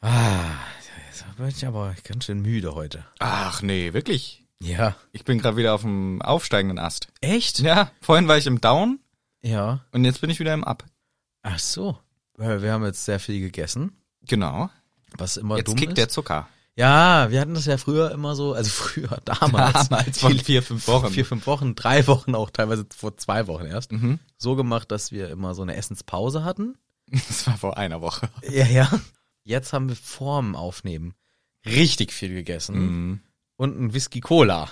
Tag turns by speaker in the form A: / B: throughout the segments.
A: Da Ah, bin ich aber ganz schön müde heute.
B: Ach nee, wirklich.
A: Ja.
B: Ich bin gerade wieder auf dem aufsteigenden Ast.
A: Echt?
B: Ja, vorhin war ich im Down
A: Ja.
B: und jetzt bin ich wieder im Up.
A: Ach so. Weil Wir haben jetzt sehr viel gegessen,
B: Genau.
A: was immer
B: Jetzt
A: dumm
B: kickt
A: ist.
B: der Zucker.
A: Ja, wir hatten das ja früher immer so, also früher, damals.
B: Damals von
A: die-
B: vier, fünf Wochen.
A: Vier, fünf Wochen, drei Wochen auch, teilweise vor zwei Wochen erst.
B: Mhm.
A: So gemacht, dass wir immer so eine Essenspause hatten.
B: Das war vor einer Woche.
A: Ja, ja. Jetzt haben wir vorm Aufnehmen richtig viel gegessen
B: Mhm.
A: und ein Whisky Cola.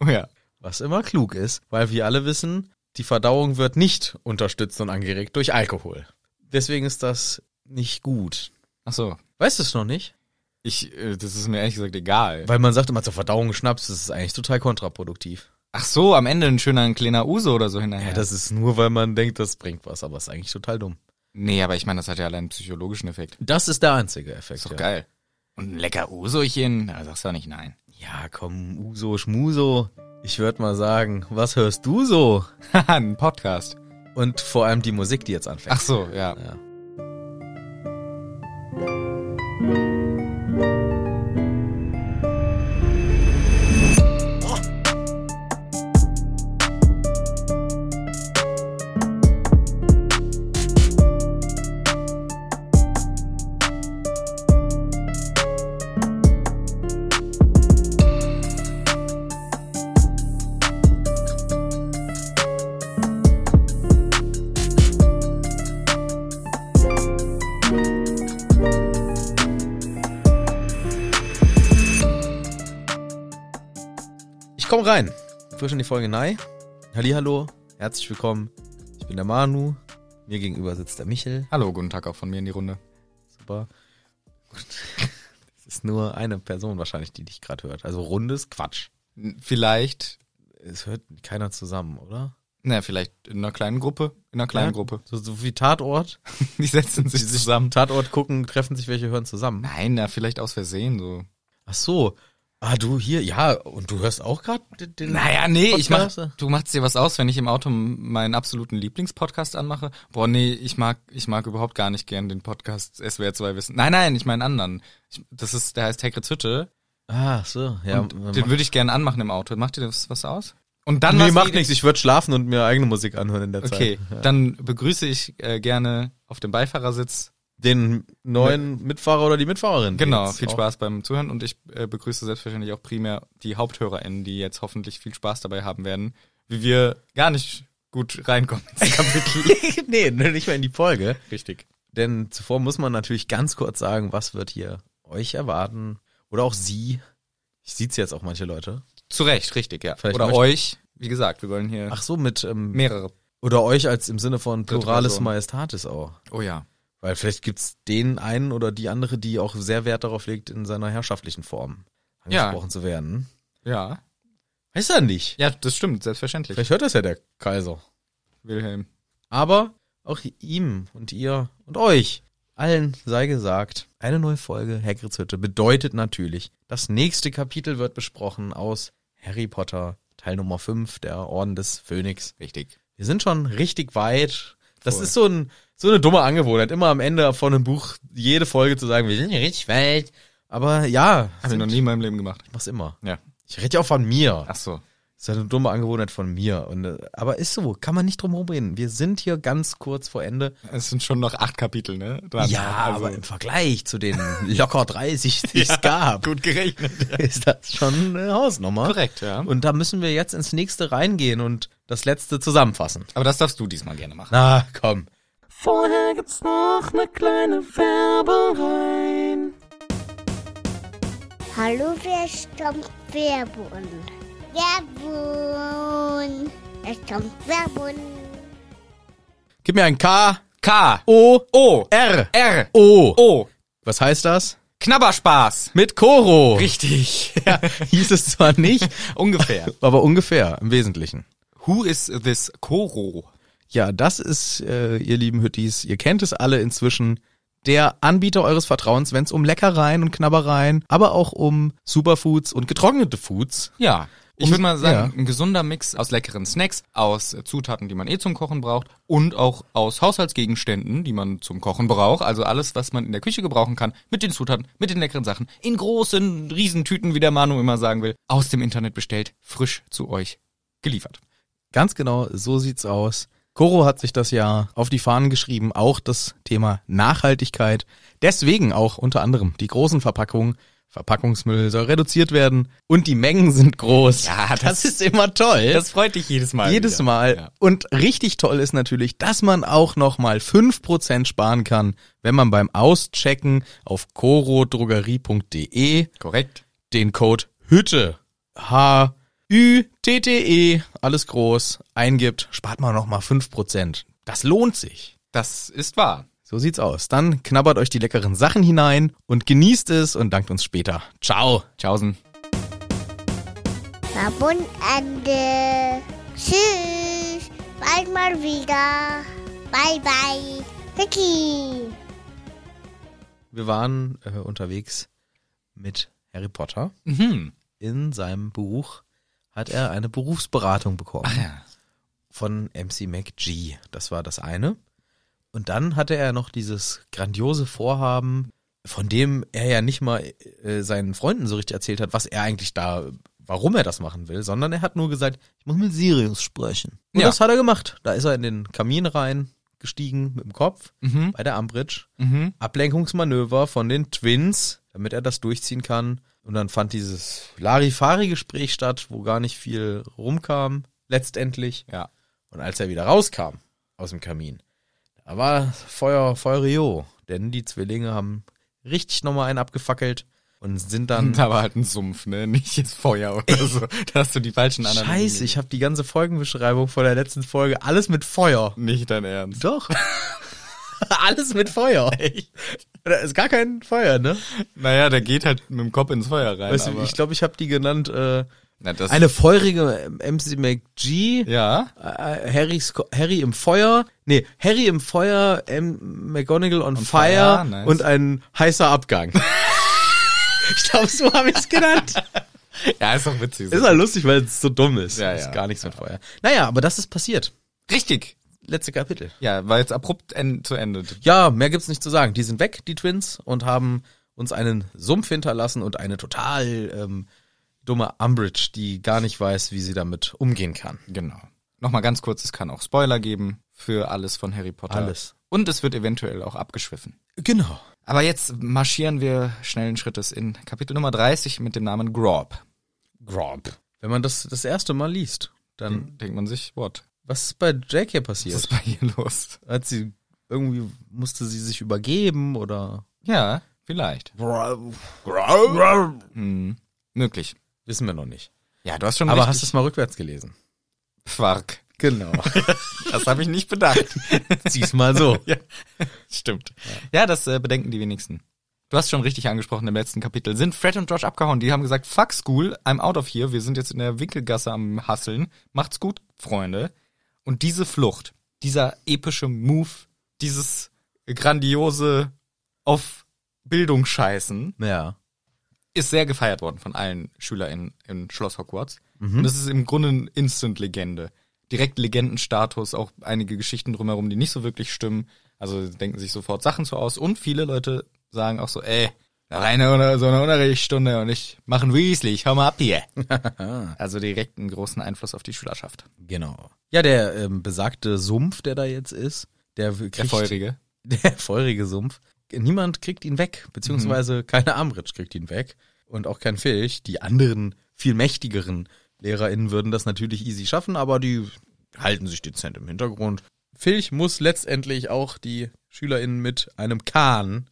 B: Oh ja.
A: Was immer klug ist, weil wir alle wissen, die Verdauung wird nicht unterstützt und angeregt durch Alkohol. Deswegen ist das nicht gut.
B: Ach so.
A: Weißt du es noch nicht?
B: Ich, äh, das ist mir ehrlich gesagt egal.
A: Weil man sagt immer zur Verdauung Schnaps, das ist eigentlich total kontraproduktiv.
B: Ach so, am Ende ein schöner ein kleiner Uso oder so
A: Ja,
B: hinterher.
A: das ist nur, weil man denkt, das bringt was, aber ist eigentlich total dumm.
B: nee, aber ich meine, das hat ja allein einen psychologischen Effekt.
A: Das ist der einzige Effekt.
B: Ist doch
A: ja.
B: geil. Und ein lecker Usochen, da sagst du doch nicht nein.
A: ja, komm, Uso, Schmuso. Ich würde mal sagen, was hörst du so?
B: Haha, ein Podcast.
A: Und vor allem die Musik, die jetzt anfängt.
B: Ach so, ja.
A: Ja. Ich komme rein. Frisch in die Folge Nei. Hallihallo, herzlich willkommen. Ich bin der Manu. Mir gegenüber sitzt der Michel.
B: Hallo, guten Tag auch von mir in die Runde.
A: Super. Gut. Es ist nur eine Person wahrscheinlich, die dich gerade hört. Also rundes Quatsch.
B: N- Vielleicht,
A: Es hört keiner zusammen, oder?
B: na, vielleicht in einer kleinen Gruppe. In einer kleinen Gruppe.
A: So, so wie Tatort.
B: Die setzen sich zusammen.
A: Tatort gucken, treffen sich welche, hören zusammen.
B: Nein, na, vielleicht aus Versehen so.
A: Ach so. Ah, du hier, ja, und du hörst auch gerade den. den-
B: Naja, nee, ich mach,
A: Podcaste?
B: du machst dir was aus, wenn ich im Auto m- meinen absoluten Lieblingspodcast anmache. Boah, nee, ich mag, ich mag überhaupt gar nicht gern den Podcast SWR 2 Wissen. Nein, nein, ich meine einen anderen. Ich, das ist, der heißt Hagrid's Hütte.
A: Ah, so, ja.
B: und
A: man
B: den
A: macht-
B: würde ich gern anmachen im Auto. Macht dir das was aus? Und dann
A: nee,
B: was
A: macht
B: jede-
A: nichts. Ich würde schlafen und mir eigene Musik anhören in der Zeit.
B: Okay, dann begrüße ich äh, gerne auf dem Beifahrersitz.
A: Den neuen Mitfahrer oder die Mitfahrerin. die
B: Genau,
A: jetzt
B: viel
A: auch-
B: Spaß beim Zuhören und ich äh, begrüße selbstverständlich auch primär die HaupthörerInnen, die jetzt hoffentlich viel Spaß dabei haben werden, wie wir gar nicht gut reinkommen ins Kapitel.
A: nee, nicht mehr in die Folge.
B: Richtig.
A: Denn zuvor muss man natürlich ganz kurz sagen, was wird hier euch erwarten oder auch sie. Ich sieht's jetzt auch manche Leute.
B: Zu Recht, richtig, ja.
A: Vielleicht
B: Oder
A: möchte-
B: euch, wie gesagt, wir wollen hier
A: Ach so, mit ähm,
B: mehrere.
A: oder euch als im Sinne von
B: Dritte
A: pluralis
B: Person.
A: majestatis auch.
B: Oh ja.
A: Weil vielleicht gibt's den einen oder die andere, die auch sehr Wert darauf legt, in seiner herrschaftlichen Form
B: Ja.
A: angesprochen zu werden.
B: Ja.
A: Weiß er nicht.
B: Ja, das stimmt, selbstverständlich.
A: Vielleicht hört das ja der Kaiser.
B: Wilhelm.
A: Aber auch ihm und ihr und euch allen sei gesagt, eine neue Folge Hagrids Hütte bedeutet natürlich, das nächste Kapitel wird besprochen aus Harry Potter Teil Nummer 5, der Orden des Phönix.
B: Richtig.
A: Wir sind schon richtig weit. Das
B: Voll.
A: ist so, ein, so eine dumme Angewohnheit, immer am Ende von einem Buch jede Folge zu sagen, wir sind richtig weit. Aber ja,
B: Hab ich noch nie in meinem Leben gemacht.
A: ich mach's immer.
B: Ja.
A: Ich rede ja auch von mir.
B: Ach so.
A: Das ist eine dumme Angewohnheit von mir. Und, äh, aber ist so, kann man nicht drum rumreden. Wir sind hier ganz kurz vor Ende.
B: Es sind schon noch acht Kapitel, ne? Dran.
A: Ja,
B: Also,
A: aber im Vergleich zu den locker 30, die es gab,
B: Gut gerechnet.
A: ist das schon eine Hausnummer.
B: Korrekt, ja.
A: Und da müssen wir jetzt ins nächste reingehen und das letzte zusammenfassen.
B: Aber das darfst du diesmal gerne machen.
A: Na, komm.
C: Vorher gibt's noch ne kleine Werbung rein.
D: Hallo, wer stammt Werbun? Werbun. Es kommt Werbun.
A: Gib mir ein K,
B: K.
A: O,
B: O.
A: R,
B: R.
A: O.
B: O.
A: Was heißt das?
B: Knabberspaß.
A: Mit Koro.
B: Richtig. Ja,
A: Hieß es zwar nicht,
B: ungefähr.
A: aber ungefähr im Wesentlichen.
B: Who is this Koro?
A: Ja, das ist, äh, ihr lieben Hüttis, ihr kennt es alle inzwischen, der Anbieter eures Vertrauens, wenn es um Leckereien und Knabbereien, aber auch um Superfoods und getrocknete Foods
B: Ja. Ich würde mal sagen,
A: ja.
B: ein gesunder Mix aus leckeren Snacks, aus äh, Zutaten, die man eh zum Kochen braucht und auch aus Haushaltsgegenständen, die man zum Kochen braucht. Also alles, was man in der Küche gebrauchen kann, mit den Zutaten, mit den leckeren Sachen, in großen Riesentüten, wie der Manu immer sagen will, aus dem Internet bestellt, frisch zu euch geliefert.
A: Ganz genau, so sieht's aus. Koro hat sich das ja auf die Fahnen geschrieben, auch das Thema Nachhaltigkeit. Deswegen auch unter anderem die großen Verpackungen. Verpackungsmüll soll reduziert werden und die Mengen sind groß.
B: Ja, das-
A: ist immer toll.
B: Das freut dich jedes Mal.
A: Jedes
B: wieder.
A: Mal.
B: Ja.
A: Und richtig toll ist natürlich, dass man auch nochmal 5% sparen kann, wenn man beim Auschecken auf korodrogerie.de
B: Korrekt.
A: den Code Hütte H Ü T T E alles groß eingibt, spart man noch mal 5%. Das lohnt sich.
B: Das ist wahr.
A: So sieht's aus. Dann knabbert euch die leckeren Sachen hinein und genießt es und dankt uns später. Ciao.
B: Tschaußen.
D: Werbung Ende. Tschüss. Bald mal wieder. Bye bye. Vicky.
A: Wir waren äh, unterwegs mit Harry Potter.
B: Mhm.
A: In seinem Buch hat er eine Berufsberatung bekommen.
B: ja.
A: von MC MacG. Das war das eine. Und dann hatte er noch dieses grandiose Vorhaben, von dem er ja nicht mal äh, seinen Freunden so richtig erzählt hat, was er eigentlich da, warum er das machen will, sondern er hat nur gesagt, ich muss mit Sirius sprechen. Und
B: Ja.
A: das hat er gemacht. Da ist er in den Kamin rein gestiegen mit dem Kopf
B: Mhm.
A: bei der Ambridge.
B: Mhm.
A: Ablenkungsmanöver von den Twins, damit er das durchziehen kann. Und dann fand dieses Larifari-Gespräch statt, wo gar nicht viel rumkam, letztendlich.
B: Ja.
A: Und als er wieder rauskam aus dem Kamin, da war Feuer, Feuerio, denn die Zwillinge haben richtig nochmal einen abgefackelt und sind dann.
B: Da war halt ein Sumpf, ne? Nicht jetzt Feuer oder so. Da hast du die falschen Analogien.
A: Scheiße, ich habe die ganze Folgenbeschreibung von der letzten Folge alles mit Feuer.
B: Nicht dein Ernst.
A: Doch. alles mit Feuer. Da ist gar kein Feuer, ne?
B: Naja, der geht halt mit dem Kopf ins Feuer rein.
A: Weißt
B: aber,
A: du, ich glaube, ich habe die genannt äh,
B: na, das,
A: eine feurige MC McG.
B: ja,
A: äh, Harrys, Ko- Harry im Feuer, nee, Harry im Feuer, M. McGonagall on Fire,
B: Fire, nice.
A: und ein heißer Abgang. ich glaube, so habe ich es genannt.
B: ja, ist doch witzig.
A: Ist halt- ja lustig, weil es so dumm ist.
B: Ja,
A: ist
B: ja.
A: gar nichts mit Feuer. Naja, aber das ist passiert.
B: richtig.
A: Letzte Kapitel.
B: Ja, war jetzt abrupt en zu Ende.
A: Ja, mehr gibt's nicht zu sagen. Die sind weg, die Twins, und haben uns einen Sumpf hinterlassen und eine total ähm, dumme Umbridge, die gar nicht weiß, wie sie damit umgehen kann.
B: Genau. Nochmal ganz kurz, es kann auch Spoiler geben für alles von Harry Potter.
A: Alles.
B: Und es wird eventuell auch abgeschwiffen.
A: Genau.
B: Aber jetzt marschieren wir schnellen Schrittes in Kapitel Nummer 30 mit dem Namen Grob.
A: Grob. Wenn man das das erste Mal liest, dann
B: Dann denkt man sich, what?
A: Was ist bei JK
B: Was
A: passiert?
B: ist bei ihr los?
A: Hat sie irgendwie musste sie sich übergeben oder
B: Ja, vielleicht. Hm, möglich.
A: wissen wir noch nicht.
B: Ja, du hast schon
A: Aber
B: richtig-
A: hast du es mal rückwärts gelesen?
B: Quark.
A: Genau.
B: Das habe ich nicht bedacht.
A: Sieh's mal so.
B: ja, stimmt. Ja, das äh, bedenken die wenigsten. Du hast schon richtig angesprochen im letzten Kapitel. Sind Fred und Josh abgehauen? Die haben gesagt, fuck school, I'm out of here. Wir sind jetzt in der Winkelgasse am Hasseln. Macht's gut, Freunde. Und diese Flucht, dieser epische Move, dieses grandiose auf Bildung scheißen,
A: Ja.
B: ist sehr gefeiert worden von allen SchülerInnen in Schloss Hogwarts. Und das ist im Grunde eine Instant-Legende. Direkt Legendenstatus, auch einige Geschichten drumherum, die nicht so wirklich stimmen. Also denken sich sofort Sachen zu aus. Und viele Leute sagen auch so, ey, da rein oder so eine Unterrichtsstunde und ich mache einen Weasley, ich hau mal ab hier. also direkt einen großen Einfluss auf die Schülerschaft.
A: Genau. Ja, der ähm, besagte Sumpf, der da jetzt ist, der kriegt,
B: Der Feurige.
A: der feurige Sumpf. Niemand kriegt ihn weg, beziehungsweise keine Armritsch kriegt ihn weg und auch kein Filch. Die anderen, viel mächtigeren LehrerInnen würden das natürlich easy schaffen, aber die halten sich dezent im Hintergrund. Filch muss letztendlich auch die SchülerInnen mit einem Kahn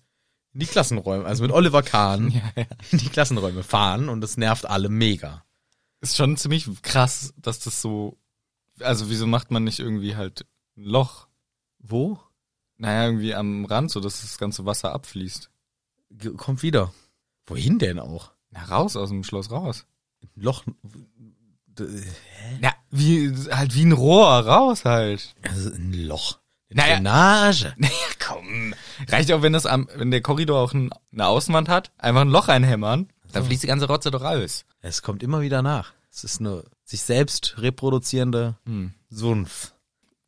A: in die Klassenräume, also mit Oliver Kahn in die Klassenräume fahren und das nervt alle mega.
B: Ist schon ziemlich krass, dass das so, also wieso macht man nicht irgendwie halt ein Loch?
A: Wo?
B: Naja, irgendwie am Rand, so dass das ganze Wasser abfließt.
A: Ge- Kommt wieder. Wohin denn auch?
B: Na, raus aus dem Schloss, raus.
A: Ein Loch.
B: Na, wie, halt wie ein Rohr, raus halt.
A: Also ein Loch. Eine
B: Naja.
A: Drainage.
B: Naja, komm. Reicht auch, wenn das am, wenn der Korridor auch ein, eine Außenwand hat, einfach ein Loch einhämmern, dann fließt die ganze Rotze doch raus.
A: Es kommt immer wieder nach. Es ist eine sich selbst reproduzierende
B: Hm.
A: Sumpf.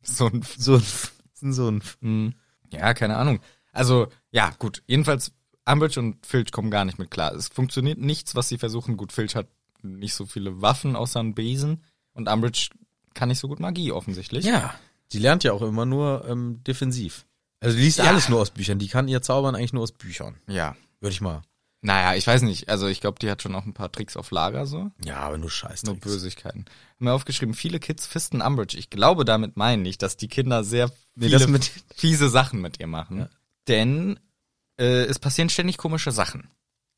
B: So ein
A: Sumpf. Es ist ein Sumpf.
B: Hm. Ja, keine Ahnung. Also, ja, gut. Jedenfalls, Umbridge und Filch kommen gar nicht mit klar. Es funktioniert nichts, was sie versuchen. Gut, Filch hat nicht so viele Waffen außer einen Besen. Und Umbridge kann nicht so gut Magie, offensichtlich.
A: Ja. Die lernt ja auch immer nur ähm, defensiv. Also die liest
B: Ja.
A: alles nur aus Büchern. Die kann ihr Zaubern eigentlich nur aus Büchern.
B: ja.
A: Würde ich mal.
B: Naja, ich weiß nicht. Also, ich glaube, die hat schon auch ein paar Tricks auf Lager, so.
A: Ja, aber nur Scheiß.
B: Nur Bösigkeiten. Haben wir aufgeschrieben, viele Kids fisten Umbridge. Ich glaube, damit meine ich, dass die Kinder sehr
A: Nee,
B: viele
A: das mit-
B: fiese Sachen mit ihr machen. Denn äh, es passieren ständig komische Sachen.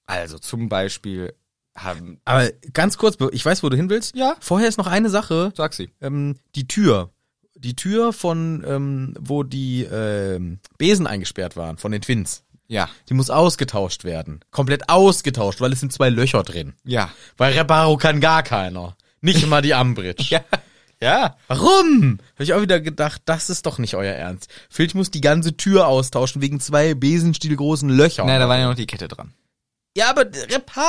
B: Also zum Beispiel haben...
A: Aber ganz kurz, be- ich weiß, wo du hin willst.
B: Ja.
A: Vorher ist noch eine Sache.
B: Sag sie.
A: Ähm, die Tür. Die Tür von, ähm, wo die ähm, Besen eingesperrt waren, von den Twins.
B: Ja.
A: Die muss ausgetauscht werden. Komplett ausgetauscht, weil es sind zwei Löcher drin.
B: Ja.
A: Weil Reparo kann gar keiner. Nicht mal die Ambridge.
B: Ja. Ja.
A: Warum? Habe ich auch wieder gedacht, das ist doch nicht euer Ernst. Filch muss die ganze Tür austauschen wegen zwei besenstielgroßen Löchern.
B: Nein, da war ja noch die Kette dran.
A: ja, aber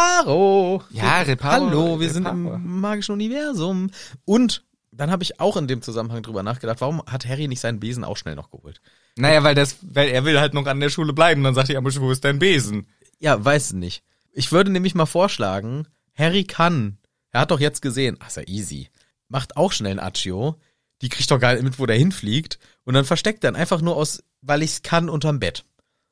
A: Reparo.
B: Ja, Reparo,
A: Hallo, wir
B: Reparo.
A: sind im magischen Universum. Und dann habe ich auch in dem Zusammenhang drüber nachgedacht, warum hat Harry nicht seinen Besen auch schnell noch geholt?
B: Naja, weil, das, weil er will halt noch an der Schule bleiben. Dann sagt die Umbridge, wo ist dein Besen?
A: Ja, weiß nicht. Ich würde nämlich mal vorschlagen, Harry kann. Er hat doch jetzt gesehen, ach, ist ja easy. Macht auch schnell ein Accio. Die kriegt doch gar nicht mit, wo der hinfliegt. Und dann versteckt er ihn einfach nur aus, weil ich's kann, unterm Bett.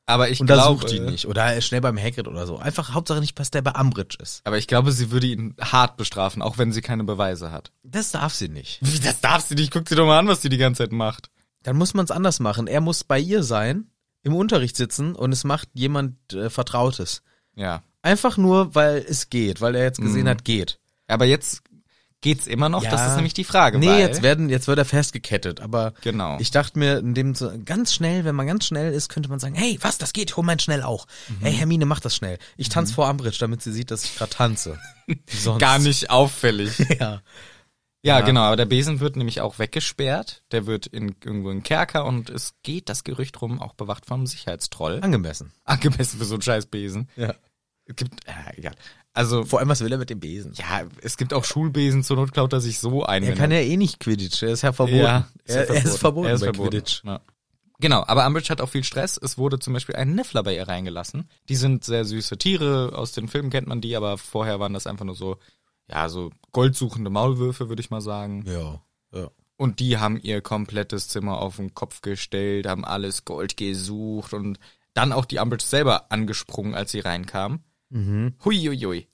B: Aber ich äh,
A: Und da
B: glaube...
A: sucht ihn nicht. Oder schnell beim Hagrid oder so. Einfach Hauptsache nicht, dass der bei Umbridge ist.
B: Aber ich glaube, sie würde ihn hart bestrafen, auch wenn sie keine Beweise hat.
A: Das darf sie nicht.
B: Wie, das darfst du nicht. Guck dir doch mal an, was die die ganze Zeit macht.
A: Dann muss man's anders machen. Er muss bei ihr sein, im Unterricht sitzen und es macht jemand äh, Vertrautes.
B: Ja.
A: Einfach nur, weil es geht, weil er jetzt gesehen
B: Mhm.
A: hat, geht.
B: Aber jetzt geht's immer noch,
A: Ja.
B: das ist nämlich die Frage.
A: Nee,
B: weil,
A: jetzt, werden, jetzt wird er festgekettet, aber
B: Genau.
A: ich dachte mir, in dem so- ganz schnell, wenn man ganz schnell ist, könnte man sagen, hey, was, das geht, hol mein schnell auch.
B: Mhm.
A: Hey, Hermine, mach das schnell. Ich tanze vor Ambridge, damit sie sieht, dass ich gerade tanze. Wie Sonst.
B: gar nicht auffällig.
A: Ja.
B: ja, genau, aber der Besen wird nämlich auch weggesperrt, der wird in irgendwo in den Kerker und es geht das Gerücht rum, auch bewacht vom Sicherheitstroll.
A: Angemessen.
B: Angemessen für so einen scheiß Besen.
A: Ja.
B: Es gibt ja, egal. Also
A: Vor allem, was will er mit dem Besen?
B: ja, es gibt auch Schulbesen, zur Not klaut er sich so ein.
A: Er
B: wenn
A: kann ja eh nicht Quidditch, er ist ja verboten.
B: Ja,
A: er, er ist verboten bei Quidditch.
B: Ja. Genau, aber Umbridge hat auch viel Stress. Es wurde zum Beispiel ein Niffler bei ihr reingelassen. Die sind sehr süße Tiere, aus den Filmen kennt man die, aber vorher waren das einfach nur so, ja, so goldsuchende Maulwürfe, würde ich mal sagen.
A: Ja. ja.
B: Und die haben ihr komplettes Zimmer auf den Kopf gestellt, haben alles Gold gesucht und dann auch die Umbridge selber angesprungen, als sie reinkam.
A: Mhm.
B: Huiuiui.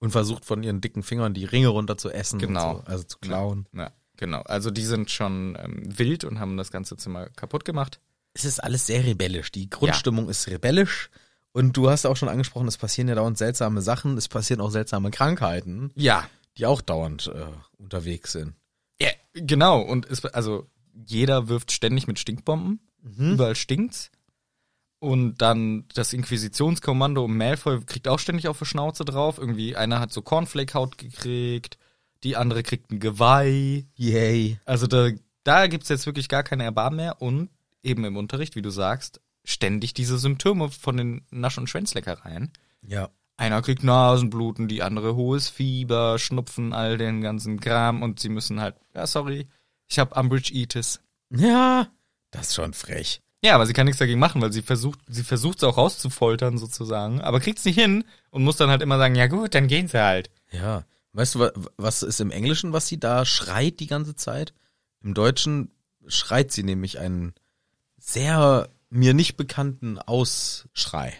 A: Und versucht von ihren dicken Fingern die Ringe runter zu essen.
B: Genau.
A: Und so, also zu klauen.
B: Ja, genau. Also die sind schon ähm, wild und haben das ganze Zimmer kaputt gemacht.
A: Es ist alles sehr rebellisch. Die Grundstimmung ist rebellisch. Und du hast auch schon angesprochen, es passieren ja dauernd seltsame Sachen. Es passieren auch seltsame Krankheiten,
B: Ja,
A: die auch dauernd äh, unterwegs sind.
B: Ja, genau. Und es, also jeder wirft ständig mit Stinkbomben. Überall stinkt's. Und dann das Inquisitionskommando um Malfoy kriegt auch ständig auf die Schnauze drauf. Irgendwie einer hat so Cornflake-Haut gekriegt, die andere kriegt ein Geweih.
A: Yay.
B: Also da, da gibt's jetzt wirklich gar keine Erbarmen mehr. Und eben im Unterricht, wie du sagst, ständig diese Symptome von den Nasch- und Schwänzleckereien.
A: Ja.
B: Einer kriegt Nasenbluten, die andere hohes Fieber, Schnupfen, all den ganzen Kram und sie müssen halt, ja, sorry, ich habe Umbridge-Itis.
A: Ja. Das ist schon frech.
B: Ja, aber sie kann nichts dagegen machen, weil sie versucht, sie versucht es auch rauszufoltern sozusagen, aber kriegt's nicht hin und muss dann halt immer sagen, ja gut, dann gehen sie halt.
A: Ja. Weißt du, wa- was ist im Englischen, was sie da schreit die ganze Zeit? Im Deutschen schreit sie nämlich einen sehr mir nicht bekannten Ausschrei.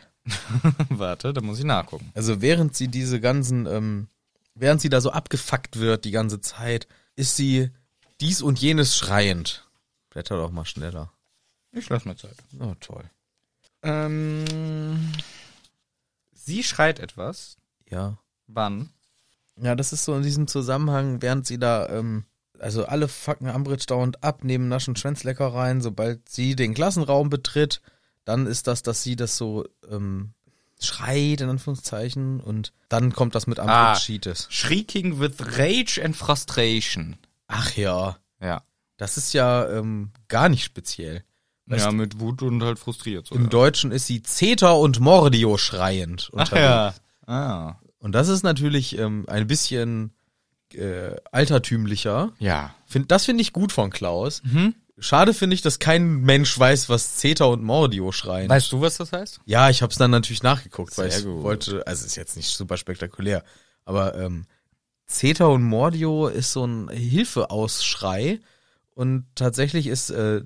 B: Warte, da muss ich nachgucken.
A: Also während sie diese ganzen, ähm, während sie da so abgefuckt wird die ganze Zeit, ist sie dies und jenes schreiend. Blätter doch mal schneller.
B: Ich lasse mir Zeit.
A: Oh, toll.
B: Ähm, sie schreit etwas.
A: Ja.
B: Wann?
A: Ja, das ist so in diesem Zusammenhang, während sie da, ähm, also alle fucken Ambridge dauernd ab, nehmen Naschen Schwänzleckereien, sobald sie den Klassenraum betritt, dann ist das, dass sie das so ähm, schreit, in Anführungszeichen, und dann kommt das mit
B: Ah.
A: Ambridge-Cheates.
B: Shrieking with rage and frustration.
A: Ach ja,
B: Ja.
A: das ist ja ähm, gar nicht speziell. Weißt
B: ja, mit Wut und halt frustriert. So,
A: Im
B: ja.
A: Deutschen ist sie Zeta und Mordio schreiend
B: Ach
A: unterwegs.
B: ja. Ah.
A: Und das ist natürlich ähm, ein bisschen äh, altertümlicher.
B: Ja.
A: Find, das finde ich gut von Klaus. Schade finde ich, dass kein Mensch weiß, was Zeta und Mordio schreien.
B: Weißt du, was das heißt?
A: Ja, ich habe es dann natürlich nachgeguckt, weil
B: Sehr
A: ich
B: gut.
A: wollte, also ist jetzt nicht super spektakulär, aber ähm, Zeta und Mordio ist so ein Hilfeausschrei und tatsächlich ist, äh,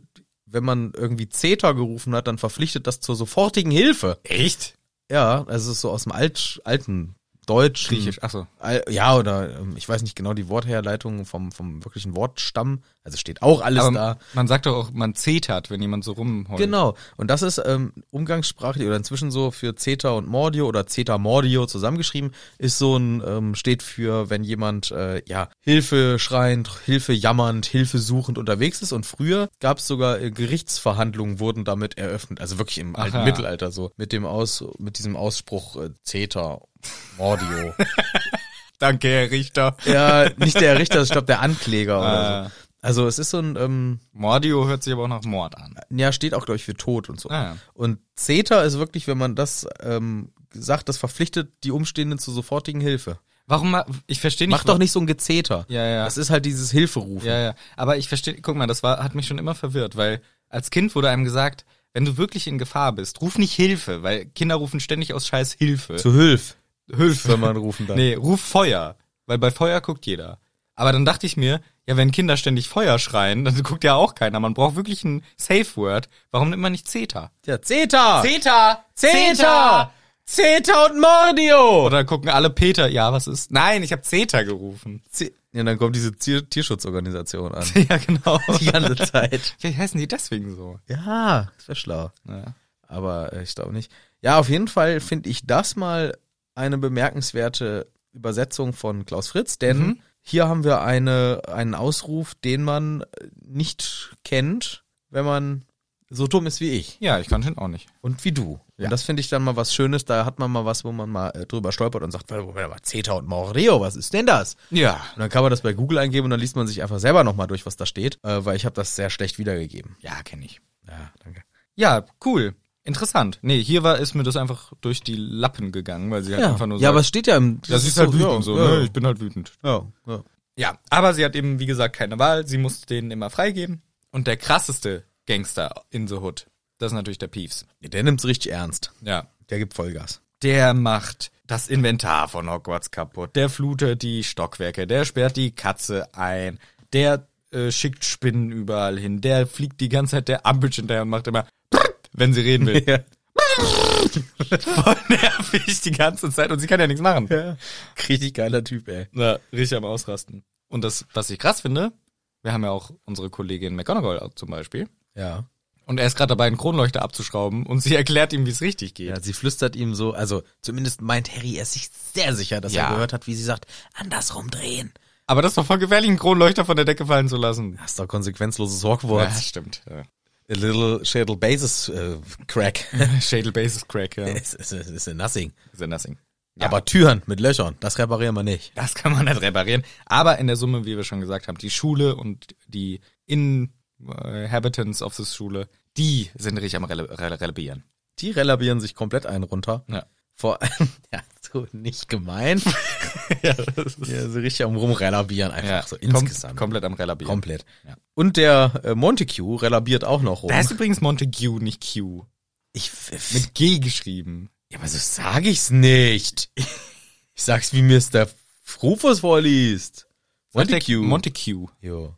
A: wenn man irgendwie Zeta gerufen hat, dann verpflichtet das zur sofortigen Hilfe.
B: Echt?
A: Ja, also es ist so aus dem Alt, alten Deutsch.
B: Griechisch, achso.
A: Al- Ja, oder ähm, ich weiß nicht genau die Wortherleitung vom, vom wirklichen Wortstamm. Also steht auch alles
B: Aber
A: da.
B: man sagt doch auch, man zetert, wenn jemand so rumheult.
A: Genau. Und das ist ähm, umgangssprachlich oder inzwischen so für Zeta und Mordio oder Zeta Mordio zusammengeschrieben, ist so ein, ähm, steht für, wenn jemand äh, ja Hilfe schreiend, Hilfe jammernd, Hilfe suchend unterwegs ist. Und früher gab es sogar äh, Gerichtsverhandlungen, wurden damit eröffnet. Also wirklich im alten
B: Aha.
A: Mittelalter so. Mit dem Aus, mit diesem Ausspruch äh, Zeta Mordio.
B: Danke, Herr Richter.
A: ja, nicht der Richter, ich glaube der Ankläger oder
B: Ah.
A: so. Also es ist so ein, ähm,
B: Mordio hört sich aber auch nach Mord an.
A: ja, steht auch, glaube ich, für Tod und so.
B: Ah, ja.
A: Und CETA ist wirklich, wenn man das ähm, sagt, das verpflichtet die Umstehenden zur sofortigen Hilfe.
B: Warum, ma- ich verstehe nicht.
A: Mach doch nicht so ein Gezeter.
B: Ja, ja.
A: Das ist halt dieses Hilferufen.
B: Ja, ja. Aber ich verstehe, guck mal, das war, hat mich schon immer verwirrt, weil als Kind wurde einem gesagt, wenn du wirklich in Gefahr bist, ruf nicht Hilfe, weil Kinder rufen ständig aus Scheiß Hilfe.
A: Zu Hilfe.
B: Hilfe.
A: Wenn man rufen darf.
B: Nee, ruf Feuer, weil bei Feuer guckt jeder. Aber dann dachte ich mir, ja, wenn Kinder ständig Feuer schreien, dann guckt ja auch keiner. Man braucht wirklich ein Safe Word. Warum nimmt man nicht Zeta?
A: Ja, CETA!
B: Zeta!
A: CETA! CETA und Mordio!
B: Oder gucken alle Peter, ja, was ist? Nein, ich habe Zeta gerufen.
A: C- ja, dann kommt diese Tier Tierschutzorganisation an.
B: Ja, genau.
A: Die ganze Zeit.
B: Vielleicht heißen die deswegen so.
A: Ja, das wäre schlau.
B: Ja.
A: aber äh, ich glaube nicht. Ja, auf jeden Fall finde ich das mal eine bemerkenswerte Übersetzung von Klaus Fritz, denn
B: Mhm.
A: hier haben wir eine, einen Ausruf, den man äh, nicht kennt, wenn man so dumm ist wie ich
B: ja, ich kann schon auch nicht.
A: und wie du.
B: Ja.
A: Und das finde ich dann mal was Schönes, da hat man mal was, wo man mal äh, drüber stolpert und sagt, warte, Moment mal, Zeta und Moreo, was ist denn das?
B: Ja.
A: Und dann kann man das bei Google eingeben und dann liest man sich einfach selber nochmal durch, was da steht, äh, weil ich habe das sehr schlecht wiedergegeben.
B: Ja, kenne ich.
A: Ja, danke.
B: Ja, cool. Interessant. Nee, hier war, ist mir das einfach durch die Lappen gegangen, weil sie halt
A: Ja,
B: einfach nur
A: ja
B: sagt,
A: aber es steht ja im...
B: ja, sie ist halt wütend so,
A: ja,
B: ne? Ich bin halt wütend.
A: ja, ja.
B: Ja, aber sie hat eben, wie gesagt, keine Wahl. Sie muss denen immer freigeben. Und der krasseste Gangster in The Hood, das ist natürlich der Peeves.
A: Ja, Der nimmt's richtig ernst.
B: Ja.
A: Der gibt Vollgas.
B: Der macht das Inventar von Hogwarts kaputt. Der flutet die Stockwerke. Der sperrt die Katze ein. Der äh, schickt Spinnen überall hin. Der fliegt die ganze Zeit der Ambridge hinterher und macht immer, wenn sie reden will. Voll nervig die ganze Zeit und sie kann ja nichts machen.
A: Richtig geiler Typ, ey.
B: Na, richtig am Ausrasten. Und das, was ich krass finde, wir haben ja auch unsere Kollegin McGonagall auch zum Beispiel.
A: Ja.
B: Und er ist gerade dabei, einen Kronleuchter abzuschrauben und sie erklärt ihm, wie es richtig geht.
A: Ja, sie flüstert ihm so, also zumindest meint Harry er ist sich sehr sicher, dass
B: Ja.
A: er gehört hat, wie sie sagt, andersrum drehen.
B: Aber das war voll gefährlich, einen Kronleuchter von der Decke fallen zu lassen.
A: Das ist doch konsequenzloses
B: Ja,
A: Hogwarts.
B: stimmt. Ja.
A: A little Shadle Basis äh, Crack.
B: Schädel Basis Crack, ja.
A: Es ist es ist nothing.
B: Is a nothing. Ja.
A: Aber Türen mit Löchern, das reparieren wir nicht.
B: Das kann man nicht reparieren. Aber in der Summe, wie wir schon gesagt haben, die Schule und die äh, Inhabitants of the Schule, die sind richtig am Rele Rele Relebieren.
A: Die relabieren sich komplett einen runter.
B: Ja.
A: Vor allem, ja, so nicht gemeint. ja, ja, so richtig am Rumrelabieren einfach so
B: kom-
A: insgesamt.
B: komplett am Relebieren.
A: Komplett.
B: Ja.
A: Und der äh, Montague relabiert auch noch rum.
B: Da ist übrigens Montague, nicht Q.
A: ich, f-
B: Mit G geschrieben.
A: ja, aber so sage ich's nicht. Ich sag's, wie mir es der Rufus vorliest. Montague.
B: Montague.
A: jo.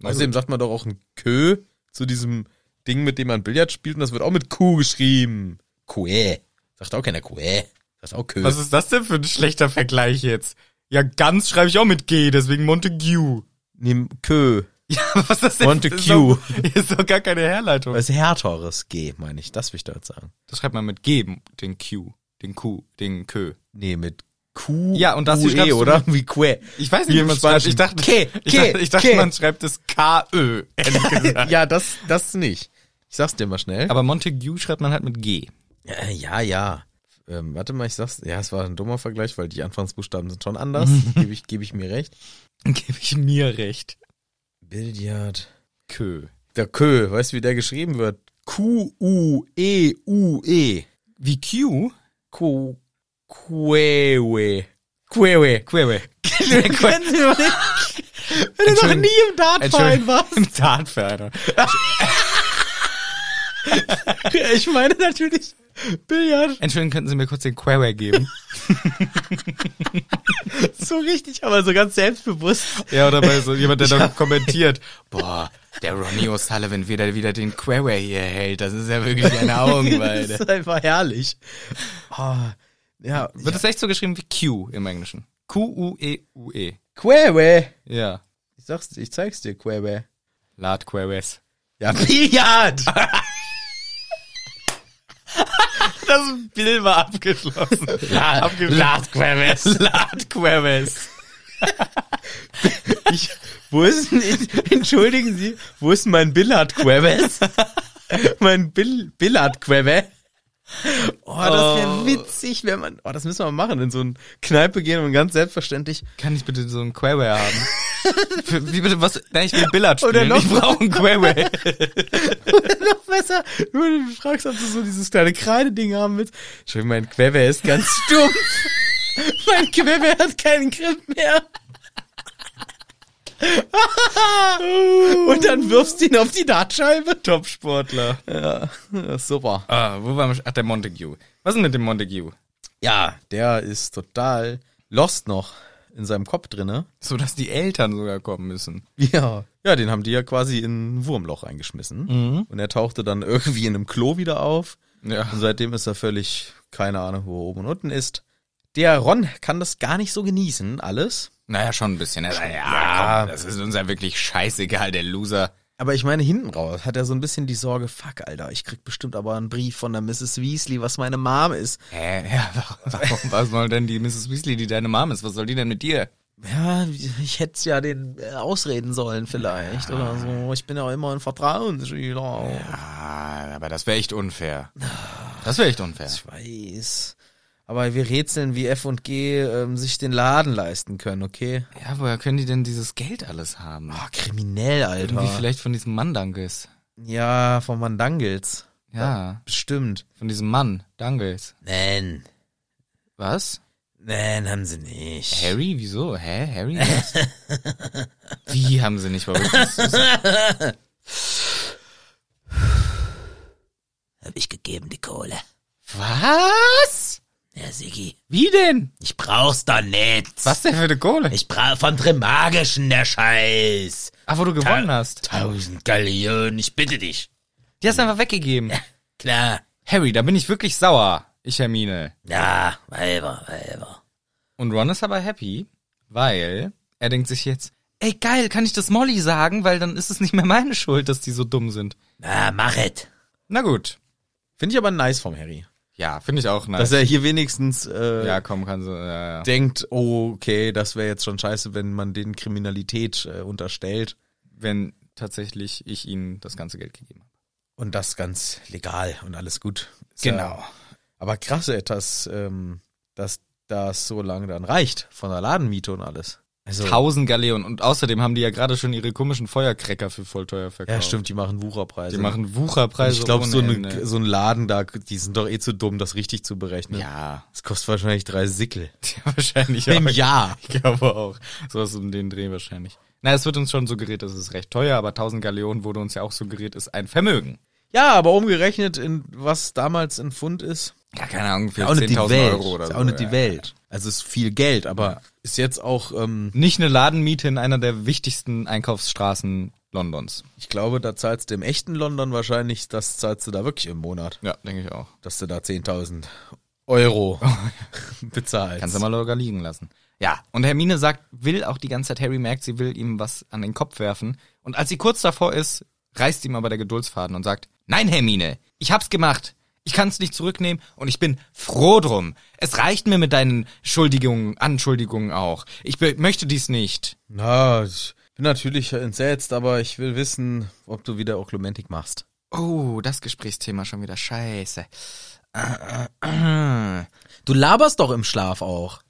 B: gut.
A: Außerdem sagt man doch auch ein Kö zu diesem Ding, mit dem man Billard spielt und das wird auch mit Q geschrieben. Kuä. Sagt auch keiner Kuä. Sagt auch Kö.
B: Was ist das denn für ein schlechter Vergleich jetzt? Ja, ganz schreibe ich auch mit G, deswegen Montague.
A: Nimm Kö.
B: Ja, aber was ist das denn?
A: Montague.
B: Ist doch, ist doch gar keine Herleitung.
A: Das ist härteres G, meine ich. Das will ich da jetzt sagen.
B: Das schreibt man mit G, den Q, den Q, den Kö.
A: Nee, mit Q.
B: Ja, und das hier schreibst
A: UE,
B: du
A: oder? Wie Quä.
B: Ich weiß
A: Wie
B: nicht, wie
A: im
B: man schreibt. Ich
A: Spanischen.
B: dachte,
A: Ke,
B: ich
A: ke,
B: dachte, ich dachte
A: ke.
B: man schreibt es K-Ö, ehrlich gesagt.
A: Ja, das, das nicht. Ich sag's dir mal schnell.
B: Aber Montague schreibt man halt mit G.
A: Äh, ja, ja. Ähm, warte mal, ich sag's. Ja, es war ein dummer Vergleich, weil die Anfangsbuchstaben sind schon anders. Gebe ich, geb ich mir recht.
B: Gebe ich mir recht.
A: Billard.
B: Kö.
A: Der Kö, weißt du, wie der geschrieben wird? E Q-U-E-U-E.
B: Wie
A: E
B: Q?
A: Q. E Quewe. Quewe.
B: Quewe.
A: Den kennen Sie doch nicht. Wenn er noch
B: Entschuldigung.
A: nie im Dartverein
B: Entschuldigung.
A: war.
B: Ein Tatvereiner.
A: Ich meine natürlich Billard.
B: Entschuldigung, könnten Sie mir kurz den Querway geben?
A: So richtig, aber so ganz selbstbewusst.
B: ja, oder bei so jemand, der da kommentiert. Boah, der Ronnie O'Sullivan, wie der wieder den Querway hier hält. Das ist ja wirklich eine
A: Das
B: Augenweide.
A: ist einfach herrlich. Ah, ja,
B: Wird das echt so geschrieben wie Q im Englischen? Q-U-E-U-E.
A: Querwe.
B: E. Ja.
A: Ich sag's, ich zeig's dir, Querwe.
B: Lad Querways.
A: Ja, Billard.
B: Das Bild war abgeschlossen.
A: Lad
B: Querways. Lad Querways.
A: Ich, wo ist denn, entschuldigen Sie, wo ist denn mein Billard-Querbe? mein Bill, Billard-Querbe? Oh, das wäre
B: Oh.
A: witzig, wenn man, oh, das müssen wir mal machen, in so eine Kneipe gehen und ganz selbstverständlich,
B: Kann ich bitte so einen Querway haben? Für, wie bitte, was? Nein, ich will Billard spielen.
A: Oder noch-
B: ich brauche einen Querway.
A: noch besser, nur wenn du fragst, ob du so dieses kleine Kreideding haben willst. Entschuldigung, mein Querbe ist ganz stumpf. mein Querbe hat keinen Grip mehr. und dann wirfst du ihn auf die Dartscheibe.
B: Top-Sportler.
A: Ja, super.
B: Ah, wo war Ach, der Montague. Was ist denn mit dem Montague?
A: Ja, der ist total lost noch in seinem Kopf drinne.
B: So, dass die Eltern sogar kommen müssen.
A: Ja. Mhm. Ja, den haben die ja quasi in ein Wurmloch reingeschmissen. Und er tauchte dann irgendwie in einem Klo wieder auf.
B: Ja.
A: Und seitdem ist er völlig, keine Ahnung, wo er oben und unten ist. Der Ron kann das gar nicht so genießen, alles.
B: Naja, schon ein bisschen. Er sagt,
A: Ja.
B: ja, komm, das ist uns ja wirklich scheißegal, der Loser.
A: Aber ich meine, hinten raus hat er so ein bisschen die Sorge, fuck, Alter, ich krieg bestimmt aber einen Brief von der Mrs. Weasley, was meine Mom ist.
B: Hä? Äh, Ja, warum, warum, was soll denn die Mrs. Weasley, die deine Mom ist? Was soll die denn mit dir?
A: Ja, ich hätte es ja den äh, ausreden sollen vielleicht oder so. Ich bin ja immer ein Vertrauensschüler.
B: Ah, aber das wäre echt unfair. Das wäre echt unfair.
A: Ich weiß. Aber wir rätseln, wie F und G ähm, sich den Laden leisten können, okay?
B: Ja, woher können die denn dieses Geld alles haben?
A: Oh, kriminell, Alter.
B: Irgendwie vielleicht von diesem Mann Dankes.
A: Ja, von Mandangels.
B: Ja,
A: Bestimmt.
B: von diesem Mann Dankes.
A: Nein.
B: Was?
A: Nein, haben sie nicht.
B: Harry? Wieso? Hä? Harry? Was? Wie haben sie nicht verrückt? Das ist-
A: Hab ich gegeben, die Kohle.
B: Was?
A: Ja, Siggi.
B: Wie denn?
A: Ich brauch's doch nicht.
B: Was denn für eine Kohle?
A: Ich brauch vom Trimagischen der Scheiß.
B: Ah, wo du gewonnen hast.
A: Tausend Gallionen, ich bitte dich.
B: Die hast du einfach weggegeben.
A: Klar.
B: Harry, da bin ich wirklich sauer. Ich Hermine.
A: Ja, Weiber, Weiber.
B: Und Ron ist aber happy, weil er denkt sich jetzt, ey geil, kann ich das Molly sagen, weil dann ist es nicht mehr meine Schuld, dass die so dumm sind.
A: Na, mach it.
B: Na gut.
A: Finde ich aber nice vom Harry.
B: Ja, finde ich auch nice.
A: Dass er hier wenigstens äh,
B: ja, komm, kann so, ja, ja.
A: denkt, oh, okay, das wäre jetzt schon scheiße, wenn man denen Kriminalität äh, unterstellt.
B: Wenn tatsächlich ich ihnen das ganze Geld gegeben habe.
A: Und das ganz legal und alles gut. Ist
B: Genau.
A: Ja, aber krass, ey, dass, ähm, dass das so lange dann reicht von der Ladenmiete und alles. Also,
B: Tausend Galeonen. Und außerdem haben die ja gerade schon ihre komischen Feuercracker für voll teuer verkauft.
A: ja, stimmt, die machen Wucherpreise.
B: Die machen Wucherpreise
A: ich glaube,
B: ohne
A: so,
B: Ende.
A: eine, so ein Laden da, die sind doch eh zu dumm, das richtig zu berechnen.
B: Ja,
A: Das kostet wahrscheinlich drei Sickel.
B: wahrscheinlich
A: Im
B: auch.
A: Jahr.
B: Ich glaube auch. Sowas um den Dreh wahrscheinlich. Na, es wird uns schon suggeriert, das ist recht teuer, aber 1000 Galeonen wurde uns ja auch suggeriert, ist ein Vermögen.
A: Ja, aber umgerechnet in was damals ein Pfund ist,
B: Ja, keine Ahnung, für
A: Ist auch nicht die
B: 10.000
A: Welt.
B: Euro oder
A: ist
B: so.
A: auch nicht
B: ja.
A: die Welt. Also ist viel Geld, aber ist jetzt auch, ähm,
B: Nicht eine Ladenmiete in einer der wichtigsten Einkaufsstraßen Londons.
A: ich glaube, da zahlst du im echten London wahrscheinlich, das zahlst du da wirklich im Monat,
B: Ja, denke ich auch.
A: dass du da 10.000 Euro bezahlst.
B: Kannst du mal locker liegen lassen. Ja, und Hermine sagt, will auch die ganze Zeit, Harry merkt, sie will ihm was an den Kopf werfen. Und als sie kurz davor ist, reißt ihm aber der Geduldsfaden und sagt, nein, Hermine, ich hab's gemacht. Ich kann's nicht zurücknehmen und ich bin froh drum. Es reicht mir mit deinen Schuldigungen, Anschuldigungen auch. Ich be- möchte dies nicht.
A: Na, ich bin natürlich entsetzt, aber ich will wissen, ob du wieder Oklumentik machst.
B: Oh, das Gesprächsthema schon wieder scheiße. Was?
A: Du laberst doch im Schlaf auch.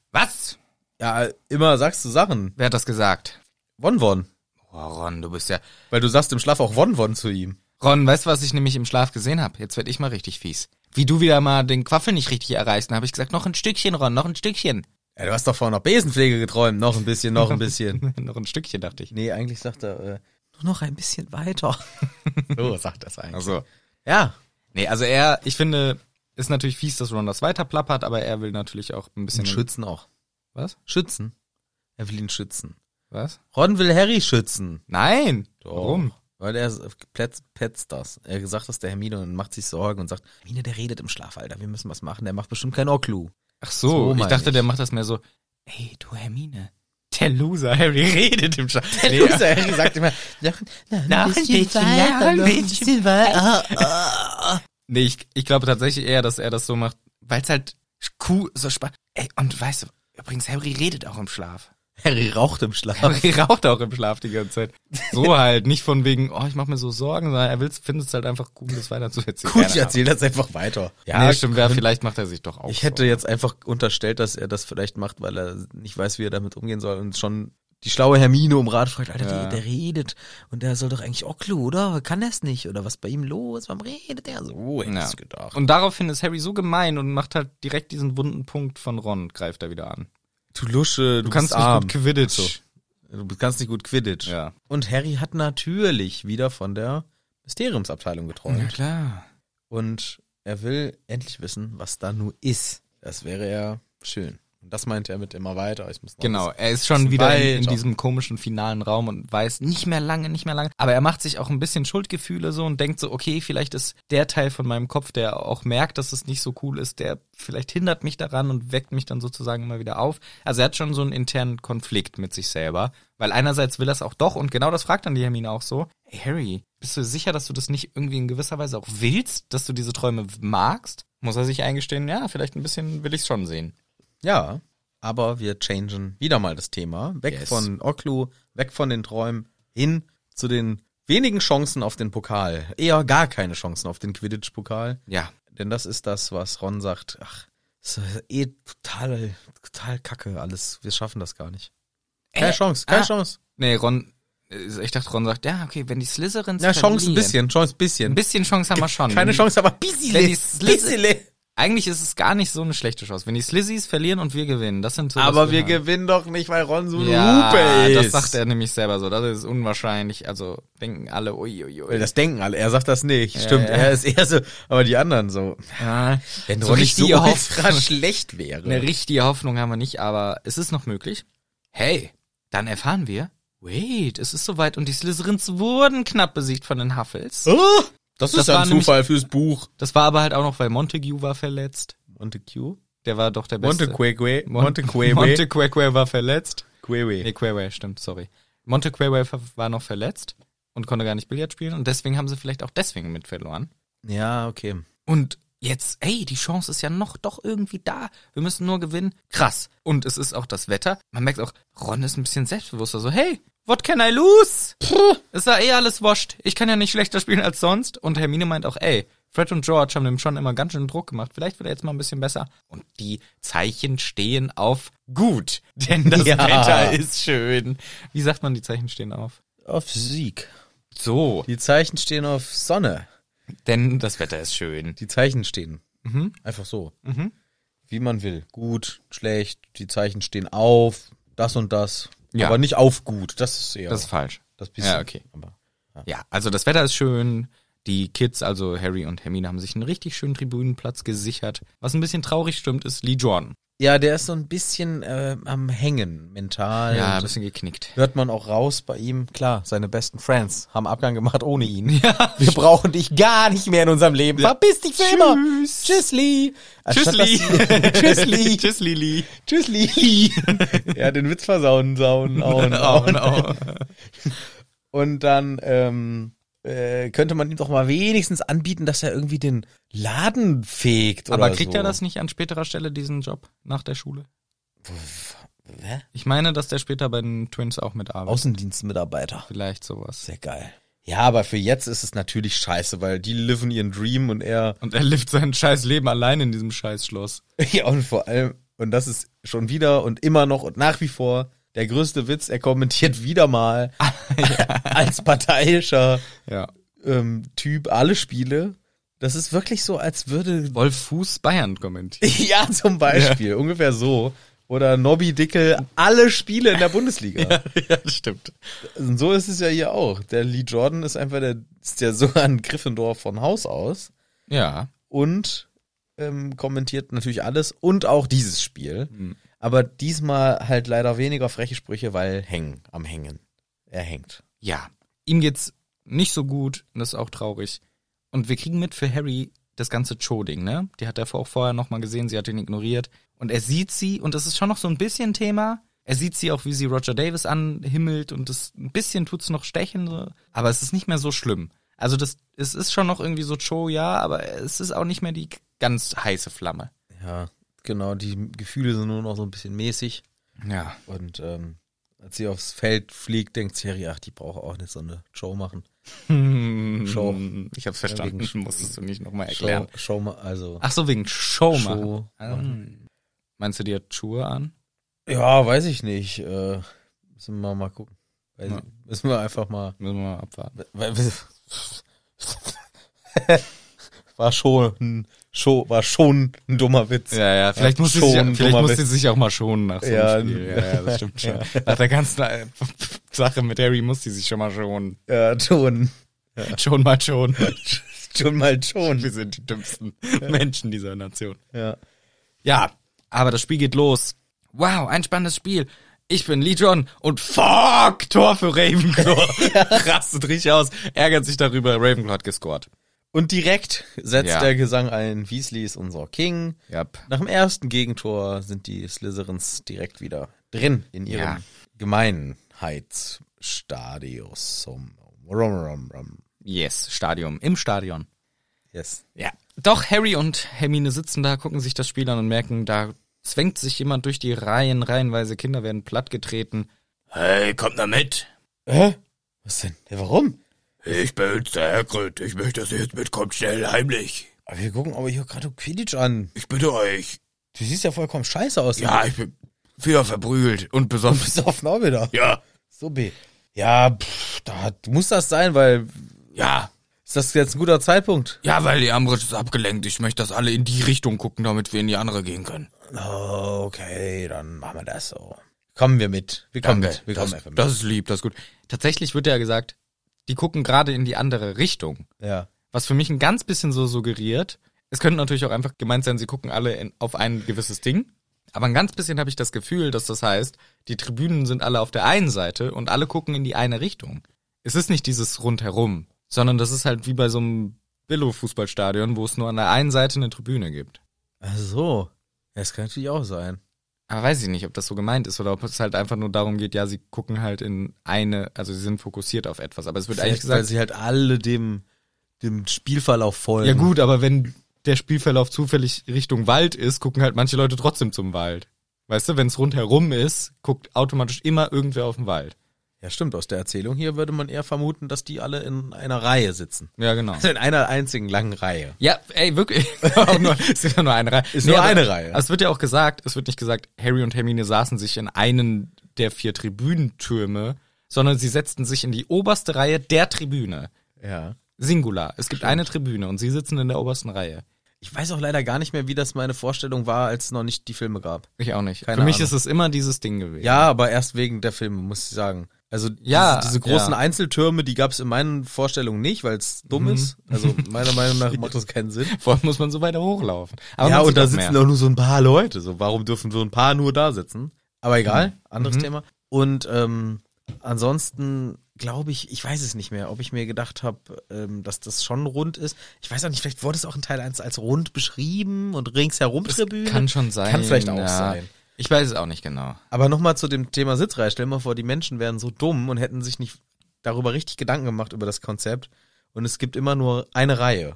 A: Ja, immer sagst du Sachen.
B: Wer hat das gesagt?
A: Won Won.
B: Oh, Ron, du bist ja...
A: Weil du sagst im Schlaf auch Won Won zu ihm.
B: Ron, weißt du, was ich nämlich im Schlaf gesehen hab? Jetzt werd ich mal richtig fies. Wie du wieder mal den Quaffel nicht richtig erreichst, dann hab ich gesagt, noch ein Stückchen, Ron, noch ein Stückchen.
A: Ja, du hast doch vorhin noch Besenpflege geträumt. Noch ein bisschen, noch ein bisschen.
B: Noch ein Stückchen, dachte ich.
A: nee, eigentlich sagt er, äh, nur noch ein bisschen weiter. so sagt er es eigentlich.
B: Also,
A: Ja.
B: nee, also er, ich finde, ist natürlich fies, dass Ron das weiter plappert, aber er will natürlich auch ein bisschen.
A: Und schützen auch.
B: Was?
A: Schützen. Er will ihn schützen.
B: Was?
A: Ron will Harry schützen.
B: Nein! Warum?
A: Weil er petzt, petzt das. Er gesagt das der Hermine und macht sich Sorgen und sagt, Hermine, der redet im Schlaf, Alter. Wir müssen was machen. Der macht bestimmt kein Oklu.
B: Ach
A: So
B: so, ich
A: meine
B: dachte,
A: ich.
B: der macht das mehr so. Ey, du Hermine. Der Loser Harry redet im Schlaf. Der
A: Harry sagt immer, noch,
B: Noch ein bisschen weiter, noch ein
A: bisschen weiter.
B: Nee, ich, ich glaube tatsächlich eher, dass er das so macht, weil es halt cool, so spannend. Ey, und weißt du, übrigens, Harry redet auch im Schlaf.
A: Harry raucht im Schlaf.
B: Harry raucht auch im Schlaf die ganze Zeit. So halt, nicht von wegen, oh, ich mache mir so Sorgen, sondern er findet es halt einfach cool, das weiterzuerzählen.
A: Gut, ich
B: Keine Ahnung.
A: erzähle das einfach weiter.
B: nee, stimmt, ja, vielleicht macht er sich doch auch
A: Ich hätte
B: Sorgen.
A: jetzt einfach unterstellt, dass er das vielleicht macht, weil er nicht weiß, wie er damit umgehen soll und schon die schlaue Hermine um Rat fragt, Alter,
B: Ja.
A: der, der redet und der soll doch eigentlich Oklu, oder? Kann das nicht? Oder was bei ihm los? Warum redet der so? Oh, hätte
B: Ja.
A: ich's gedacht.
B: Und daraufhin ist Harry so gemein und macht halt direkt diesen wunden Punkt von Ron, greift er wieder an.
A: du Lusche, du,
B: Du kannst
A: bist
B: nicht
A: arm.
B: gut Quidditch.
A: Ach Du kannst nicht gut Quidditch.
B: Ja.
A: Und Harry hat natürlich wieder von der Mysteriumsabteilung geträumt.
B: klar.
A: Und er will endlich wissen, was da nur ist. Das wäre ja schön. Und das meint er mit immer weiter. Ich muss noch
B: Genau,
A: was-
B: er ist schon
A: Bisschen
B: wieder in, in
A: weiter.
B: diesem komischen finalen Raum und weiß nicht mehr lange, nicht mehr lange. Aber er macht sich auch ein bisschen Schuldgefühle so und denkt so, okay, vielleicht ist der Teil von meinem Kopf, der auch merkt, dass es nicht so cool ist, der vielleicht hindert mich daran und weckt mich dann sozusagen immer wieder auf. Also er hat schon so einen internen Konflikt mit sich selber, weil einerseits will er es auch doch und genau das fragt dann die Hermine auch so, "Hey, Harry, bist du sicher, dass du das nicht irgendwie in gewisser Weise auch willst, dass du diese Träume magst? Muss er sich eingestehen, ja, vielleicht ein bisschen will ich es schon sehen.
A: Ja, aber wir changen wieder mal das Thema. Weg
B: Yes.
A: von Oklu, weg von den Träumen, hin zu den wenigen Chancen auf den Pokal. Eher gar keine Chancen auf den Quidditch-Pokal.
B: Ja,
A: Denn das ist das, was Ron sagt. Ach, ist doch eh total, total kacke alles. Wir schaffen das gar nicht. Keine
B: Äh,
A: Chance, keine
B: ah.
A: Chance.
B: Nee, Ron, äh, ich dachte, Ron sagt, ja, okay, wenn die Slytherins
A: Ja, Chance ein
B: verlieren-
A: bisschen, Chance ein bisschen.
B: Ein bisschen Chance haben wir schon.
A: Keine
B: Wenn die-
A: Chance, aber
B: Wenn
A: bissile,
B: die Slyther-
A: bissile.
B: Eigentlich ist es gar nicht so eine schlechte Chance. Wenn die Slizzies verlieren und wir gewinnen, das sind so was
A: Aber wir
B: haben.
A: gewinnen doch nicht, weil Ron so eine
B: ja,
A: Hupe
B: das
A: ist.
B: sagt er nämlich selber so. Das ist unwahrscheinlich. Also denken alle, uiuiui.
A: Weil Das denken alle. Er sagt das nicht. Stimmt,
B: ja.
A: er ist eher so, aber die anderen so.
B: ja,
A: Wenn
B: so richtige
A: ultra
B: Hoffnung,
A: schlecht wäre.
B: eine richtige Hoffnung haben wir nicht, aber es ist noch möglich. Hey, dann erfahren wir. Wait, es ist soweit und die Slytherins wurden knapp besiegt von den Huffles.
A: oh, das,
B: Das
A: ist ja
B: war
A: ein
B: nämlich-
A: Zufall fürs Buch.
B: Das war aber halt auch noch, weil Montague war verletzt.
A: Monteque?
B: Der war doch der Beste.
A: Monteque.
B: Mon-
A: Monteque.
B: Montequeque war verletzt. Nee,
A: Monteque.
B: Queque, stimmt, sorry. Montequeque war noch verletzt und konnte gar nicht Billard spielen und deswegen haben sie vielleicht auch deswegen mit verloren.
A: Ja, okay.
B: Und jetzt, ey, die Chance ist ja noch doch irgendwie da. Wir müssen nur gewinnen. Krass. Und es ist auch das Wetter. Man merkt auch, Ron ist ein bisschen selbstbewusster. So, hey, what can I lose? Es war eh alles washed. Ich kann ja nicht schlechter spielen als sonst. Und Hermine meint auch, ey, Fred und George haben dem schon immer ganz schön Druck gemacht. Vielleicht wird er jetzt mal ein bisschen besser. Und die Zeichen stehen auf gut. Denn das
A: Ja.
B: Wetter ist schön. Wie sagt man, die Zeichen stehen auf?
A: Auf Sieg.
B: So.
A: Die Zeichen stehen auf Sonne.
B: Denn das Wetter ist schön.
A: Die Zeichen stehen.
B: Mhm.
A: Einfach so.
B: Mhm.
A: Wie man will. Gut, schlecht, die Zeichen stehen auf, das und das.
B: Ja.
A: Aber nicht auf gut. Das ist eher.
B: Das ist falsch.
A: das bisschen.
B: Ja, okay.
A: Aber
B: Ja, also das Wetter ist schön. Die Kids, also Harry und Hermine, haben sich einen richtig schönen Tribünenplatz gesichert. Was ein bisschen traurig stimmt, ist Lee Jordan.
A: Ja, der ist so ein bisschen äh, am Hängen, mental.
B: Ja, ein
A: Und
B: bisschen geknickt.
A: hört man auch raus bei ihm. Klar, seine besten Friends haben Abgang gemacht ohne ihn. Wir brauchen dich gar nicht mehr in unserem Leben. Verpiss dich für immer. Tschüss, Lee. Anstatt, dass- Tschüss, Lee.
B: Tschüss, Lili.
A: Tschüss, Lee. ja, den Witz versauen, sauen, auen,
B: Oh,
A: auen. Und dann ähm, äh, könnte man ihm doch mal wenigstens anbieten, dass er irgendwie den Laden fegt oder
B: Aber kriegt
A: so.
B: er das nicht an späterer Stelle, diesen Job nach der Schule?
A: Hä?
B: Ich meine, dass der später bei den Twins auch mitarbeitet.
A: Außendienstmitarbeiter.
B: Vielleicht sowas.
A: Sehr geil. Ja, aber für jetzt ist es natürlich scheiße, weil die liven ihren Dream und er
B: Und er lebt sein scheiß Leben allein in diesem scheiß Schloss.
A: Ja, und vor allem, und das ist schon wieder und immer noch und nach wie vor der größte Witz, er kommentiert wieder mal als parteiischer
B: Ja.
A: ähm, Typ alle Spiele. Das ist wirklich so, als würde.
B: Wolf Fuß Bayern kommentiert.
A: ja, zum Beispiel, ungefähr so. oder Nobby Dickel alle Spiele in der Bundesliga.
B: ja, das stimmt.
A: Und so ist es ja hier auch. Der Lee Jordan ist einfach der, ist ja sogar ein Gryffindor von Haus aus
B: Ja.
A: und ähm, kommentiert natürlich alles und auch dieses Spiel. Aber diesmal halt leider weniger freche Sprüche, weil hängen, am Hängen. Er hängt.
B: Ja. Ihm geht's nicht so gut und das ist auch traurig. Und wir kriegen mit für Harry das ganze Cho-Ding, ne? Die hat er auch vorher nochmal gesehen, sie hat ihn ignoriert. Und er sieht sie, und das ist schon noch so ein bisschen Thema. Er sieht sie auch, wie sie Roger Davis anhimmelt und das ein bisschen tut's noch stechen, so. aber es ist nicht mehr so schlimm. Also das, es ist schon noch irgendwie so Cho, ja, aber es ist auch nicht mehr die ganz heiße Flamme.
A: Ja, genau. Die Gefühle sind nur noch so ein bisschen mäßig.
B: Ja.
A: Und ähm, als sie aufs Feld fliegt, denkt Harry, ach, die braucht auch nicht so eine Show machen.
B: Show. Hm. Ich hab's verstanden,
A: wegen Show.
B: musstest du nicht nochmal erklären.
A: Show, Show ma- also.
B: Ach so, wegen Show machen.
A: Show machen.
B: Ah. Meinst du, die hat Schuhe an?
A: Ja, weiß ich nicht. Äh, müssen wir mal gucken. Weiß
B: Ja.
A: Müssen wir einfach mal.
B: Müssen wir mal abwarten.
A: War schon ein, schon, war schon ein dummer Witz.
B: Ja, ja, vielleicht muss, sie
A: schon
B: sich,
A: ein
B: vielleicht
A: dummer
B: muss sie
A: Witz.
B: sich auch mal schonen nach so einem
A: Ja,
B: Spiel. Ja, ja, das stimmt schon. Nach der ganzen äh, Sache mit Harry muss sie sich schon mal schonen.
A: Ja, schon.
B: Schon mal schonen.
A: Schon mal
B: Wir
A: schon.
B: sind die dümmsten Menschen dieser Nation.
A: Ja.
B: Ja, aber das Spiel geht los. Wow, ein spannendes Spiel. Ich bin Legion und fuck, Tor für Ravenclaw. Rastet richtig aus, ärgert sich darüber, Ravenclaw hat gescored.
A: Und direkt setzt
B: Ja.
A: der Gesang ein. Weasley ist unser King.
B: Yep.
A: Nach dem ersten Gegentor sind die Slytherins direkt wieder drin in ihrem
B: Ja.
A: Gemeinheitsstadius. Rum, rum, rum, rum.
B: Yes, Stadion, im Stadion.
A: Yes.
B: Ja. Doch Harry und Hermine sitzen da, gucken sich das Spiel an und merken, da zwängt sich jemand durch die Reihen, reihenweise Kinder werden plattgetreten. Hey, kommt da mit.
A: Hä? Was denn? Ja, warum?
B: Ich bin's, der Hagrid. Ich möchte, dass ihr jetzt mitkommt, schnell, heimlich.
A: Aber wir gucken aber hier gerade Quidditch an.
B: Ich bitte euch.
A: Du siehst ja vollkommen scheiße aus.
B: ich bin wieder verprügelt und besoffen.
A: Bist auf auch wieder.
B: Ja,
A: So B. Ja, pff, da hat- muss das sein, weil
B: ja.
A: ist das jetzt ein guter Zeitpunkt?
B: Ja, weil die Ambridge ist abgelenkt. Ich möchte, dass alle in die Richtung gucken, damit wir in die andere gehen können.
A: Oh, okay, dann machen wir das so. Kommen wir mit. Wir kommen mit. Wir
B: das,
A: kommen einfach mit.
B: das ist lieb, das ist gut. Tatsächlich wird ja gesagt, die gucken gerade in die andere Richtung.
A: Ja.
B: Was für mich ein ganz bisschen so suggeriert, es könnte natürlich auch einfach gemeint sein, sie gucken alle in, auf ein gewisses Ding. Aber ein ganz bisschen habe ich das Gefühl, dass das heißt, die Tribünen sind alle auf der einen Seite und alle gucken in die eine Richtung. Es ist nicht dieses rundherum, sondern das ist halt wie bei so einem Billo-Fußballstadion, wo es nur an der einen Seite eine Tribüne gibt.
A: Ach so. Das kann natürlich auch sein.
B: Aber weiß ich nicht, ob das so gemeint ist oder ob es halt einfach nur darum geht, ja, sie gucken halt in eine, also sie sind fokussiert auf etwas. Aber es wird
A: Vielleicht,
B: eigentlich
A: weil
B: gesagt,
A: sie halt alle dem, dem Spielverlauf folgen.
B: Ja gut, aber wenn der Spielverlauf zufällig Richtung Wald ist, gucken halt manche Leute trotzdem zum Wald. Weißt du, wenn es rundherum ist, guckt automatisch immer irgendwer auf den Wald.
A: Ja, stimmt. Aus der Erzählung hier würde man eher vermuten, dass die alle in einer Reihe sitzen.
B: Ja, genau.
A: Also in einer einzigen langen Reihe.
B: Ja, ey, wirklich. Auch nur, es ist ja nur eine Reihe.
A: Ist nur eine Reihe.
B: aber Es wird ja auch gesagt, es wird nicht gesagt, Harry und Hermine saßen sich in einen der vier Tribünentürme, sondern sie setzten sich in die oberste Reihe der Tribüne.
A: Ja.
B: Singular. Es gibt eine Tribüne und sie sitzen in der obersten Reihe.
A: Ich weiß auch leider gar nicht mehr, wie das meine Vorstellung war, als es noch nicht die Filme gab.
B: Ich auch nicht.
A: Keine
B: Für mich
A: Ahnung.
B: ist es immer dieses Ding gewesen.
A: Ja, aber erst wegen der Filme, muss ich sagen. Also
B: Ja,
A: diese, diese großen
B: ja.
A: Einzeltürme, die gab es in meinen Vorstellungen nicht, weil es dumm ist. Also meiner Meinung nach macht das keinen Sinn.
B: Vor allem muss man so weiter hochlaufen. Aber
A: ja,
B: man sieht
A: und da
B: auch
A: sitzen
B: mehr.
A: auch nur so ein paar Leute. So, warum dürfen so ein paar nur da sitzen? Aber egal, anderes Thema. Und ähm, ansonsten glaube ich, ich weiß es nicht mehr, ob ich mir gedacht habe, ähm, dass das schon rund ist. Ich weiß auch nicht, vielleicht wurde es auch in Teil 1 als rund beschrieben und ringsherum Tribüne.
B: Kann schon sein.
A: Kann vielleicht auch
B: ja.
A: sein.
B: Ich weiß es auch nicht genau.
A: Aber nochmal zu dem Thema Sitzreihe. Stell mal vor, die Menschen wären so dumm und hätten sich nicht darüber richtig Gedanken gemacht, über das Konzept. Und es gibt immer nur eine Reihe.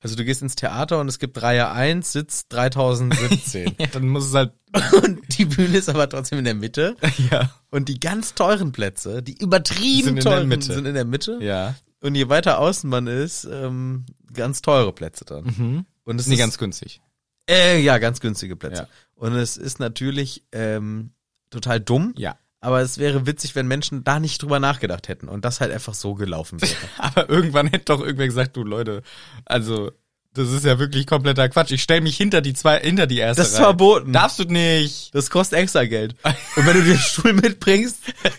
A: Also du gehst ins Theater und es gibt Reihe 1, Sitz 3017.
B: dann muss es halt.
A: und die Bühne ist aber trotzdem in der Mitte.
B: ja.
A: Und die ganz teuren Plätze, die übertrieben
B: Sind in der
A: teuren,
B: Mitte.
A: sind in der Mitte.
B: Ja.
A: Und je weiter außen man ist, ähm, ganz teure Plätze dann.
B: Mhm.
A: Und es
B: Ist nicht ganz günstig.
A: äh, ja, ganz günstige Plätze.
B: Ja.
A: Und es ist natürlich ähm, total dumm.
B: Ja.
A: Aber es wäre witzig, wenn Menschen da nicht drüber nachgedacht hätten und das halt einfach so gelaufen wäre.
B: Aber irgendwann hätte doch irgendwer gesagt, du Leute, also Das ist ja wirklich kompletter Quatsch. Ich stelle mich hinter die zwei, hinter die erste.
A: Das ist
B: Reihe.
A: verboten.
B: Darfst du nicht.
A: Das kostet extra Geld. Und wenn du den Stuhl mitbringst,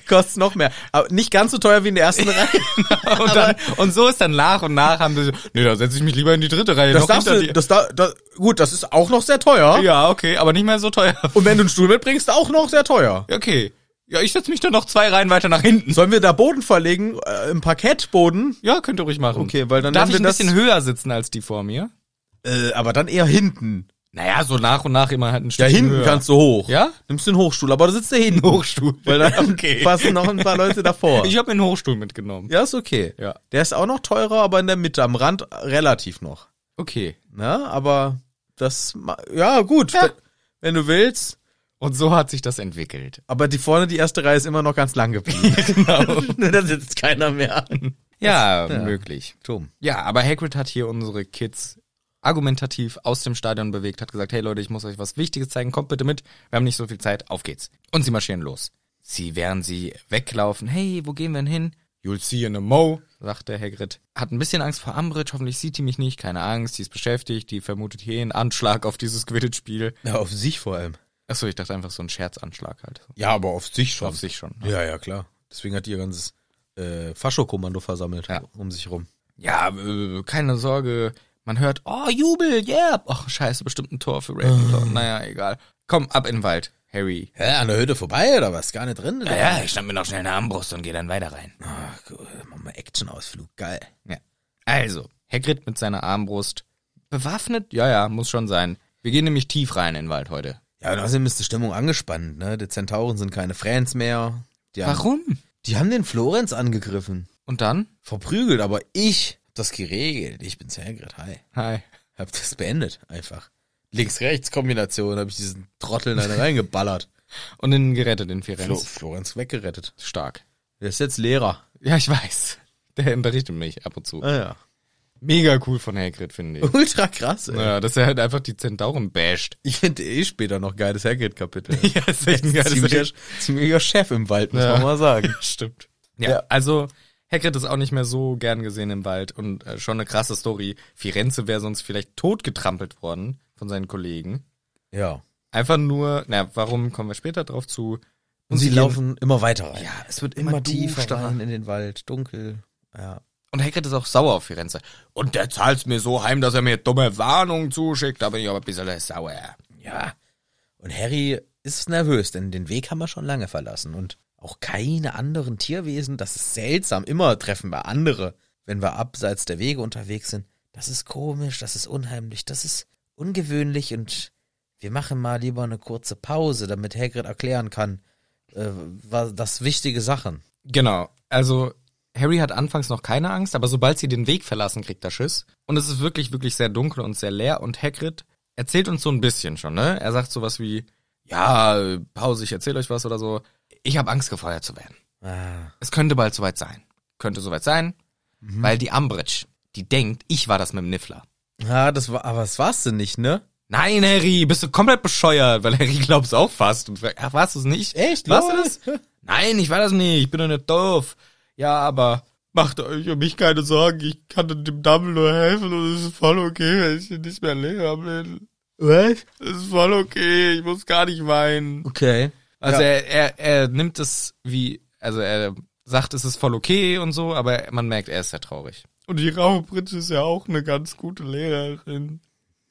A: kostet noch mehr. Aber nicht ganz so teuer wie in der ersten Reihe.
B: Und, dann, und so ist dann nach und nach haben sie so, nee, da setze ich mich lieber in die dritte Reihe.
A: Das
B: noch
A: darfst
B: hinter
A: du, das, da, das, gut, das ist auch noch sehr teuer.
B: die. Ja, okay, aber nicht mehr so teuer.
A: Und wenn du einen Stuhl mitbringst, auch noch sehr teuer.
B: Okay. Ja, ich setze mich dann noch zwei Reihen weiter nach hinten.
A: Sollen wir da Boden verlegen? Äh, Im Parkettboden?
B: Ja, könnt ihr ruhig machen.
A: Okay, weil dann
B: Darf
A: haben
B: ich
A: wir
B: ein
A: das-
B: bisschen höher sitzen als die vor mir?
A: Äh, aber dann eher hinten.
B: Naja, so nach und nach immer halt
A: Ja,
B: ein Stück
A: hinten
B: höher.
A: kannst du hoch.
B: Ja?
A: Nimmst du einen Hochstuhl, aber du sitzt da hinten.
B: Hochstuhl.
A: Weil dann
B: Okay.
A: passen noch ein paar Leute davor.
B: Ich habe mir einen Hochstuhl mitgenommen.
A: ja, ist okay.
B: Ja.
A: Der ist auch noch teurer, aber in der Mitte, am Rand äh, relativ noch.
B: Okay.
A: Ne? Aber das, ma- ja, gut.
B: Ja.
A: Wenn, wenn du willst.
B: Und so hat sich das entwickelt.
A: Aber die vorne, die erste Reihe ist immer noch ganz lang geblieben. genau. da sitzt keiner mehr an.
B: Ja,
A: ja.
B: möglich.
A: Dumm.
B: Ja, aber Hagrid hat hier unsere Kids argumentativ aus dem Stadion bewegt, hat gesagt, hey Leute, ich muss euch was Wichtiges zeigen, kommt bitte mit, wir haben nicht so viel Zeit, auf geht's. Und sie marschieren los. Sie, während sie weglaufen, hey, wo gehen wir denn hin? You'll see in a mo, sagt der Hagrid. Hat ein bisschen Angst vor Ambridge, hoffentlich sieht die mich nicht, keine Angst, die ist beschäftigt, die vermutet hier einen Anschlag auf dieses Quidditch-Spiel.
A: Ja, auf sich vor allem.
B: Achso, ich dachte einfach so ein Scherzanschlag halt.
A: Ja, aber auf sich schon.
B: Auf sich schon.
A: Ja, ja, klar. Deswegen hat ihr ganzes äh, Faschokommando versammelt
B: Ja.
A: um sich rum.
B: Ja, äh, keine Sorge. Man hört, oh, Jubel, yeah. Ach, scheiße, bestimmt ein Tor für Ravenclaw. Naja, egal. Komm, ab in den Wald, Harry.
A: Hä, an der Hütte vorbei oder was? Gar nicht drin?
B: Ja, ich schnapp mir noch schnell eine Armbrust und gehe dann weiter rein.
A: Ach, cool. machen wir Action-Ausflug. Geil.
B: Ja. Also, Hagrid mit seiner Armbrust. Bewaffnet? Ja, ja, muss schon sein. Wir gehen nämlich tief rein in den Wald heute.
A: Ja, und außerdem ist die Stimmung angespannt, ne? Die Zentauren sind keine Friends mehr. Die haben,
B: Warum?
A: Die haben den Florenz angegriffen.
B: Und dann?
A: Verprügelt, aber ich hab das geregelt. Ich bin's Hagrid, hi.
B: Hi.
A: Hab das beendet, einfach. Links-Rechts-Kombination hab ich diesen Trottel in eine reingeballert.
B: Und dann gerettet den
A: Flo
B: Firenze.
A: Florenz weggerettet.
B: Stark.
A: Der ist jetzt Lehrer.
B: Ja, ich weiß. Der unterrichtet mich ab und zu.
A: Ah ja.
B: Mega cool von Hagrid, finde ich.
A: Ultra krass, ey.
B: Ja, dass er halt einfach die Zentauren basht.
A: Ich finde eh später noch geiles Hagrid-Kapitel.
B: Ja, ist echt ein geiles
A: ziemlicher,
B: Bild.
A: ziemlicher Chef im Wald, muss
B: Ja.
A: man mal sagen.
B: Stimmt. Ja,
A: Ja.
B: also Hagrid ist auch nicht mehr so gern gesehen im Wald und äh, schon eine krasse Story. Firenze wäre sonst vielleicht totgetrampelt worden von seinen Kollegen.
A: Ja.
B: Einfach nur, na, warum kommen wir später drauf zu?
A: Und sie
B: gehen-
A: laufen immer weiter rein.
B: Ja, es wird immer, tiefer. ne? rein.
A: in den Wald, dunkel. Ja.
B: Und Hagrid ist auch sauer auf Firenze. Und der zahlt's mir so heim, dass er mir dumme Warnungen zuschickt. Da bin ich aber ein bisschen sauer.
A: Ja. Und Harry ist nervös, denn den Weg haben wir schon lange verlassen. Und auch keine anderen Tierwesen, das ist seltsam. Immer treffen wir andere, wenn wir abseits der Wege unterwegs sind. Das ist komisch, das ist unheimlich, das ist ungewöhnlich und wir machen mal lieber eine kurze Pause, damit Hagrid erklären kann, äh, was, das wichtige Sachen.
B: Genau. Also Harry hat anfangs noch keine Angst, aber sobald sie den Weg verlassen, kriegt er Schiss. Und es ist wirklich, wirklich sehr dunkel und sehr leer. Und Hagrid erzählt uns so ein bisschen schon, ne? Er sagt sowas wie, ja, äh, Pause, ich erzähle euch was oder so. Ich habe Angst, gefeuert zu werden.
A: Ah.
B: Es könnte bald soweit sein. Könnte soweit sein, weil die Umbridge, die denkt, ich war das mit dem Niffler.
A: Ja, das war, aber das war's denn nicht, ne?
B: Nein, Harry, bist du komplett bescheuert, weil Harry glaubt's auch fast. Und fragt, ach, warst du's nicht?
A: Echt?
B: Warst
A: Lol.
B: du das? Nein, ich war das nicht, ich bin doch nicht doof. Ja, aber macht euch um mich keine Sorgen, ich kann dem Dumbledore helfen und es ist voll okay, wenn ich ihn nicht mehr lehrer bin.
A: Was?
B: Es ist voll okay, ich muss gar nicht weinen.
A: Okay.
B: Also
A: ja.
B: er, er, er nimmt es wie, also er sagt, es ist voll okay und so, aber man merkt, er ist sehr traurig. Und die Rauchbritsch ist ja auch eine ganz gute Lehrerin.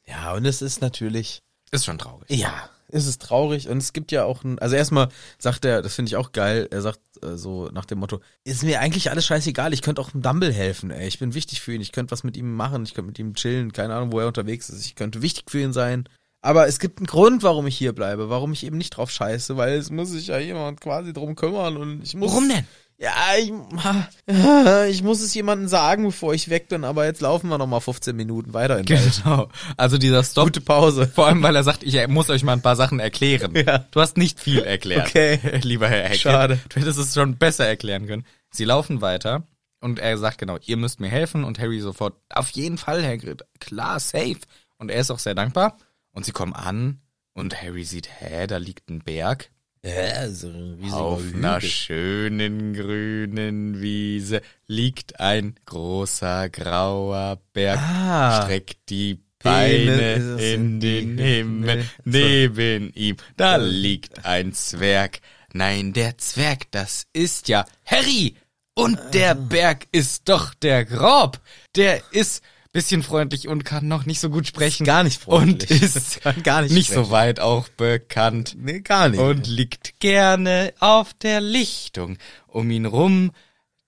A: ja, und es ist natürlich,
B: Ist schon traurig.
A: Ja, es ist traurig und es gibt ja auch ein, also erstmal sagt er, das finde ich auch geil, er sagt äh, so nach dem Motto, ist mir eigentlich alles scheißegal, ich könnte auch dem Dumble helfen, ey, ich bin wichtig für ihn, ich könnte was mit ihm machen, ich könnte mit ihm chillen, keine Ahnung, wo er unterwegs ist, ich könnte wichtig für ihn sein. Aber es gibt einen Grund, warum ich hier bleibe, warum ich eben nicht drauf scheiße, weil es muss sich ja jemand quasi drum kümmern und ich muss.
B: Warum denn?
A: Ja, ich, ah, ich muss es jemandem sagen, bevor ich weg bin, aber jetzt laufen wir nochmal 15 Minuten weiter in den Wald.
B: Genau. Also dieser Stop.
A: Gute Pause.
B: Vor allem, weil er sagt, ich muss euch mal ein paar Sachen erklären.
A: Ja.
B: Du hast nicht viel erklärt.
A: Okay.
B: Lieber Herr Hecke.
A: Schade.
B: Du hättest es schon besser erklären können. Sie laufen weiter und er sagt genau, ihr müsst mir helfen und Harry sofort, auf jeden Fall, Hagrid. Klar, safe. Und er ist auch sehr dankbar. Und sie kommen an und Harry sieht, hä, da liegt ein Berg.
E: Ja,
B: also,
E: so ein riesiger
B: Auf
E: Hügel.
B: einer schönen grünen Wiese liegt ein großer grauer Berg,
E: Ah.
B: streckt die
E: Beine
B: Beine in den Himmel. Neben ihm, da
E: Äh.
B: liegt ein Zwerg. Nein, der Zwerg, das ist ja Harry. Und
E: Äh.
B: der Berg ist doch der Grob. Der ist bisschen freundlich und kann noch nicht so gut sprechen.
E: gar nicht freundlich.
B: Und ist
E: Kann gar nicht
B: nicht so
E: sprechen.
B: weit auch bekannt.
E: Nee, gar nicht.
B: Und liegt gerne auf der Lichtung. Um ihn rum,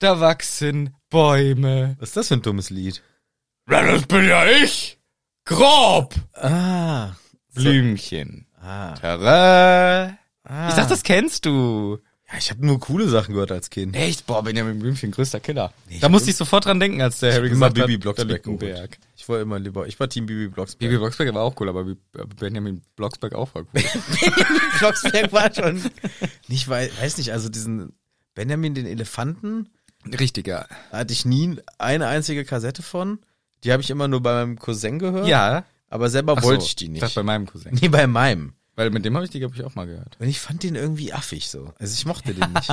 B: da wachsen Bäume.
E: Was ist das für ein dummes Lied?
B: Ja, Das bin ja ich! Grob!
E: Ah.
B: Blümchen.
E: ah.
B: Tada.
E: ah.
B: Ich dachte, das kennst du.
E: ja, ich habe nur coole Sachen gehört als Kind.
B: Echt? Boah, Benjamin Blümchen, größter Killer.
E: ich
B: da
E: hab
B: musste ich sofort dran denken, als der Harry
E: Immer
B: gesagt
E: Bibi
B: hat, da
E: Blocksberg
B: liegt ein
E: geholt.
B: Berg.
E: Ich war immer lieber, ich war Team Bibi Blocksberg.
B: Bibi Blocksberg war auch cool, aber Bi- aber Benjamin Blocksberg auch war cool.
E: Blocksberg war schon. Nicht, wei- weiß nicht, also diesen Benjamin den Elefanten,
B: Richtig, ja.
E: da hatte ich nie eine einzige Kassette von. Die habe ich immer nur bei meinem Cousin gehört.
B: Ja.
E: Aber selber
B: Ach
E: wollte
B: so,
E: ich die
B: Das
E: nicht.
B: bei meinem Cousin.
E: nee, bei meinem.
B: Weil mit dem habe ich die, glaube ich, auch mal gehört.
E: Und ich fand den irgendwie affig so. Also ich mochte den nicht.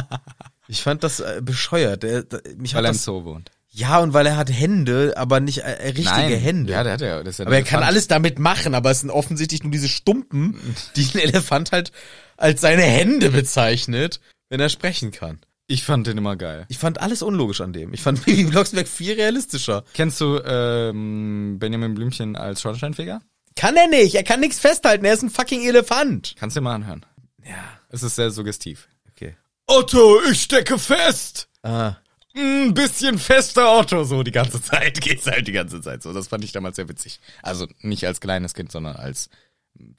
E: Ich fand das äh, bescheuert. Der, der, mich
B: Weil
E: hat
B: er im
E: das,
B: Zoo wohnt.
E: ja, und weil er hat Hände, aber nicht äh, äh, richtige Hände.
B: Ja, der hat ja. Das ist ja
E: aber er
B: der
E: kann
B: Elefant.
E: alles damit machen, aber es sind offensichtlich nur diese Stumpen, die ein Elefant halt als seine Hände bezeichnet, wenn er sprechen kann.
B: Ich fand den immer geil.
E: Ich fand alles unlogisch an dem. Ich fand Bibi Blocksberg viel realistischer.
B: Kennst du ähm, Benjamin Blümchen als Schornsteinfeger?
E: Kann er nicht. Er kann nichts festhalten. Er ist ein fucking Elefant.
B: Kannst du dir mal anhören.
E: Ja.
B: Es ist sehr suggestiv.
E: Okay.
B: Otto, ich stecke fest!
E: Ah.
B: Ein bisschen fester Otto, so die ganze Zeit. Geht's halt die ganze Zeit so. Das fand ich damals sehr witzig. Also nicht als kleines Kind, sondern als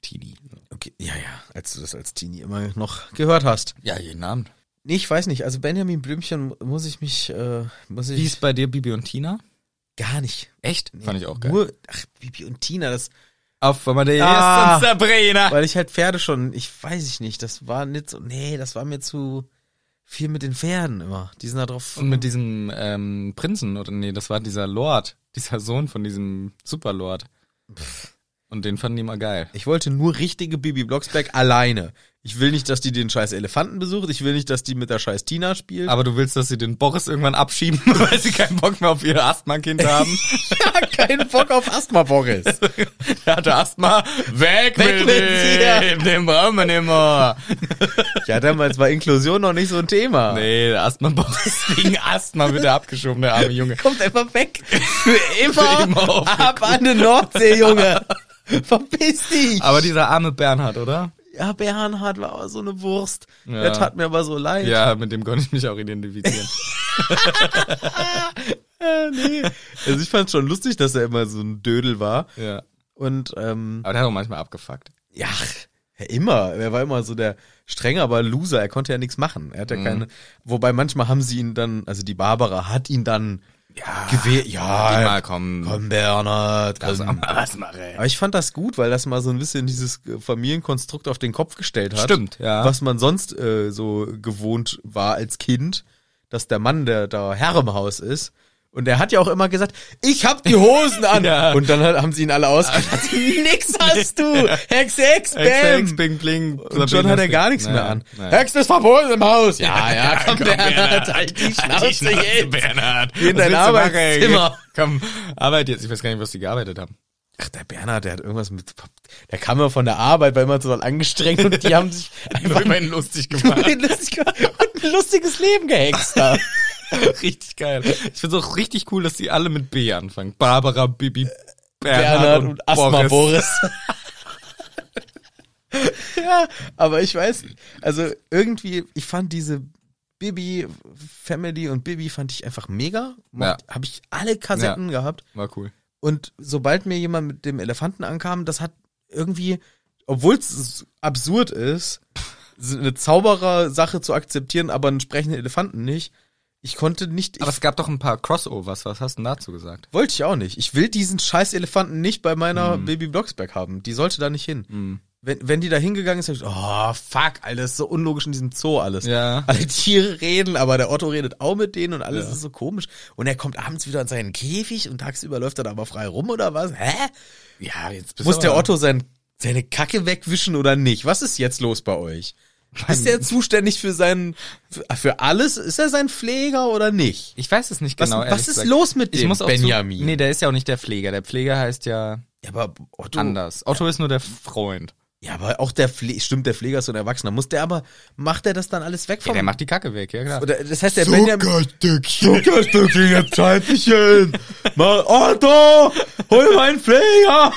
B: Teenie.
E: Okay. Ja, ja. Als du das als Teenie immer noch gehört hast.
B: Ja, jeden Abend.
E: Nee, ich weiß nicht. Also Benjamin Blümchen muss ich mich, äh, muss ich
B: Wie ist bei dir Bibi und Tina?
E: gar nicht.
B: Echt? Fand ich auch geil.
E: Nur, ach, Bibi und Tina, das,
B: Auf, weil man der
E: Ah.
B: ist und Sabrina.
E: weil ich halt Pferde schon, ich weiß ich nicht, das war nicht so, nee, das war mir zu viel mit den Pferden immer. Die sind da drauf.
B: Und mit diesem ähm, Prinzen, oder nee, das war dieser Lord, dieser Sohn von diesem Superlord. Und den fanden die immer geil.
E: Ich wollte nur richtige Bibi Blocksberg alleine. Ich will nicht, dass die den scheiß Elefanten besucht. Ich will nicht, dass die mit der scheiß Tina spielt.
B: Aber du willst, dass sie den Boris irgendwann abschieben, weil sie keinen Bock mehr auf ihr Asthma-Kind haben?
E: keinen Bock auf Asthma, Boris.
B: Der hatte Asthma. Weg,
E: Weg
B: mit, dem!
E: mit
B: Den brauchen wir nicht mehr.
E: Ja, damals war Inklusion noch nicht so ein Thema.
B: Nee, der Asthma-Boris wegen Asthma wird er abgeschoben, der arme Junge.
E: Kommt einfach weg. Für immer,
B: Für immer auf die
E: ab an den Nordsee, Junge. Verpiss dich.
B: Aber dieser arme Bernhard, oder?
E: ja, Bernhard war aber so eine Wurst.
B: Ja.
E: Der tat mir aber so leid.
B: Ja, mit dem konnte ich mich auch identifizieren.
E: Also ich fand schon lustig, dass er immer so ein Dödel war.
B: ja.
E: Und ähm,
B: Aber der hat auch manchmal abgefuckt.
E: ja, ja, immer. Er war immer so der strenge, aber Loser. Er konnte ja nichts machen. Er hat
B: Mhm.
E: ja keine. Wobei manchmal haben sie ihn dann, also die Barbara hat ihn dann
B: Ja.
E: gewählt.
B: Die
E: Ah, Ja,
B: mal kommen.
E: komm Bernhard,
B: Lass
E: komm.
B: uns mal was machen.
E: Aber ich fand das gut, weil das mal so ein bisschen dieses äh, Familienkonstrukt auf den Kopf gestellt hat.
B: Stimmt, ja.
E: Was man sonst äh, so gewohnt war als Kind, dass der Mann, der da Herr im Haus ist, und er hat ja auch immer gesagt, ich hab die Hosen an.
B: Ja.
E: Und dann hat- haben sie ihn alle ausgelacht. Nix hast du. Hex, Hex, Bam.
B: Hex, Hex, Bing, Bling.
E: Und schon hat er gar nichts mehr an. Hex ist verboten im Haus. Ja, ja, komm, Bernhard, halt die Schnauze jetzt.
B: Bernhard.
E: in
B: Was willst
E: dein
B: du machen?
E: Arbeitszimmer.
B: Komm, arbeit jetzt. Ich weiß gar nicht, was die gearbeitet haben.
E: Ach, der Bernhard, der hat irgendwas mit, der kam ja von der Arbeit, war immer total angestrengt und die haben sich
B: Nur
E: einfach
B: über ihn lustig
E: Du
B: gemacht.
E: ein lustig- und ein lustiges Leben gehext da.
B: richtig geil. Ich find's auch richtig cool, dass die alle mit B anfangen. Barbara, Bibi, Bernhard,
E: Bernhard
B: und,
E: und Asthma
B: Boris.
E: Boris. ja, aber ich weiß, also irgendwie, ich fand diese Bibi Family und Bibi fand ich einfach mega.
B: Ja.
E: Habe ich alle Kassetten gehabt.
B: War cool.
E: Und sobald mir jemand mit dem Elefanten ankam, das hat irgendwie, obwohl es absurd ist, so eine Zauberer-Sache zu akzeptieren, aber einen sprechenden Elefanten nicht. Ich konnte nicht, ich
B: Aber es gab doch ein paar Crossovers. Was hast du denn dazu gesagt?
E: Wollte ich auch nicht. Ich will diesen scheiß Elefanten nicht bei meiner
B: Mhm.
E: Baby Blocksberg haben. Die sollte da nicht hin. Wenn, wenn die da hingegangen ist, hab ich gesagt, oh fuck, Alter, das ist so unlogisch in diesem Zoo alles.
B: Ja.
E: Alle Tiere reden, aber der Otto redet auch mit denen und alles ist so komisch. Und er kommt abends wieder in seinen Käfig und tagsüber läuft er da aber frei rum oder was? Hä?
B: Ja, jetzt bist
E: Muss der Otto sein, seine Kacke wegwischen oder nicht? Was ist jetzt los bei euch?
A: Ist der zuständig für seinen, für- für alles? Ist er sein Pfleger oder nicht?
B: Ich weiß es nicht
A: Was-
B: genau.
A: was
B: ehrlich
A: ist
B: gesagt.
A: los mit
B: ich
A: dem
B: muss auch
A: Benjamin?
B: Zu, nee, der ist ja auch nicht der Pfleger. Der Pfleger heißt ja
A: Ja, aber Otto,
B: anders. Otto ist nur der Freund.
A: Ja, aber auch der Pfleger, stimmt, der Pfleger ist so ein Erwachsener. Muss der aber, macht er das dann alles weg
B: Ja,
A: vom,
B: der macht die Kacke weg, ja klar.
A: oder, das heißt, der Benjamin,
B: Zuckerstückchen.
A: Zuckerstückchen, jetzt halt dich hin. Mal, Otto, hol meinen Pfleger.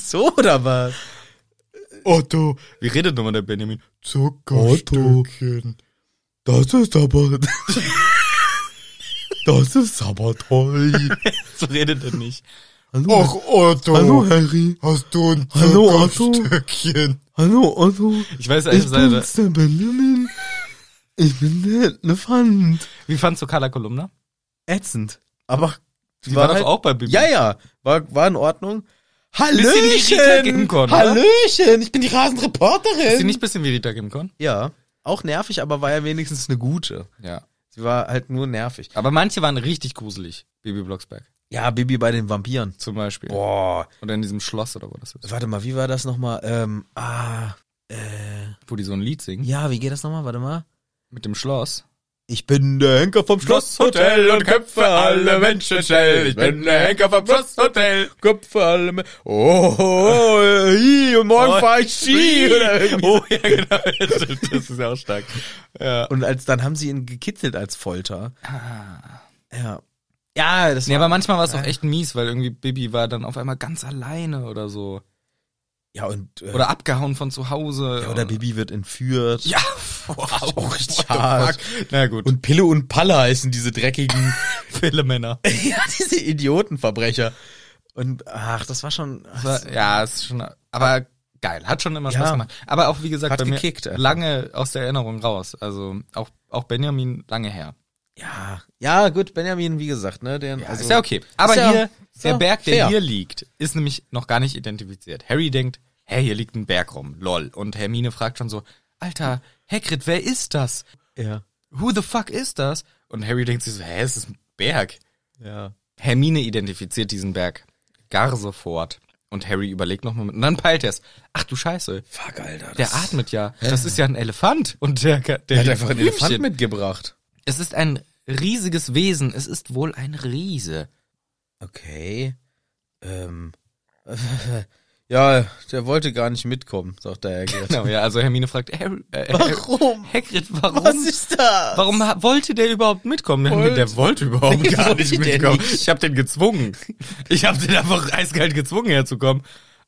A: so oder was?
B: Otto. Wie redet nochmal der Benjamin? Zuckerstückchen.
F: Das ist aber. das ist aber toll.
B: So redet er nicht.
F: Hallo, Och, Otto.
A: Hallo, Harry.
F: Hast du ein
A: Hallo, Otto.
F: Zuckerstückchen?
A: Hallo, Otto.
B: Ich weiß ehrlich gesagt,
F: der Benjamin. Ich bin der Elefant.
B: wie fandst du Carla Kolumna?
A: Ätzend. Aber,
B: Die war, doch auch bei Bibi.
A: halt- Ja, ja, war, war in Ordnung.
B: Bisschen wie Rita
A: Hallöchen!
B: Gincon, oder?
A: Hallöchen! Ich bin die
B: Ist sie
A: Rasenreporterin!
B: nicht ein bisschen wie Rita Gimcon?
A: Ja, auch nervig, aber war ja wenigstens eine gute.
B: Ja.
A: Sie war halt nur nervig.
B: Aber manche waren richtig gruselig. Bibi Blocksberg
A: Ja, Bibi bei den Vampiren.
B: zum Beispiel.
A: Boah.
B: Oder in diesem Schloss oder wo das ist.
A: Warte mal, wie war das nochmal? Ähm, ah,
B: Wo die so ein Lied singen.
A: ja, wie geht das nochmal? Warte mal.
B: Mit dem Schloss.
A: Ich bin der Henker vom Schlosshotel und köpfe alle Menschen schnell. Ich bin der Henker vom Schlosshotel, köpfe alle Menschen. Oh, oh, oh, äh, hi, und morgen
B: Oh,
A: fahr ich Ski. Oder irgendwie so.
B: ja, genau. Das ist ja auch stark. Ja.
A: Und als dann haben sie ihn gekitzelt als Folter. Ah. Ja. Ja, das
B: Nee,
A: war,
B: aber manchmal war es auch echt mies, weil irgendwie Bibi war dann auf einmal ganz alleine oder so.
A: ja und äh,
B: Oder abgehauen von zu Hause.
A: ja, oder Bibi wird entführt.
B: Ja, wow.
A: auch richtig
B: What the
A: hart.
B: fuck? Na gut.
A: Und Pille und Palla heißen diese dreckigen
B: viele Männer.
A: Ja, diese Idiotenverbrecher. Und ach, das war schon.
B: Ja, ist schon, aber geil. Hat schon immer Spaß
A: Ja.
B: gemacht. Aber auch, wie gesagt,
A: Hat
B: bei mir
A: gekickt, einfach.
B: lange aus der Erinnerung raus. Also auch, auch Benjamin lange her.
A: ja, ja, gut, Benjamin, wie gesagt, ne? Der,
B: Also, ist ja okay. Aber
A: ist ja-
B: hier,
A: ist
B: der
A: ja
B: Berg, der
A: fair.
B: hier liegt, ist nämlich noch gar nicht identifiziert. Harry denkt, hey, hier liegt ein Berg rum, lol. Und Hermine fragt schon so, Alter, Hagrid, wer ist das?
A: Ja,
B: Who the fuck ist das? Und Harry denkt sich so, hä, es ist ein Berg.
A: ja.
B: Hermine identifiziert diesen Berg gar sofort. Und Harry überlegt nochmal mit. Und dann peilt er es. Ach du Scheiße,
A: Fuck, Alter.
B: der atmet ja. Das ist ja ein Elefant. Und der, der,
A: Der hat einfach einen Elefant
B: Blümchen.
A: mitgebracht.
B: Es ist ein riesiges Wesen. Es ist wohl ein Riese.
A: Okay. Ähm. ja, der wollte gar nicht mitkommen, sagt der Hagrid.
B: Genau, ja, also Hermine fragt, Harry, äh,
A: Warum?
B: Hagrid, warum?
A: Was ist das?
B: Warum ha- wollte der überhaupt mitkommen? Der-
A: Wollte-
B: Der wollte überhaupt
A: Nee,
B: gar
A: wollte
B: nicht
A: der
B: mitkommen.
A: nicht.
B: Ich habe den gezwungen. Ich habe den einfach eiskalt gezwungen, herzukommen.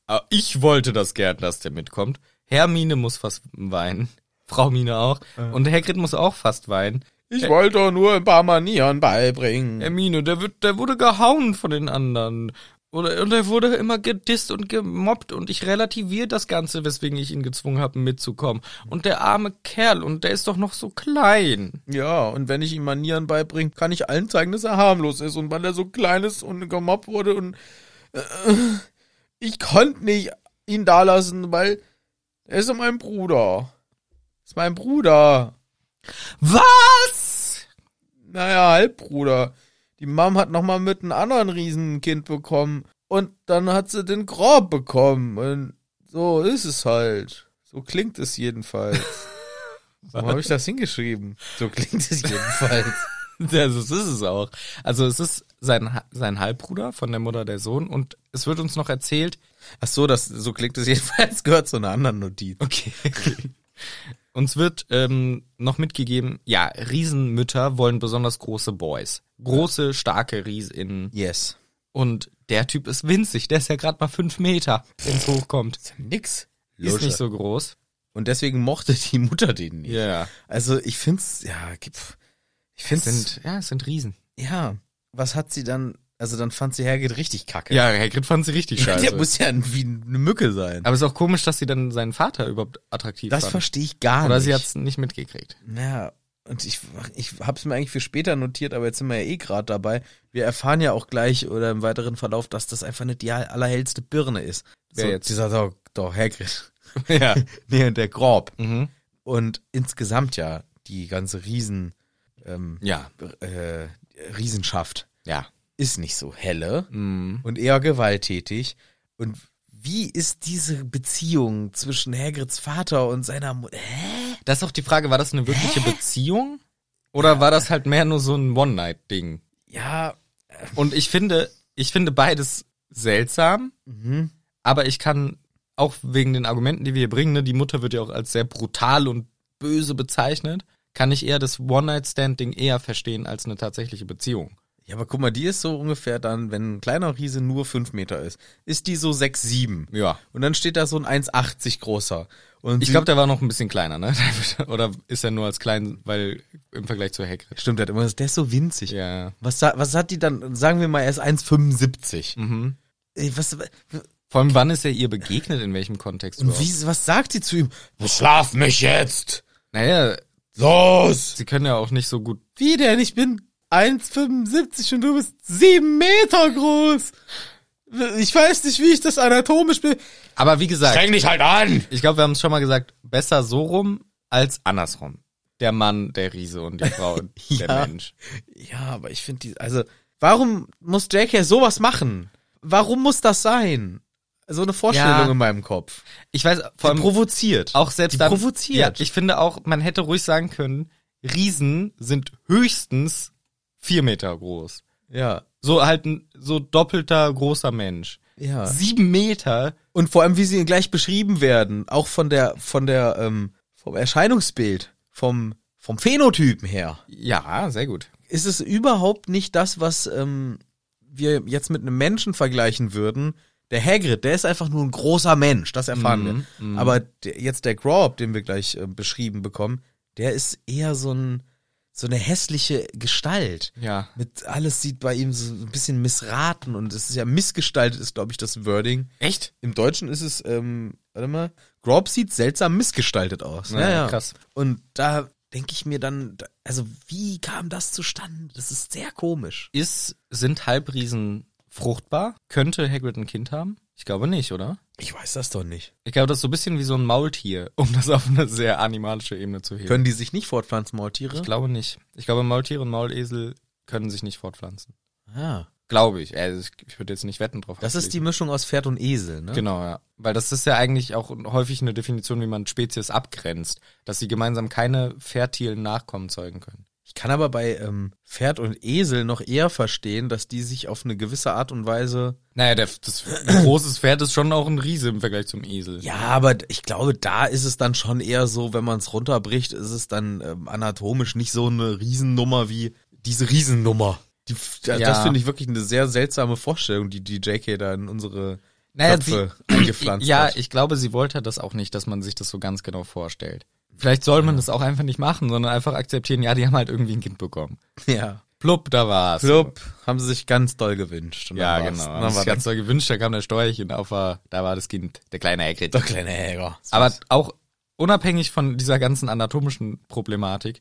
B: Aber ich wollte das gern, dass der mitkommt. Hermine muss fast weinen. Frau Mine auch. Und Hagrid muss auch fast weinen.
A: Ich wollte doch nur ein paar Manieren beibringen.
B: Hermine, der, wird, der wurde gehauen von den anderen. Oder, und er wurde immer gedisst und gemobbt und ich relativiere das Ganze, weswegen ich ihn gezwungen habe, mitzukommen. Und der arme Kerl, und der ist doch noch so klein.
A: Ja, und wenn ich ihm Manieren beibringe, kann ich allen zeigen, dass er harmlos ist. Und weil er so klein ist und gemobbt wurde und äh, ich konnte nicht ihn da lassen, weil er ist ja mein Bruder. Ist mein Bruder.
B: Was?
A: Naja, Halbbruder. Die Mom hat nochmal mit einem anderen Riesenkind bekommen. Und dann hat sie den Grob bekommen. Und so ist es halt. So klingt es jedenfalls. Wo habe ich das hingeschrieben? So klingt es jedenfalls.
B: Das ist ist es auch. Also es ist sein, Ha- sein Halbbruder von der Mutter der Sohn und es wird uns noch erzählt.
A: Ach so, das, so klingt es jedenfalls, gehört zu einer anderen Notiz.
B: Okay. uns wird ähm, noch mitgegeben, ja, Riesenmütter wollen besonders große Boys. Große, starke Riesinnen.
A: Yes.
B: Und der Typ ist winzig, der ist ja gerade mal fünf Meter, wenn es hochkommt.
A: Nix.
B: Ist nicht so groß.
A: Und deswegen mochte die Mutter den nicht.
B: Ja.
A: Also ich find's, ja, gibt's- ich
B: Es
A: find's,
B: sind, ja, es sind Riesen.
A: ja, was hat sie dann, also dann fand sie Herget richtig kacke.
B: Ja, Hagrid fand sie richtig
A: Der muss ja ein- wie eine Mücke sein.
B: Aber es ist auch komisch, dass sie dann seinen Vater überhaupt attraktiv
A: das
B: fand.
A: verstehe ich gar
B: Oder
A: nicht.
B: sie hat's nicht mitgekriegt.
A: Ja, und ich, ich hab's mir eigentlich für später notiert, aber jetzt sind wir ja eh gerade dabei. Wir erfahren ja auch gleich oder im weiteren Verlauf, dass das einfach nicht die allerhellste Birne ist.
B: Wer jetzt?
A: Dieser, doch, doch, Hagrid.
B: Ja.
A: nee, und der Grob.
B: Mhm.
A: und insgesamt ja die ganze Riesen, ähm,
B: Ja.
A: äh, Riesenschaft
B: Ja.
A: ist nicht so helle
B: Mhm.
A: und eher gewalttätig. Und wie ist diese Beziehung zwischen Hagrids Vater und seiner Mutter? Hä?
B: Das ist auch die Frage, war das eine wirkliche Beziehung? Oder war das halt mehr nur so ein One-Night-Ding?
A: Ja, äh.
B: Und ich finde, ich finde beides seltsam,
A: mhm.
B: aber ich kann auch wegen den Argumenten, die wir hier bringen, ne, die Mutter wird ja auch als sehr brutal und böse bezeichnet, kann ich eher das One-Night-Stand-Ding eher verstehen als eine tatsächliche Beziehung.
A: ja, aber guck mal, die ist so ungefähr dann, wenn ein kleiner Riese nur fünf Meter ist, ist die so sechs sieben.
B: Ja.
A: Und dann steht da so ein 1,80 großer. Und
B: Ich
A: sie-
B: glaube, der war noch ein bisschen kleiner, ne? Oder ist er nur als klein, weil im Vergleich zu Hagrid.
A: stimmt, der hat immer gesagt, der ist so winzig.
B: Ja.
A: Was, sa- was hat die dann, sagen wir mal, er ist 1,75.
B: Mhm.
A: Ey, Was, und
B: Vor allem, wann ist er ihr begegnet, in welchem Kontext? überhaupt?
A: wie, was sagt sie zu ihm? Schlaf mich jetzt!
B: Naja,
A: Los!
B: sie können ja auch nicht so gut.
A: Wie denn? Ich bin 1,75 und du bist 7 Meter groß! Ich weiß nicht, wie ich das anatomisch bin.
B: Aber wie gesagt,
A: dich halt an!
B: ich glaube, wir haben es schon mal gesagt, besser so rum als andersrum. Der Mann, der Riese und die Frau,
A: Ja.
B: der Mensch.
A: Ja, aber ich finde die, also, warum muss J.K. sowas machen? Warum muss das sein? So eine Vorstellung
B: Ja.
A: in meinem Kopf.
B: Ich weiß, vor allem
A: provoziert.
B: auch selbst
A: die
B: dann,
A: provoziert.
B: Ja, ich finde auch, man hätte ruhig sagen können, Riesen sind höchstens vier Meter groß.
A: ja.
B: So halt ein so doppelter großer Mensch.
A: Ja.
B: Sieben Meter.
A: Und vor allem, wie sie gleich beschrieben werden, auch von der, von der, ähm, vom Erscheinungsbild, vom, vom Phänotypen her,
B: Ja, sehr gut.
A: ist es überhaupt nicht das, was ähm, wir jetzt mit einem Menschen vergleichen würden. Der Hagrid, der ist einfach nur ein großer Mensch, das erfahren
B: Mhm,
A: wir.
B: mhm.
A: Aber der, jetzt der Grob, den wir gleich äh, beschrieben bekommen, der ist eher so ein, so eine hässliche Gestalt.
B: Ja.
A: Mit alles sieht bei ihm so ein bisschen missraten und es ist ja missgestaltet, ist, glaube ich, das Wording.
B: Echt?
A: Im Deutschen ist es, ähm, warte mal, Grob sieht seltsam missgestaltet aus.
B: Ja, krass.
A: Und da denke ich mir dann, da- also wie kam das zustande? Das ist sehr komisch.
B: Ist, sind Halbriesen fruchtbar? Könnte Hagrid ein Kind haben? Ich glaube nicht, oder?
A: Ich weiß das doch nicht.
B: Ich glaube, das ist so ein bisschen wie so ein Maultier, um das auf eine sehr animalische Ebene zu heben.
A: Können die sich nicht fortpflanzen, Maultiere?
B: ich glaube nicht. Ich glaube, Maultiere und Maulesel können sich nicht fortpflanzen.
A: Ah,
B: Glaube ich. Also ich, ich würde jetzt nicht wetten drauf.
A: das ist die
B: abschließen.
A: Mischung aus Pferd und Esel, ne?
B: Genau, ja. Weil das ist ja eigentlich auch häufig eine Definition, wie man Spezies abgrenzt, dass sie gemeinsam keine fertilen Nachkommen zeugen können.
A: Ich kann aber bei ähm, Pferd und Esel noch eher verstehen, dass die sich auf eine gewisse Art und Weise.
B: Naja, der, das, ein großes Pferd ist schon auch ein Riese im Vergleich zum Esel.
A: Ja, aber ich glaube, da ist es dann schon eher so, wenn man es runterbricht, ist es dann ähm, anatomisch nicht so eine Riesennummer wie diese Riesennummer. Die, das
B: Ja.
A: finde ich wirklich eine sehr seltsame Vorstellung, die die JK da in unsere
B: Naja,
A: Köpfe eingepflanzt
B: Ja,
A: hat.
B: ich glaube, sie wollte das auch nicht, dass man sich das so ganz genau vorstellt. Vielleicht soll man das auch einfach nicht machen, sondern einfach akzeptieren, ja, die haben halt irgendwie ein Kind bekommen.
A: Ja.
B: Plupp, da war's.
A: Club haben sie sich ganz doll gewünscht. Und
B: Ja,
A: dann war's-
B: genau.
A: Dann
B: Haben
A: war
B: sich ganz
A: ganz
B: doll gewünscht, da kam der Storchchen auf, war- da war das Kind, der kleine Hagrid.
A: der kleine Häger.
B: Aber auch unabhängig von dieser ganzen anatomischen Problematik,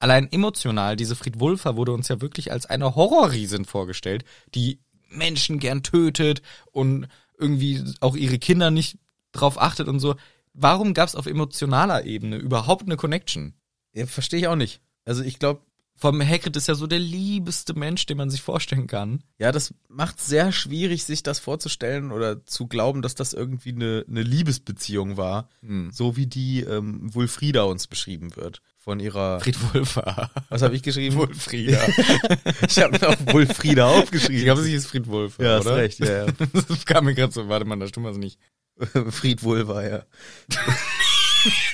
B: allein emotional, diese Fried Wulfer wurde uns ja wirklich als eine Horrorriesin vorgestellt, die Menschen gern tötet und irgendwie auch ihre Kinder nicht drauf achtet und so. Warum gab es auf emotionaler Ebene überhaupt eine Connection?
A: ja, verstehe ich auch nicht. Also ich glaube,
B: Vom Hagrid ist ja so der liebeste Mensch, den man sich vorstellen kann.
A: ja, das macht sehr schwierig, sich das vorzustellen oder zu glauben, dass das irgendwie eine, eine Liebesbeziehung war, so wie die ähm, Wulfrida uns beschrieben wird. Von ihrer.
B: Fried Wulfer.
A: Was habe ich geschrieben?
B: Wulfrieda.
A: ich habe mir auch Wulfrida aufgeschrieben.
B: Ich glaube, sie ist Fried Wulfer,
A: ja, hast
B: oder?
A: recht, ja, ja.
B: Das kam mir gerade so, warte mal, da stimmt was nicht.
A: Fried Wulfer, ja.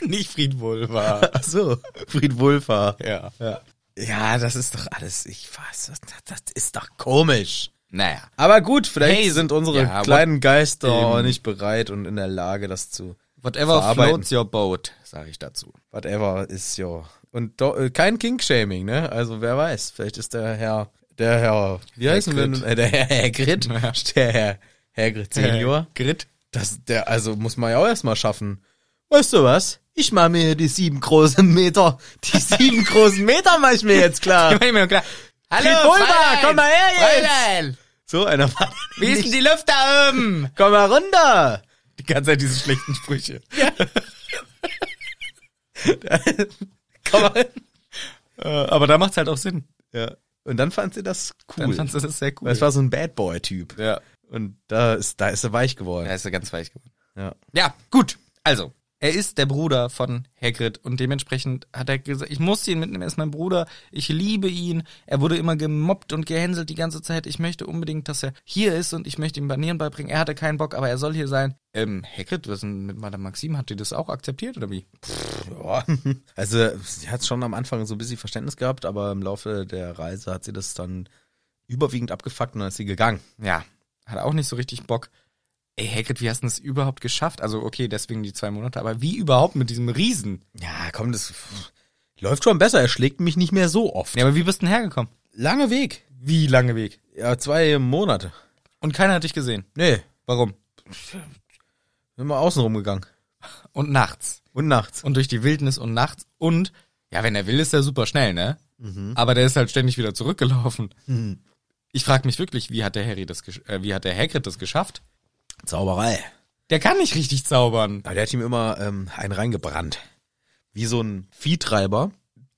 B: Nicht Fried Wulfer.
A: Ach so, Fried Wulfer.
B: ja.
A: Ja, das ist doch alles, ich weiß, das, das ist doch komisch.
B: Naja.
A: Aber gut, vielleicht
B: Hey,
A: sind unsere
B: ja,
A: kleinen Geister auch
B: eben.
A: nicht bereit und in der Lage, das zu.
B: Whatever
A: Verarbeiten.
B: floats your boat, sage ich dazu.
A: Whatever ist ja. Und do, äh, kein King-Shaming, ne? Also wer weiß, vielleicht ist der Herr, der Herr, wie heißen wir
B: Hagrid.
A: nun? Äh, der Herr Hagrid, der Herr Hagrid Senior.
B: Grit.
A: Das, der, also muss man ja auch erstmal schaffen. Weißt du was? Ich mach mir hier die sieben großen Meter, die sieben großen Meter mach ich mir jetzt klar.
B: Hallo,
A: Pulver,
B: Fräulein!
A: komm mal her jetzt!
B: Fräulein!
A: So einer war.
B: Wie ist denn die Luft da oben?
A: Komm mal runter!
B: Die ganze Zeit diese schlechten Sprüche.
A: Komm mal.
B: Äh, aber da macht's halt auch Sinn.
A: Ja. Und dann fand sie das cool.
B: Dann fandst du das sehr cool.
A: Das war so ein Bad Boy-Typ.
B: ja.
A: Und da ist, da ist er weich geworden.
B: Da ist er ganz weich geworden.
A: Ja.
B: Ja, gut. Also, Er ist der Bruder von Hagrid und dementsprechend hat er gesagt, ich muss ihn mitnehmen, er ist mein Bruder, ich liebe ihn, er wurde immer gemobbt und gehänselt die ganze Zeit, ich möchte unbedingt, dass er hier ist und ich möchte ihm Banieren beibringen, er hatte keinen Bock, aber er soll hier sein. Ähm, Hagrid, was ist denn mit Madame Maxim, hat die das auch akzeptiert oder wie?
A: Ja. Also, sie hat schon am Anfang so ein bisschen Verständnis gehabt, aber im Laufe der Reise hat sie das dann überwiegend abgefuckt und dann ist sie gegangen.
B: Ja, hat auch nicht so richtig Bock. Ey, Hagrid, wie hast du das überhaupt geschafft? Also, okay, deswegen die zwei Monate, aber wie überhaupt mit diesem Riesen?
A: Ja, komm, das pff, läuft schon besser. Er schlägt mich nicht mehr so oft.
B: Ja, aber wie bist du denn hergekommen?
A: Lange Weg.
B: Wie lange Weg?
A: Ja, zwei Monate.
B: Und keiner hat dich gesehen.
A: Nee,
B: Warum?
A: sind wir außen rumgegangen.
B: Und nachts.
A: Und nachts.
B: Und durch die Wildnis und nachts. Und, ja, wenn er will, ist er super schnell, ne?
A: Mhm.
B: Aber der ist halt ständig wieder zurückgelaufen. Ich frage mich wirklich, wie hat der Harry das, gesch- äh, wie hat der Hagrid das geschafft?
A: Zauberei.
B: Der kann nicht richtig zaubern.
A: Aber der hat ihm immer ähm, einen reingebrannt. Wie so ein Viehtreiber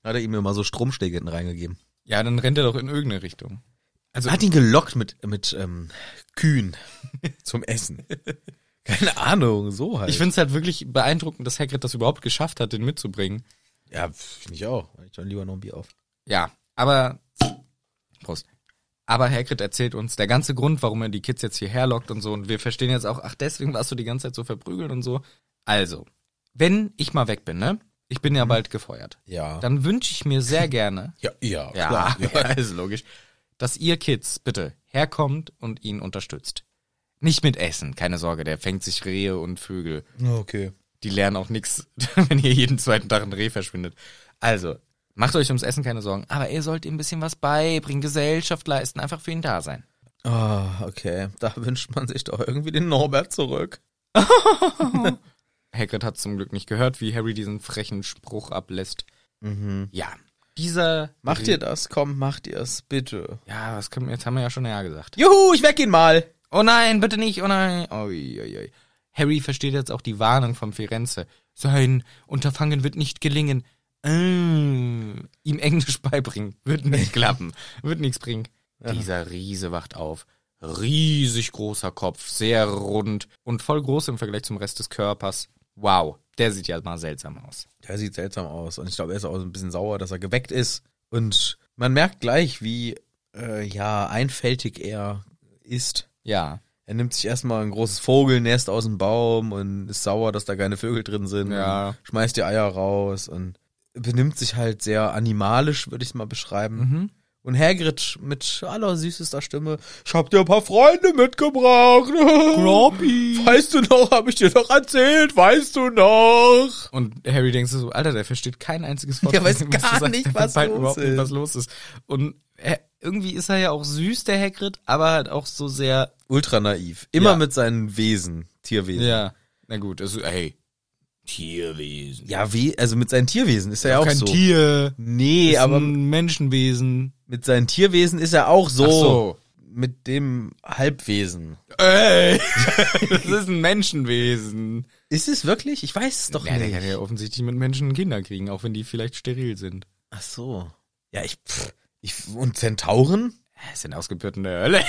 A: hat er ihm immer so Stromschläge hinten reingegeben.
B: Ja, dann rennt er doch in irgendeine Richtung. Also,
A: Hat ihn gelockt mit, mit ähm, Kühen zum Essen. Keine Ahnung, so halt.
B: ich find's halt wirklich beeindruckend, dass Hagrid das überhaupt geschafft hat, den mitzubringen.
A: ja, finde ich auch. Ich dann lieber noch ein Bier auf.
B: Ja, aber Prost. Aber Hagrid erzählt uns der ganze Grund, warum er die Kids jetzt hierher lockt und so. Und wir verstehen jetzt auch, ach, deswegen warst du die ganze Zeit so verprügelt und so. Also, wenn ich mal weg bin, ne? Ich bin ja bald gefeuert.
A: Mhm. Ja.
B: Dann wünsche ich mir sehr gerne,
A: ja, ja,
B: ja,
A: klar.
B: ja, ist logisch, dass ihr Kids bitte herkommt und ihn unterstützt. Nicht mit Essen, keine Sorge, der fängt sich Rehe und Vögel
A: Okay.
B: die lernen auch nix, wenn ihr jeden zweiten Tag ein Reh verschwindet. Also, macht euch ums Essen keine Sorgen, aber ihr sollt ihm ein bisschen was beibringen, Gesellschaft leisten, einfach für ihn da sein.
A: Ah, okay. Da wünscht man sich doch irgendwie den Norbert zurück.
B: Hagrid hat zum Glück nicht gehört, wie Harry diesen frechen Spruch ablässt. Ja, dieser...
A: Mhm. Macht ihr das? Komm, macht ihr es, bitte.
B: Ja, was können wir, jetzt haben wir ja schon Ja gesagt.
A: Juhu, ich weck ihn mal.
B: Oh nein, bitte nicht, oh nein. Oi, oi, oi. Harry versteht jetzt auch die Warnung von Firenze. Sein Unterfangen wird nicht gelingen. Mm, ihm Englisch beibringen. Wird nicht klappen. Wird nichts bringen. Dieser Riese wacht auf. Riesig großer Kopf, sehr rund und voll groß im Vergleich zum Rest des Körpers. Wow, der sieht ja mal seltsam aus.
A: Der sieht seltsam aus. Und ich glaube, er ist auch so ein bisschen sauer, dass er geweckt ist. Und man merkt gleich, wie, äh, ja, einfältig er ist.
B: Ja.
A: Er nimmt sich erstmal ein großes Vogelnest aus dem Baum und ist sauer, dass da keine Vögel drin sind.
B: Ja.
A: Und Schmeißt die Eier raus und benimmt sich halt sehr animalisch, würde ich es mal beschreiben. Und Hagrid mit aller süßester Stimme, ich hab dir ein paar Freunde mitgebracht.
B: Groppy.
A: Weißt du noch, hab ich dir doch erzählt, weißt du noch.
B: Und Harry denkt sich so, Alter, der versteht kein einziges Wort.
A: Der weiß
B: von dem, was
A: gar
B: du sagst.
A: nicht,
B: Der
A: was
B: weiß halt
A: los
B: überhaupt nicht,
A: ist.
B: was los ist. Und er, irgendwie ist er ja auch süß, der Hagrid, aber halt auch so sehr,
A: Ultra naiv. Immer
B: Ja.
A: mit seinen Wesen, Tierwesen.
B: ja, na gut, also, hey, Tierwesen.
A: Ja, wie, also mit seinen Tierwesen ist er ja auch
B: kein
A: so.
B: Tier,
A: Nee,
B: ist
A: aber
B: ein Menschenwesen.
A: mit seinen Tierwesen ist er auch so.
B: Ach so.
A: Mit dem Halbwesen.
B: Ey, das ist ein Menschenwesen.
A: Ist es wirklich? Ich weiß es doch
B: Ja, der
A: nicht.
B: kann ja offensichtlich mit Menschen Kinder kriegen, auch wenn die vielleicht steril sind.
A: Ach so. Ja, ich, pff, ich und Zentauren?
B: Das sind Ausgebürten der Hölle.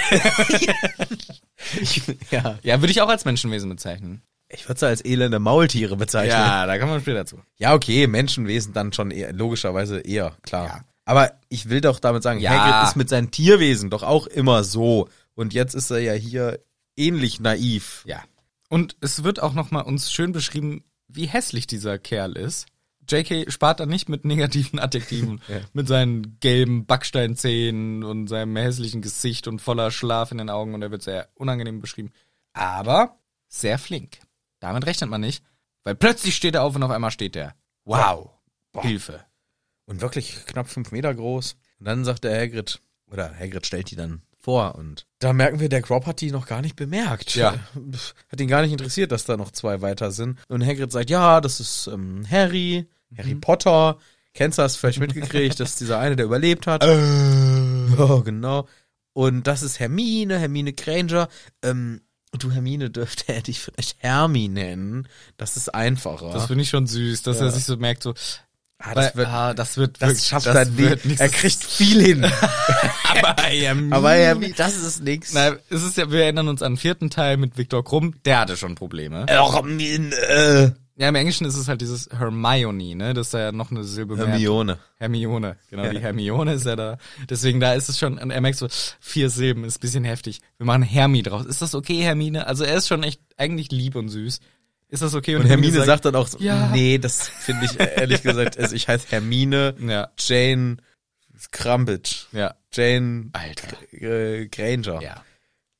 A: Ich, ja.
B: Ja, würde ich auch als Menschenwesen bezeichnen.
A: Ich würde sie als elende Maultiere bezeichnen.
B: Ja, da kommen wir später zu.
A: Ja, okay, Menschenwesen dann schon eher, logischerweise eher, klar.
B: Ja.
A: Aber ich will doch damit sagen,
B: Ja.
A: Hagrid ist mit seinen Tierwesen doch auch immer so. Und jetzt ist er ja hier ähnlich naiv.
B: Ja. Und es wird auch nochmal uns schön beschrieben, wie hässlich dieser Kerl ist. JK spart da nicht mit negativen Adjektiven, mit seinen gelben Backsteinzähnen und seinem hässlichen Gesicht und voller Schlaf in den Augen und er wird sehr unangenehm beschrieben. Aber sehr flink. Damit rechnet man nicht, weil plötzlich steht er auf und auf einmal steht er. Wow. Hilfe.
A: Und wirklich knapp fünf Meter groß. Und dann sagt der Hagrid, oder Hagrid stellt die dann vor und da merken wir, der Grob hat die noch gar nicht bemerkt.
B: Ja.
A: Pff, Hat ihn gar nicht interessiert, dass da noch zwei weiter sind. Und Hagrid sagt, ja, das ist ähm, Harry, Harry
B: Mhm.
A: Potter. Kennst du das vielleicht mitgekriegt? Das ist dieser eine, der überlebt hat.
B: Äh.
A: Ja, genau. Und das ist Hermine, Hermine Granger. Ähm, du, Hermine, dürfte er dich vielleicht Hermi nennen. Das ist einfacher.
B: Das finde ich schon süß, dass er sich so merkt, so,
A: ah,
B: weil- ah, das wird,
A: das
B: wirklich-
A: schafft
B: das
A: er nicht.
B: wird nichts.
A: Er kriegt viel hin.
B: aber, Hermine.
A: Aber Hermi, das ist nix.
B: Na, es ist ja, wir erinnern uns an den vierten Teil mit Viktor Krumm, der hatte schon Probleme.
A: Hermine.
B: Ja, im Englischen ist es halt dieses Hermione, ne? Das ist ja noch eine Silbe mehr.
A: Hermione.
B: Hermione. Genau, die Hermione ist ja da. Deswegen, da ist es schon, und er merkt so, vier Silben ist ein bisschen heftig. Wir machen Hermi draus. Ist das okay, Hermine? Also er ist schon echt, eigentlich lieb und süß. Ist das okay?
A: Und Hermine sagt dann auch so,
B: Ja.
A: nee, das finde ich ehrlich gesagt, also ich heiße Hermine
B: Ja,
A: Jane Crumbage.
B: ja.
A: Jane
B: Alter.
A: äh, Granger.
B: Ja.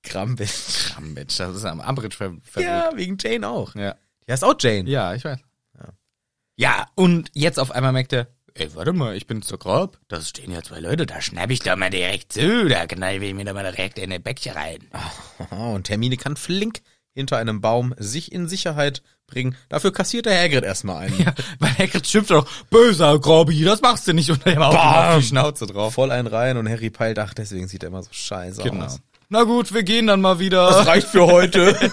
A: Crumbage.
B: Kram, Mensch, das ist am Ambridge ver verrückt.
A: Ja, wegen Jane auch.
B: Ja.
A: Die heißt auch Jane.
B: Ja, ich weiß. Ja. und jetzt auf einmal merkt er, ey, warte mal, ich bin zu grob. Da stehen ja zwei Leute, da schnapp ich doch mal direkt zu, da knall ich mir doch mal direkt in den Bäckchen rein.
A: Aha, und Hermine kann flink hinter einem Baum sich in Sicherheit bringen. Dafür kassiert der Hagrid erstmal einen.
B: Ja, weil Hagrid schimpft doch, böser Grobi, das machst du nicht. Und er haut ihm auf die Schnauze drauf.
A: Voll einen rein und Harry peilt, ach, deswegen sieht er immer so scheiße
E: Genau.
A: aus.
B: Na gut, wir gehen dann mal wieder.
A: Genau. Reicht für heute.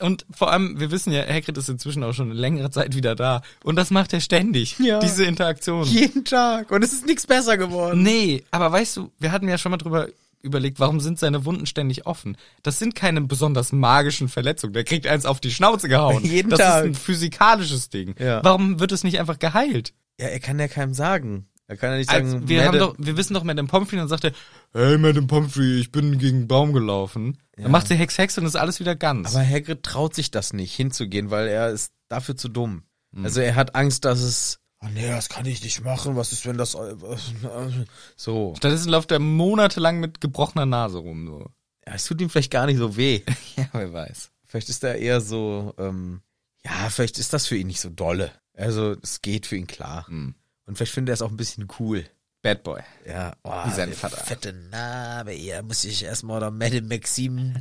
B: Und vor allem, wir wissen ja, Hagrid ist inzwischen auch schon eine längere Zeit wieder da. Und das macht er ständig,
A: Ja.
B: diese Interaktion.
A: Jeden Tag. Und es ist nichts besser geworden.
B: Nee, aber weißt du, wir hatten ja schon mal drüber überlegt, warum sind seine Wunden ständig offen? Das sind keine besonders magischen Verletzungen. Der kriegt eins auf die Schnauze gehauen.
A: Jeden
B: das
A: Tag.
B: ist ein physikalisches Ding.
A: Ja.
B: Warum wird es nicht einfach geheilt?
A: Ja, er kann ja keinem sagen. Er kann ja nicht
B: Als,
A: sagen,
B: Also, wir, haben
A: Madam-
B: doch, wir wissen doch, Madame Pomfrey, dann sagt er, hey, Madame Pomfrey, ich bin gegen einen Baum gelaufen. Dann macht sie Hex Hex und ist alles wieder ganz.
A: Aber Hagrid traut sich das nicht hinzugehen, weil er ist dafür zu dumm.
B: Mhm.
A: Also er hat Angst, dass es. Oh nee, das kann ich nicht machen. Was äh, ist, wenn das. So.
B: Stattdessen läuft er monatelang mit gebrochener Nase rum. So.
A: Ja, es tut ihm vielleicht gar nicht so weh.
B: Ja, wer weiß.
A: Vielleicht ist er eher so, ähm, ja, vielleicht ist das für ihn nicht so dolle. Also es geht für ihn klar.
B: Mhm.
A: Und vielleicht findet er es auch ein bisschen cool.
B: Bad Boy.
A: Ja, oh,
B: Wie sein
A: der
B: Vater.
A: fette Name. Ja, muss ich erstmal der Madame Maxim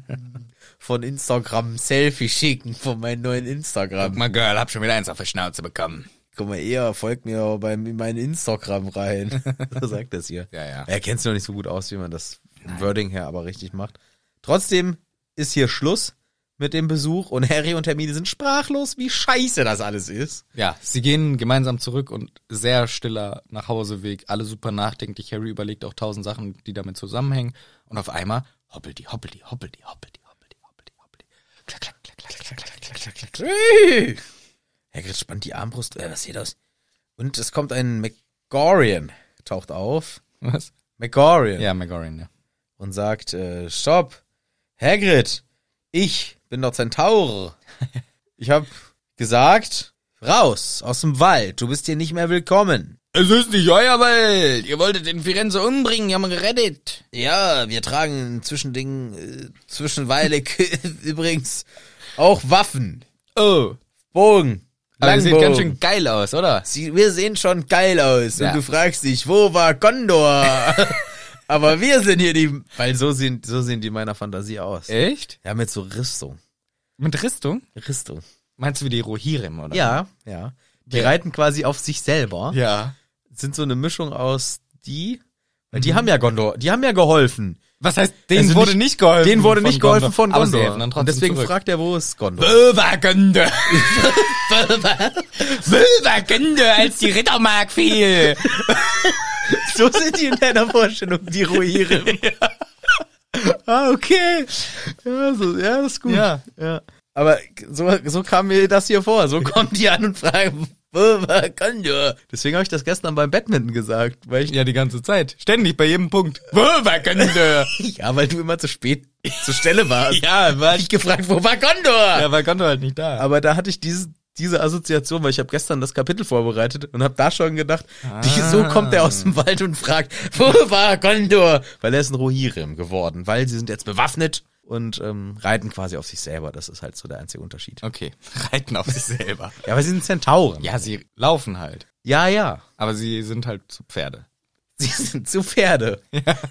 A: von Instagram ein Selfie schicken von meinem neuen Instagram.
B: mal, Girl, hab schon wieder eins auf die Schnauze bekommen.
A: Guck mal, ihr folgt mir bei in meinen Instagram rein. so sagt das hier.
B: Ja, ja.
A: Er kennt sich noch nicht so gut aus, wie man das im Wording her aber richtig macht. Trotzdem ist hier Schluss mit dem Besuch und Harry und Hermine sind sprachlos, wie scheiße das alles ist.
B: Ja, sie gehen gemeinsam zurück und sehr stiller Nachhauseweg, alle super nachdenklich. Harry überlegt auch tausend Sachen, die damit zusammenhängen. Und auf einmal hoppeldi, hoppeldi, hoppeldi, hoppeldi, hoppeldi, hoppeldi, hoppeldi. Klack, klack, klack, klack, klack, klack, klack, klack, klack, klack.
A: Hagrid spannt die Armbrust. Äh, was sieht aus? Und es kommt ein McGorian, taucht auf.
B: Was?
A: McGorian.
B: Ja, Megorian, ja.
A: Und sagt, äh, stopp, Hagrid, ich bin doch Zentaurer. Ich hab gesagt, raus aus dem Wald, du bist hier nicht mehr willkommen.
B: Es ist nicht euer Wald! Ihr wolltet den Firenze umbringen, ihr habt gerettet!
A: Ja, wir tragen inzwischen Dingen, äh, zwischenweilig übrigens auch Waffen,
B: Oh, also
A: Bogen,
B: aber ihr seht ganz
A: Langbogen.
B: schön geil aus, oder?
A: Sie, wir sehen schon geil aus.
B: Ja.
A: Und du fragst dich, wo war Gondor? Aber wir sind hier die, Äh. weil so sehen, so sehen die meiner Fantasie aus.
B: Echt?
A: Ja, mit so Rüstung.
B: Mit Ristung?
A: Rüstung.
B: Meinst du wie die Rohirrim, oder?
A: Ja, ja. Die
B: Ja.
A: reiten quasi auf sich selber.
B: Ja.
A: Sind so eine Mischung aus die, weil die haben ja Gondor, die haben ja geholfen.
B: Was heißt, denen
A: Also
B: wurde
A: nicht-
B: nicht geholfen?
A: Denen wurde
B: von
A: nicht geholfen
B: Gondor.
A: von
B: Aber sie
A: Gondor.
B: helfen dann
A: Und
B: trotzdem
A: deswegen
B: zurück.
A: fragt er, wo ist Gondor?
B: Bövergünde. Bövergünde, als die Rittermark fiel.
A: so sind die in deiner Vorstellung, die Ruieren. Ah, okay. Ja, so, ja, ist gut.
B: Ja.
A: Ja. Aber so, so kam mir das hier vor. So kommen die an und fragen, "Wo war Gondor?" Deswegen habe ich das gestern beim Badminton gesagt, weil ich,
B: Ja, die ganze Zeit. Ständig, bei jedem Punkt. Bövergünde.
A: ja, weil du immer zu spät zur Stelle warst.
B: ja,
A: Hab
B: war,
A: ich gefragt, wo war Gondor?
B: ja, war Gondor halt nicht da.
A: Aber da hatte ich diese, diese Assoziation, weil ich habe gestern das Kapitel vorbereitet und habe da schon gedacht, die,
B: Ah.
A: so kommt er aus dem Wald und fragt, wo war Gondor? Weil er ist ein Rohirrim geworden, weil sie sind jetzt bewaffnet und ähm, reiten quasi auf sich selber. Das ist halt so der einzige Unterschied.
B: Okay, reiten auf sich selber.
A: Ja, aber sie sind Zentauren.
B: ja, sie laufen halt.
A: ja. ja.
B: Aber sie sind halt zu Pferde.
A: Sie sind zu Pferde.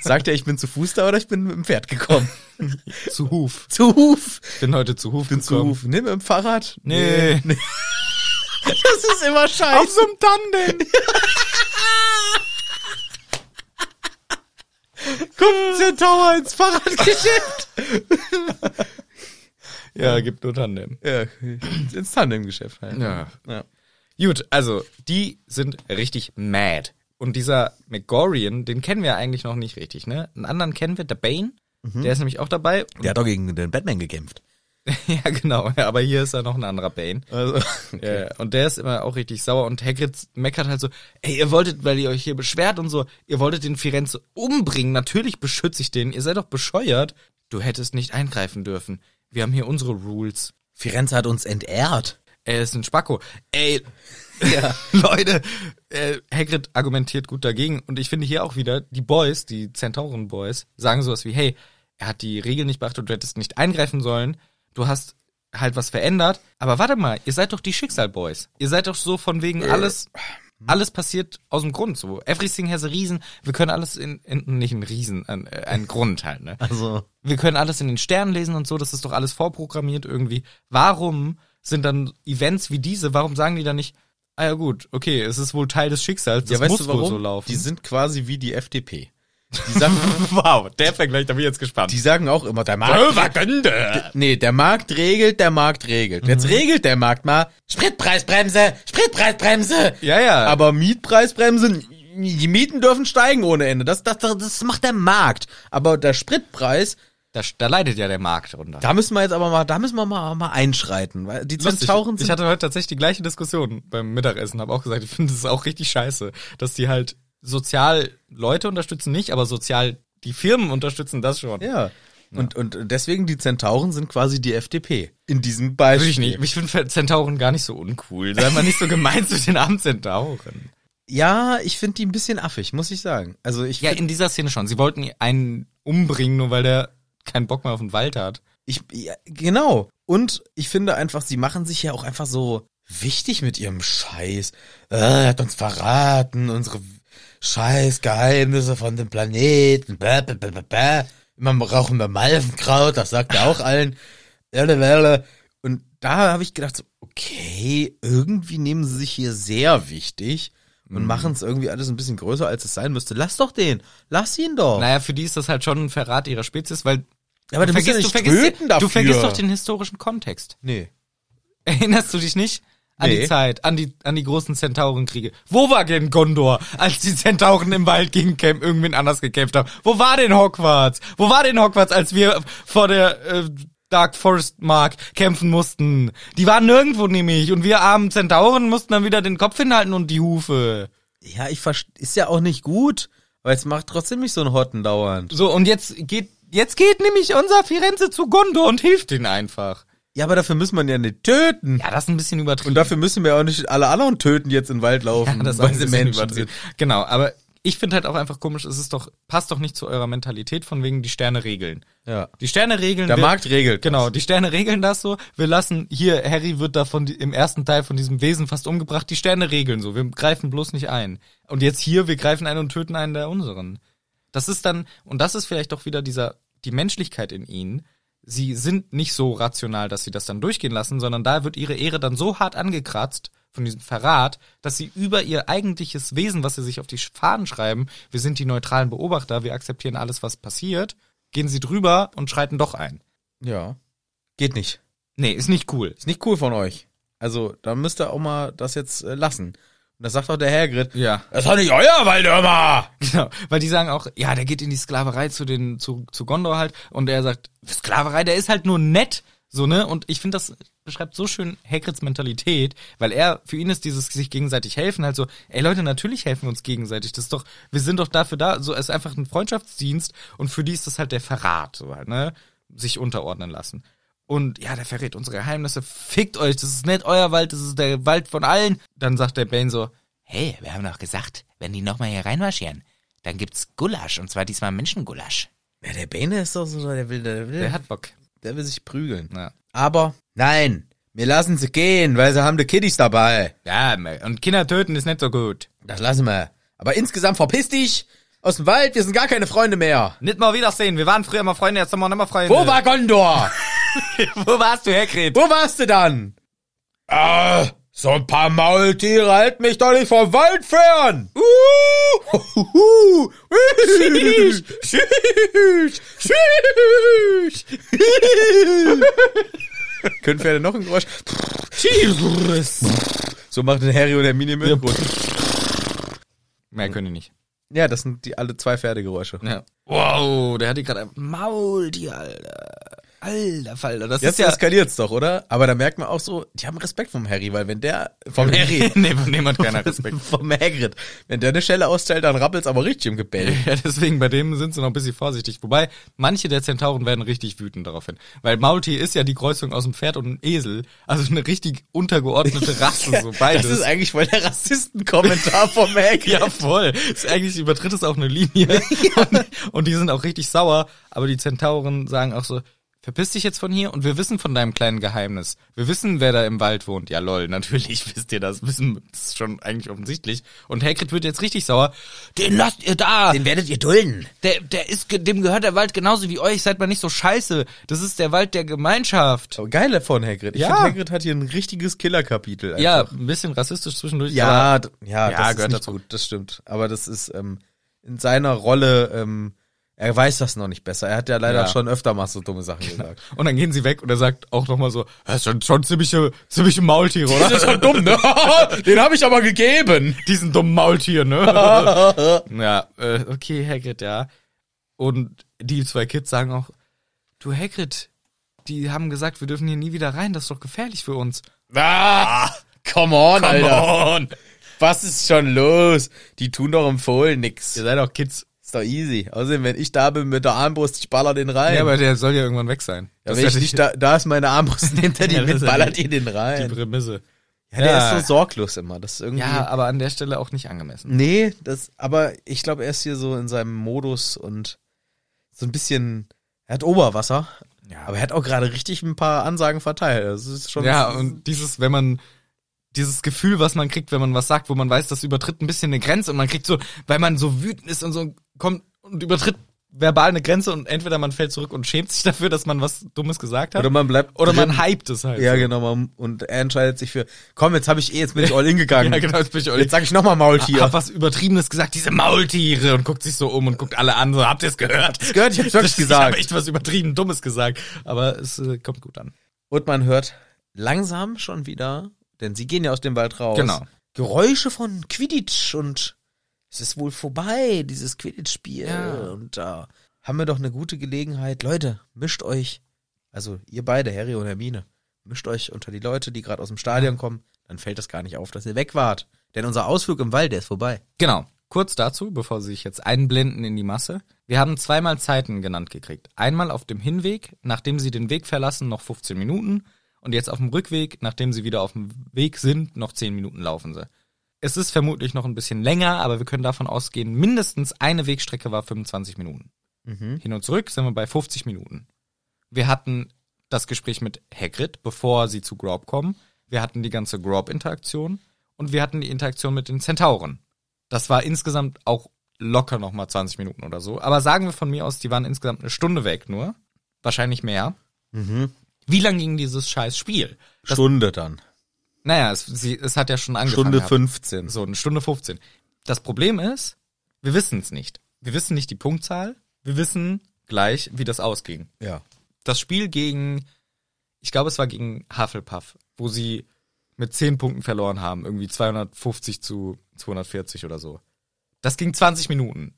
A: Sagt er, ich bin zu Fuß da oder ich bin mit dem Pferd gekommen?
B: Zu Huf.
A: zu Huf.
B: Ich bin heute zu Huf
A: Bin zu
B: gekommen.
A: Huf. Nimm im Fahrrad.
B: Nee.
A: Das ist immer scheiße.
B: so einem Tandem.
A: Kommt Zentaur ins Fahrradgeschäft.
B: Ja, gibt nur Tandem.
A: ja, ins Tandemgeschäft halt.
B: Ja.
A: Ja.
B: Gut, also die sind richtig mad. Und dieser McGorian, den kennen wir eigentlich noch
A: Mhm.
B: nicht richtig, ne? Einen anderen kennen wir, der Bane. Der ist nämlich auch dabei. Und
A: Der hat doch gegen den Batman gekämpft.
B: ja, genau. Ja, aber hier ist ja noch ein anderer Bane.
A: Also,
B: Ja, ja. und der ist immer auch richtig sauer und Hagrid meckert halt so, ey, ihr wolltet, weil ihr euch hier beschwert und so, ihr wolltet den Firenze umbringen, natürlich beschütze ich den, ihr seid doch bescheuert. Du hättest nicht eingreifen dürfen. Wir haben hier unsere Rules.
A: Firenze hat uns entehrt.
B: Er ist ein Spacko. Ey, ja. Leute, äh, Hagrid argumentiert gut dagegen und ich finde hier auch wieder, die Boys, die Zentauren-Boys, sagen sowas wie, hey, er hat die Regeln nicht beachtet, du hättest nicht eingreifen sollen, du hast halt was verändert, aber warte mal, ihr seid doch die Schicksal-Boys. Ihr seid doch so von wegen alles, Mhm. alles passiert aus dem Grund, so. Everything has a reason, wir können alles in, in nicht in Riesen, an, äh, einen Grund halt, ne?
A: Also,
B: wir können alles in den Sternen lesen und so, das ist doch alles vorprogrammiert irgendwie. Warum sind dann Events wie diese, warum sagen die dann nicht, ah ja gut, okay, es ist wohl Teil des Schicksals, das
A: ja, weißt
B: muss
A: du
B: wohl
A: warum?
B: so laufen.
A: Die sind quasi wie die FDP. Die sagen,
B: wow, der Vergleich, da bin ich jetzt gespannt.
A: die sagen auch immer, der Markt. Nee, der Markt regelt, der Markt regelt. Jetzt
B: Mhm.
A: regelt der Markt mal Spritpreisbremse, Spritpreisbremse.
B: Ja, ja.
A: Aber Mietpreisbremse, die Mieten dürfen steigen ohne Ende. Das, das, das, das macht der Markt. Aber der Spritpreis,
B: da, da leidet ja der Markt runter.
A: da müssen wir jetzt aber mal, da müssen wir mal, mal einschreiten. Weil die
B: Lustig.
A: Zentauren
B: Ich
A: sind
B: hatte heute tatsächlich die gleiche Diskussion beim Mittagessen, habe auch gesagt, ich finde es auch richtig scheiße, dass die halt sozial Leute unterstützen nicht, aber sozial die Firmen unterstützen das schon.
A: Ja. Und, und deswegen, die Zentauren sind quasi die FDP. In diesem Beispiel.
B: Natürlich nicht. Also Ich finde Zentauren gar nicht so uncool. Sei mal nicht so gemein zu den armen Zentauren.
A: Ja, ich finde die ein bisschen affig, muss ich sagen. Also ich,
B: Ja,
A: find-
B: in dieser Szene schon. Sie wollten einen umbringen, nur weil der keinen Bock mehr auf den Wald hat.
A: ich, ja, genau. Und ich finde einfach, sie machen sich ja auch einfach so wichtig mit ihrem Scheiß. Äh, er hat uns verraten, unsere Scheiß Geheimnisse von dem Planeten. Bäh, bäh, bäh, bäh, bäh. Immer rauchen wir Malvenkraut, das sagt er auch allen. Welle, welle. Und da habe ich gedacht, so, okay, irgendwie nehmen sie sich hier sehr wichtig und machen es irgendwie alles ein bisschen größer, als es sein müsste. Lass doch den, lass ihn doch.
B: Naja, für die ist das halt schon ein Verrat ihrer Spezies, weil
A: aber
B: du
A: musst ja
B: vergisst, du,
A: nicht
B: vergisst,
A: töten dafür.
B: du vergisst doch den historischen Kontext.
A: Nee.
B: Erinnerst du dich nicht? An
A: Nee.
B: die Zeit, an die, an die großen Zentaurenkriege. Wo war denn Gondor, als die Zentauren im Wald gegen Camp irgendwen anders gekämpft haben? Wo war denn Hogwarts? Wo war denn Hogwarts, als wir vor der äh, Dark Forest Mark kämpfen mussten? Die waren nirgendwo nämlich und wir armen Zentauren mussten dann wieder den Kopf hinhalten und die Hufe.
A: Ja, ich verstehe. Ist ja auch nicht gut, weil es macht trotzdem nicht so einen Hotten dauernd.
B: So, und jetzt geht, jetzt geht nämlich unser Firenze zu Gondor und hilft ihnen einfach.
A: Ja, aber dafür müssen wir ihn ja nicht töten.
B: Ja, das ist ein bisschen übertrieben.
A: Und dafür müssen wir auch nicht alle anderen töten, die jetzt in den Wald laufen,
B: Ja, das
A: weil
B: ist
A: sie
B: ein bisschen
A: Menschen
B: übertrieben.
A: sind.
B: Genau, aber ich finde halt auch einfach komisch, es ist doch, passt doch nicht zu eurer Mentalität von wegen die Sterne regeln.
A: Ja.
B: Die Sterne regeln.
A: Der
B: wir-
A: Markt regelt.
B: Genau,
A: das.
B: die Sterne regeln das so. Wir lassen hier, Harry wird da von, die- im ersten Teil von diesem Wesen fast umgebracht. Die Sterne regeln so. Wir greifen bloß nicht ein. Und jetzt hier, wir greifen ein und töten einen der unseren. Das ist dann, und das ist vielleicht doch wieder dieser, die Menschlichkeit in ihnen. Sie sind nicht so rational, dass sie das dann durchgehen lassen, sondern da wird ihre Ehre dann so hart angekratzt von diesem Verrat, dass sie über ihr eigentliches Wesen, was sie sich auf die Fahnen schreiben, wir sind die neutralen Beobachter, wir akzeptieren alles, was passiert, gehen sie drüber und schreiten doch ein.
A: Ja. Geht nicht.
B: Nee, ist nicht cool.
A: Ist nicht cool von euch. Also, da müsst ihr auch mal das jetzt äh, lassen. Und das sagt auch der Hagrid.
B: Ja.
A: Das war nicht euer Wald immer.
B: Genau. Weil die sagen auch, ja, der geht in die Sklaverei zu den, zu, zu Gondor halt und er sagt, Sklaverei, der ist halt nur nett. So, ne? Und ich finde, das beschreibt so schön Hagrids Mentalität, weil er, für ihn ist dieses sich gegenseitig helfen halt so, ey Leute, natürlich helfen wir uns gegenseitig. Das ist doch, wir sind doch dafür da. So, es ist einfach ein Freundschaftsdienst und für die ist das halt der Verrat, so halt, ne? Sich unterordnen lassen. Und ja, der verrät unsere Geheimnisse. Fickt euch, das ist nicht euer Wald, das ist der Wald von allen. Dann sagt der Bane so, hey, wir haben doch gesagt, wenn die nochmal hier reinmarschieren, dann gibt's Gulasch, und zwar diesmal Menschengulasch.
A: Ja, der Bane ist doch so, der will, der will,
B: Der hat Bock.
A: der will sich prügeln.
B: Ja.
A: Aber, nein, wir lassen sie gehen, weil sie haben die Kiddies dabei.
B: ja, und Kinder töten ist nicht so gut.
A: Das lassen wir. Aber insgesamt verpiss dich aus dem Wald, wir sind gar keine Freunde mehr.
B: Nicht mal wiedersehen, wir waren früher mal Freunde, jetzt sind wir nicht mehr Freunde.
A: Wo war Gondor?
B: Wo warst du, Hagrid?
A: Wo warst du dann? Ah, so ein paar Maultiere halten mich doch nicht vom Wald fern. Uh, Tschüss, tschüss, tschüss. Können Pferde noch ein Geräusch? So macht ein Harry und Hermine im Hintergrund.
B: Mehr können die nicht.
A: Ja, das sind die alle zwei Pferdegeräusche.
B: Ja. Wow, der hat die gerade ein Maul, die Alter. Alter Falter, das
A: Jetzt
B: ist ja...
A: eskaliert's doch, oder? Aber da merkt man auch so, die haben Respekt vom Harry, weil wenn der vom Harry
B: nee, von dem hat keiner Respekt.
A: vom Hagrid, wenn der eine Schelle austeilt, dann rappelt's aber richtig im Gebell.
B: Ja, deswegen, bei dem sind sie noch ein bisschen vorsichtig. Wobei, manche der Zentauren werden richtig wütend daraufhin. Weil Maultier ist ja die Kreuzung aus dem Pferd und einem Esel. Also eine richtig untergeordnete Rasse, so beides.
A: Das ist eigentlich voll der Rassistenkommentar vom Hagrid.
B: ja, voll. Ist eigentlich übertritt es auch eine Linie. und, und die sind auch richtig sauer. Aber die Zentauren sagen auch so, verpiss dich jetzt von hier und wir wissen von deinem kleinen Geheimnis. Wir wissen, wer da im Wald wohnt. Ja, lol, natürlich wisst ihr das. Wissen, das ist schon eigentlich offensichtlich. Und Hagrid wird jetzt richtig sauer. Den lasst ihr da!
A: Den werdet ihr dulden.
B: Der, der ist, ge- dem gehört der Wald genauso wie euch. Seid mal nicht so scheiße. Das ist der Wald der Gemeinschaft.
A: Aber Oh, geil von Hagrid. Ich
B: Ja.
A: finde, Hagrid hat hier ein richtiges Killerkapitel. einfach.
B: Ja, ein bisschen rassistisch zwischendurch.
A: Ja, d- ja,
B: Ja,
A: das
B: gehört
A: ist nicht
B: dazu.
A: gut, das stimmt. Aber das ist ähm, in seiner Rolle, ähm, er weiß das noch nicht besser. Er hat ja leider
B: Ja. Genau.
A: schon öfter mal so dumme Sachen gesagt.
B: aber- Und dann gehen sie weg und er sagt auch nochmal so, das ist schon, schon ziemliche, ziemliche Maultiere, oder?
A: schon dumm, ne? Den habe ich aber gegeben.
B: Diesen dummen Maultier, ne? ja, äh, okay, Hagrid, ja. Und die zwei Kids sagen auch, du Hagrid, die haben gesagt, wir dürfen hier nie wieder rein. Das ist doch gefährlich für uns.
A: Ah, come on, Alter.
B: on!
A: Was ist schon los? Die tun doch im Fohlen nix.
B: Ihr seid doch Kids.
A: Ist doch easy. Außerdem, wenn ich da bin mit der Armbrust, ich baller den rein.
B: Ja, aber der soll ja irgendwann weg sein.
A: Ja, wenn ich
B: ja
A: nicht da, da ist meine Armbrust, nimmt er die
B: Ja, das
A: mit,
B: ist ja
A: ballert
B: die-
A: ihr den rein. Mhm.
B: die Prämisse.
A: ja, der
B: Ja.
A: ist so sorglos immer. Das ist irgendwie.
B: Ja, aber an der Stelle auch nicht angemessen.
A: Nee, das, aber ich glaube, er ist hier so in seinem Modus und so ein bisschen. Er hat Oberwasser,
B: Ja,
A: aber er hat auch gerade richtig ein paar Ansagen verteilt. Das ist schon.
B: ja und dieses, wenn man dieses Gefühl, was man kriegt, wenn man was sagt, wo man weiß, das übertritt ein bisschen eine Grenze und man kriegt so, weil man so wütend ist und so kommt und übertritt verbal eine Grenze und entweder man fällt zurück und schämt sich dafür, dass man was Dummes gesagt hat
A: Oder man bleibt.
B: oder man
A: drin.
B: hypt es halt.
A: Ja,
B: so.
A: genau. Man, und er entscheidet sich für. Komm, jetzt habe ich eh, jetzt bin ich all in gegangen.
B: ja, genau, jetzt bin ich
A: Jetzt
B: Olli.
A: sag ich nochmal Maultier.
B: Ah, Hab was Übertriebenes gesagt, diese Maultiere und guckt sich so um und guckt alle an, so habt ihr es gehört? Das
A: gehört, ich hab's wirklich
B: Ich
A: gesagt.
B: hab echt was übertrieben Dummes gesagt, aber es äh, kommt gut an.
A: Und man hört langsam schon wieder, denn sie gehen ja aus dem Wald raus.
B: Genau.
A: Geräusche von Quidditch und es ist wohl vorbei, dieses Quidditch-Spiel.
B: Ja.
A: Und da haben wir doch eine gute Gelegenheit. Leute, mischt euch, also ihr beide, Harry und Hermine, mischt euch unter die Leute, die gerade aus dem Stadion kommen. Dann fällt das gar nicht auf, dass ihr weg wart. Denn unser Ausflug im Wald, der ist vorbei.
B: Genau. Kurz dazu, bevor Sie sich jetzt einblenden in die Masse. Wir haben zweimal Zeiten genannt gekriegt. Einmal auf dem Hinweg, nachdem Sie den Weg verlassen, noch 15 Minuten. Und jetzt auf dem Rückweg, nachdem Sie wieder auf dem Weg sind, noch 10 Minuten laufen Sie. Es ist vermutlich noch ein bisschen länger, aber wir können davon ausgehen, mindestens eine Wegstrecke war 25 Minuten.
A: Mhm.
B: Hin und zurück sind wir bei 50 Minuten. Wir hatten das Gespräch mit Hagrid, bevor sie zu Grob kommen. Wir hatten die ganze Grob-Interaktion und wir hatten die Interaktion mit den Zentauren. Das war insgesamt auch locker nochmal 20 Minuten oder so. Aber sagen wir von mir aus, die waren insgesamt eine Stunde weg nur. Wahrscheinlich mehr. Wie lang ging dieses scheiß Spiel?
A: Mhm. Stunde dann.
B: Naja, es, sie, es hat ja schon angefangen.
A: Stunde
B: gehabt.
A: 15.
B: So, eine Stunde 15. Das Problem ist, wir wissen es nicht. Wir wissen nicht die Punktzahl. Wir wissen gleich, wie das ausging
A: Ja.
B: das Spiel gegen, ich glaube, es war gegen Hufflepuff, wo sie mit 10 Punkten verloren haben, irgendwie 250 zu 240 oder so. Das ging 20 Minuten.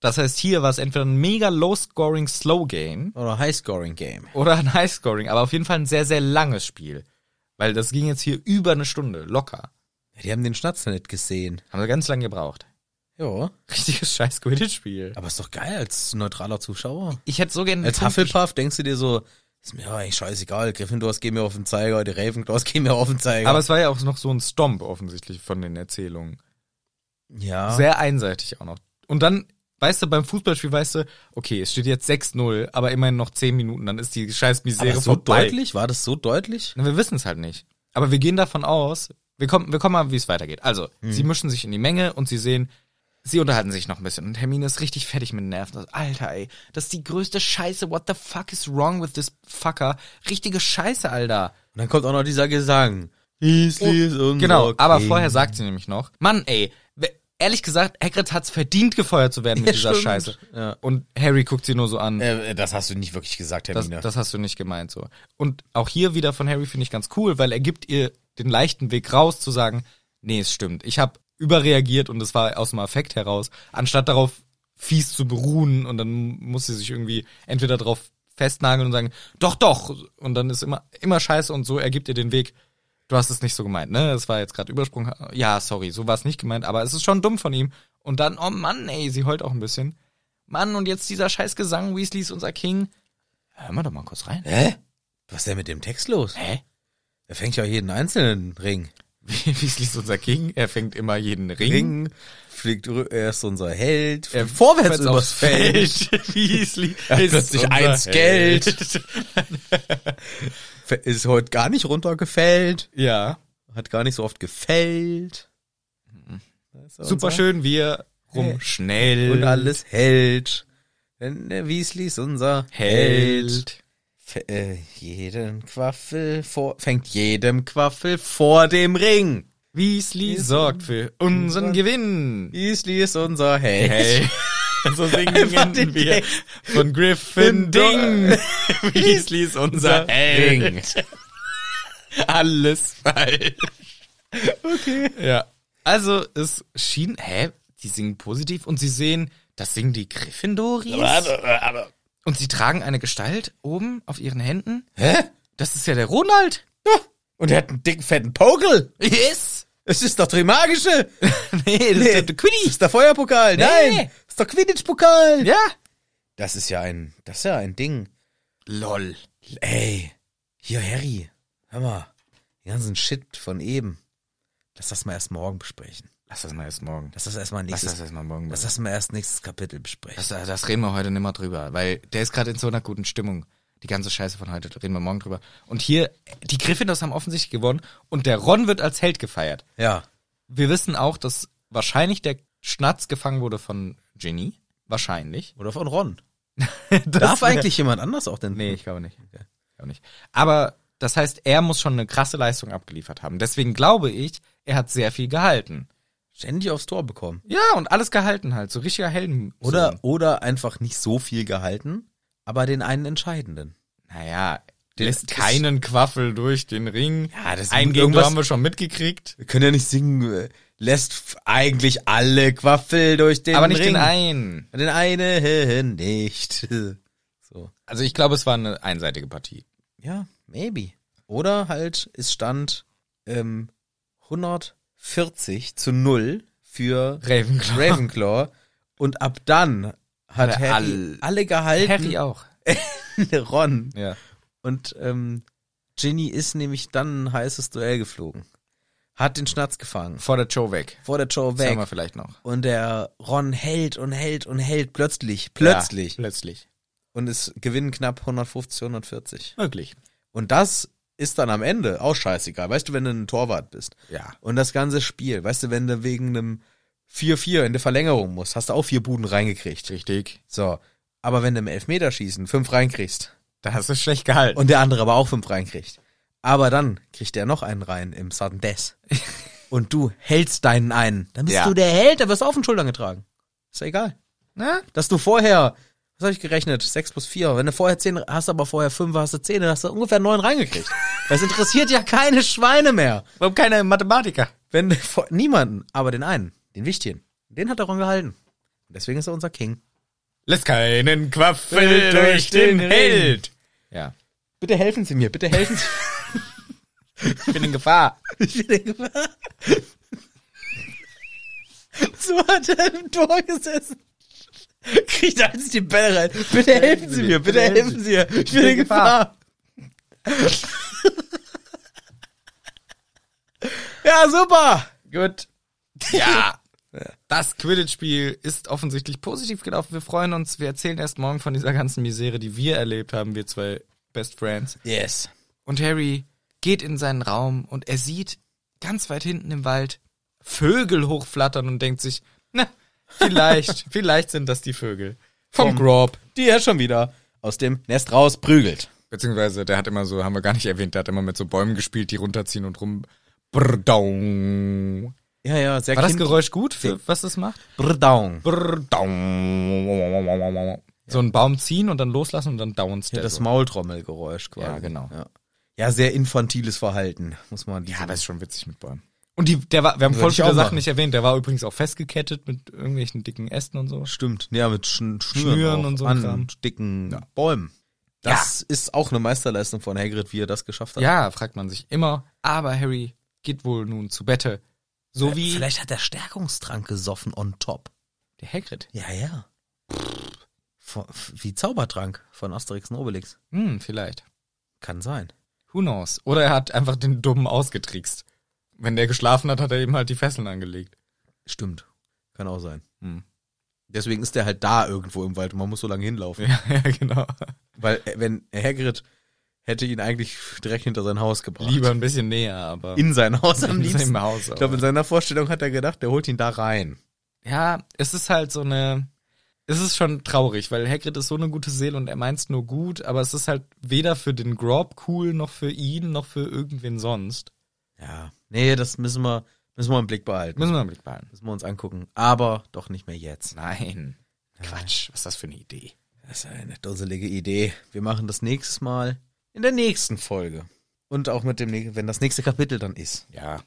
B: Das heißt, hier war es entweder ein mega low-scoring Slow-Game
A: Oder High-Scoring-Game.
B: oder ein High-Scoring, aber auf jeden Fall ein sehr, sehr langes Spiel. Weil das ging jetzt hier über eine Stunde, locker.
A: Ja, die haben den Schnatzer nicht gesehen.
B: Haben wir ganz lange gebraucht.
A: Ja.
B: Richtiges scheiß Quidditch-Spiel.
A: Aber ist doch geil als neutraler Zuschauer.
B: Ich hätte so gerne...
A: Als Hufflepuff denkst du dir so, ist mir eigentlich scheißegal, Gryffindors gehen mir auf den Zeiger, die Ravenclaws gehen mir auf den Zeiger.
B: Aber es war ja auch noch so ein Stomp offensichtlich von den Erzählungen.
A: ja,
B: Sehr einseitig auch noch. Und dann, weißt du, beim Fußballspiel weißt du, okay, es steht jetzt 6-0, aber immerhin noch 10 Minuten, dann ist die scheiß Misere
A: aber so
B: vorbei.
A: deutlich? War das so deutlich?
B: Na, wir wissen es halt nicht. Aber wir gehen davon aus, wir kommen, wir kommen mal, wie es weitergeht. Also, sie mischen sich in die Menge und sie sehen, sie unterhalten sich noch ein bisschen. Und Hermine ist richtig fertig mit den Nerven. Also, Alter, ey, das ist die größte Scheiße. What the fuck is wrong with this fucker? Richtige Scheiße, Alter.
A: Und dann kommt auch noch dieser Gesang. Easy ist unser
B: Genau, aber
A: King.
B: vorher sagt sie nämlich noch, Mann, ey, we- ehrlich gesagt, Hagrid hat's verdient, gefeuert zu werden mit
A: Ja,
B: dieser
A: stimmt.
B: Scheiße.
A: Ja.
B: Und Harry guckt sie nur so an.
A: Äh, äh, das hast du nicht wirklich gesagt,
B: das,
A: Hermine.
B: das hast du nicht gemeint so. Und auch hier wieder von Harry finde ich ganz cool, weil er gibt ihr den leichten Weg raus zu sagen, nee, es stimmt. Ich habe überreagiert und es war aus dem Affekt heraus, anstatt darauf fies zu beruhen und dann muss sie sich irgendwie entweder darauf festnageln und sagen, doch, doch. Und dann ist immer, immer scheiße und so ergibt ihr den Weg. Du hast es nicht so gemeint, ne? Das war jetzt gerade Übersprung. Ja, sorry, so war es nicht gemeint, aber es ist schon dumm von ihm. Und dann, oh Mann, ey, sie heult auch ein bisschen. Mann, und jetzt dieser scheiß Gesang, Weasley ist unser King. Hören wir doch mal kurz rein.
A: Hä? Was ist denn mit dem Text los?
B: Hä?
A: Er fängt ja jeden einzelnen Ring.
B: Weasley ist unser King, er fängt immer jeden Ring.
A: Ring, fliegt, rü- er ist unser Held,
B: Er
A: fliegt vorwärts
B: fällt's
A: übers Feld,
B: Weasley
A: Er hat
B: ist
A: plötzlich
B: unser
A: eins
B: Held.
A: fe- ist heute gar nicht runtergefällt,
B: ja.
A: hat gar nicht so oft gefällt. Das ist unser-
B: Mhm. Super schön, wir rum schnell
A: Und alles hält. Denn der Weasley ist unser Held.
B: Held.
A: F äh, jeden Quaffel vor, fängt jedem Quaffel vor dem Ring.
B: Weasley sorgt für unseren Gewinn.
A: Weasley ist unser Held.
B: Hey. So
A: Einfach
B: singen
A: den
B: wir
A: Text.
B: von Griffin Ding. Weasley ist unser Held. Alles falsch. Okay. Ja. Also, es schien, hä, die singen positiv und sie sehen, das singen die Gryffindoris. Und sie tragen eine Gestalt oben auf ihren Händen.
A: Hä?
B: Das ist ja der Ronald.
A: Und er hat einen dicken, fetten Pokel.
B: Yes.
A: Es ist doch Trimagische. Nee.
B: Nee, das ist der
A: Das
B: Quidditch.
A: ist der Feuerpokal.
B: Nee.
A: Nein. Das ist der Quidditch-Pokal.
B: Ja.
A: Das ist ja ein, das ist ja ein Ding.
B: Lol.
A: Ey. Hier, Harry. Hör mal. Den ganzen Shit von eben. Lass das mal erst morgen besprechen.
B: Lass das mal erst morgen.
A: Lass das erstmal
B: Lass
A: nächstes,
B: das erst mal morgen.
A: lass das mal erst nächstes Kapitel besprechen.
B: Das, das reden wir heute nimmer drüber, weil der ist gerade in so einer guten Stimmung. Die ganze Scheiße von heute reden wir morgen drüber. Und hier, die Gryffindors haben offensichtlich gewonnen und der Ron wird als Held gefeiert.
A: Ja.
B: Wir wissen auch, dass wahrscheinlich der Schnatz gefangen wurde von Ginny. Wahrscheinlich.
A: Oder von Ron.
B: Das
A: Darf
B: wär-
A: eigentlich jemand anders auch den?
B: Nee, ich glaube nicht. Ich glaube nicht. Aber das heißt, er muss schon eine krasse Leistung abgeliefert haben. Deswegen glaube ich, er hat sehr viel gehalten.
A: Ständig aufs Tor bekommen.
B: Ja, und alles gehalten halt. So richtiger Helden.
A: Oder, oder einfach nicht so viel gehalten, aber den einen entscheidenden.
B: Naja, der lässt
A: das-
B: keinen Quaffel durch den Ring.
A: Ja, Ah, das-
B: Ein Gegentor
A: irgendwas-
B: haben wir schon mitgekriegt.
A: Wir können ja nicht singen, äh, lässt f- eigentlich alle Quaffel durch den
B: aber nicht
A: Ring.
B: den einen.
A: Den einen nicht. So.
B: Also ich glaube, es war eine einseitige Partie.
A: Ja, maybe. Oder halt, es stand ähm, 140 zu 0 für
B: Ravenclaw.
A: Ravenclaw. Und ab dann hat
B: Hat er
A: Harry
B: all-
A: alle gehalten.
B: Harry auch.
A: Ron.
B: Ja.
A: Und ähm, Ginny ist nämlich dann ein heißes Duell geflogen. Hat den Schnatz gefangen.
B: Vor der Joe weg.
A: Vor der Joe
B: Sagen
A: weg.
B: wir vielleicht noch.
A: Und der Ron hält und hält und hält plötzlich, plötzlich.
B: Ja, plötzlich.
A: Und es gewinnen knapp 150, 140.
B: Wirklich.
A: Und das ist dann am Ende auch scheißegal. Weißt du, wenn du ein Torwart bist.
B: Ja.
A: Und das ganze Spiel, weißt du, wenn du wegen einem 4-4 in der Verlängerung musst, hast du auch vier Buden reingekriegt.
B: Richtig.
A: So. Aber wenn du im Elfmeterschießen fünf reinkriegst
B: Da hast du es schlecht gehalten.
A: und der andere aber auch fünf reinkriegt, aber dann kriegt er noch einen rein im Sudden Death und du hältst deinen einen, dann bist
B: Ja.
A: du der Held, da wirst du auf den Schultern getragen. Ist ja egal.
B: Na?
A: dass du vorher, was habe ich gerechnet? sechs plus vier. Wenn du vorher zehn hast, aber vorher fünf hast du zehn, dann hast du ungefähr neun reingekriegt. Das interessiert ja keine Schweine mehr.
B: Warum keine Mathematiker?
A: Wenn vor- niemanden, aber den einen, den Wichtigen. Den hat er Ron gehalten. Und Deswegen ist er unser King.
B: Lässt keinen Quaffel durch den Held. Ja.
A: Bitte helfen Sie mir, bitte helfen Sie
B: Ich bin in Gefahr.
A: Ich denke, so hat er im Tor gesessen. Kriegt eins die Bälle rein. Bitte helfen Sie mir, bitte helfen Sie mir. Ich bin in Gefahr. Ja, super.
B: Gut. Ja. Das Quidditch-Spiel ist offensichtlich positiv gelaufen. Wir freuen uns. Wir erzählen erst morgen von dieser ganzen Misere, die wir erlebt haben, wir zwei Best Friends.
A: Yes.
B: Und Harry geht in seinen Raum und er sieht ganz weit hinten im Wald Vögel hochflattern und denkt sich, na, vielleicht, vielleicht sind das die Vögel. Vom Grob.
A: Die er schon wieder aus dem Nest rausprügelt.
B: Beziehungsweise, der hat immer so, haben wir gar nicht erwähnt, der hat immer mit so Bäumen gespielt, die runterziehen und rum. Brrdaung.
A: Ja, ja, sehr
B: War das
A: kind-
B: Geräusch gut, für, was das macht?
A: Brrdaung.
B: Brrr, down. So einen Baum ziehen und dann loslassen und dann downst
A: Ja,
B: der
A: das
B: so.
A: Maultrommelgeräusch quasi.
B: Also. Ja, genau.
A: Ja. ja, sehr infantiles Verhalten, muss man
B: Ja, das ist schon witzig mit Bäumen. Und die, der war, wir haben
A: Würde
B: voll
A: ich
B: viele
A: auch
B: Sachen
A: machen.
B: nicht erwähnt. Der war übrigens auch festgekettet mit irgendwelchen dicken Ästen und so.
A: Stimmt. Ja, mit Schn Schnüren,
B: Schnüren
A: auch
B: und so ein
A: an
B: Kram.
A: dicken Bäumen. Das ist auch eine Meisterleistung von Hagrid, wie er das geschafft hat.
B: Ja, fragt man sich immer. Aber Harry geht wohl nun zu Bette. So wie
A: Äh, Vielleicht hat er Stärkungstrank gesoffen on top.
B: der Hagrid.
A: Ja, ja. Von, wie Zaubertrank von Asterix und Obelix.
B: Hm, vielleicht.
A: Kann sein.
B: Who knows? Oder er hat einfach den Dummen ausgetrickst. Wenn der geschlafen hat, hat er eben halt die Fesseln angelegt.
A: Stimmt. Kann auch sein.
B: Hm.
A: Deswegen ist der halt da irgendwo im Wald und man muss so lange hinlaufen.
B: Ja, ja, genau.
A: Weil, äh, wenn Hagrid hätte ihn eigentlich direkt hinter sein Haus gebracht.
B: Lieber ein bisschen näher, aber
A: In sein Haus am
B: in seinem
A: liebsten.
B: Haus.
A: Ich glaube, in seiner Vorstellung hat er gedacht, der holt ihn da rein.
B: ja, es ist halt so eine. Es ist schon traurig, weil Hagrid ist so eine gute Seele und er meint's nur gut, aber es ist halt weder für den Grob cool, noch für ihn, noch für irgendwen sonst.
A: Ja. Nee, das müssen wir, müssen wir im Blick behalten.
B: Müssen wir einen Blick behalten.
A: Müssen wir uns angucken. Aber doch nicht mehr jetzt.
B: Nein. Quatsch, was ist das für eine Idee?
A: Das ist eine dusselige Idee. Wir machen das nächstes Mal in der nächsten Folge. Und auch mit dem, nä- wenn das nächste Kapitel dann ist.
B: Ja.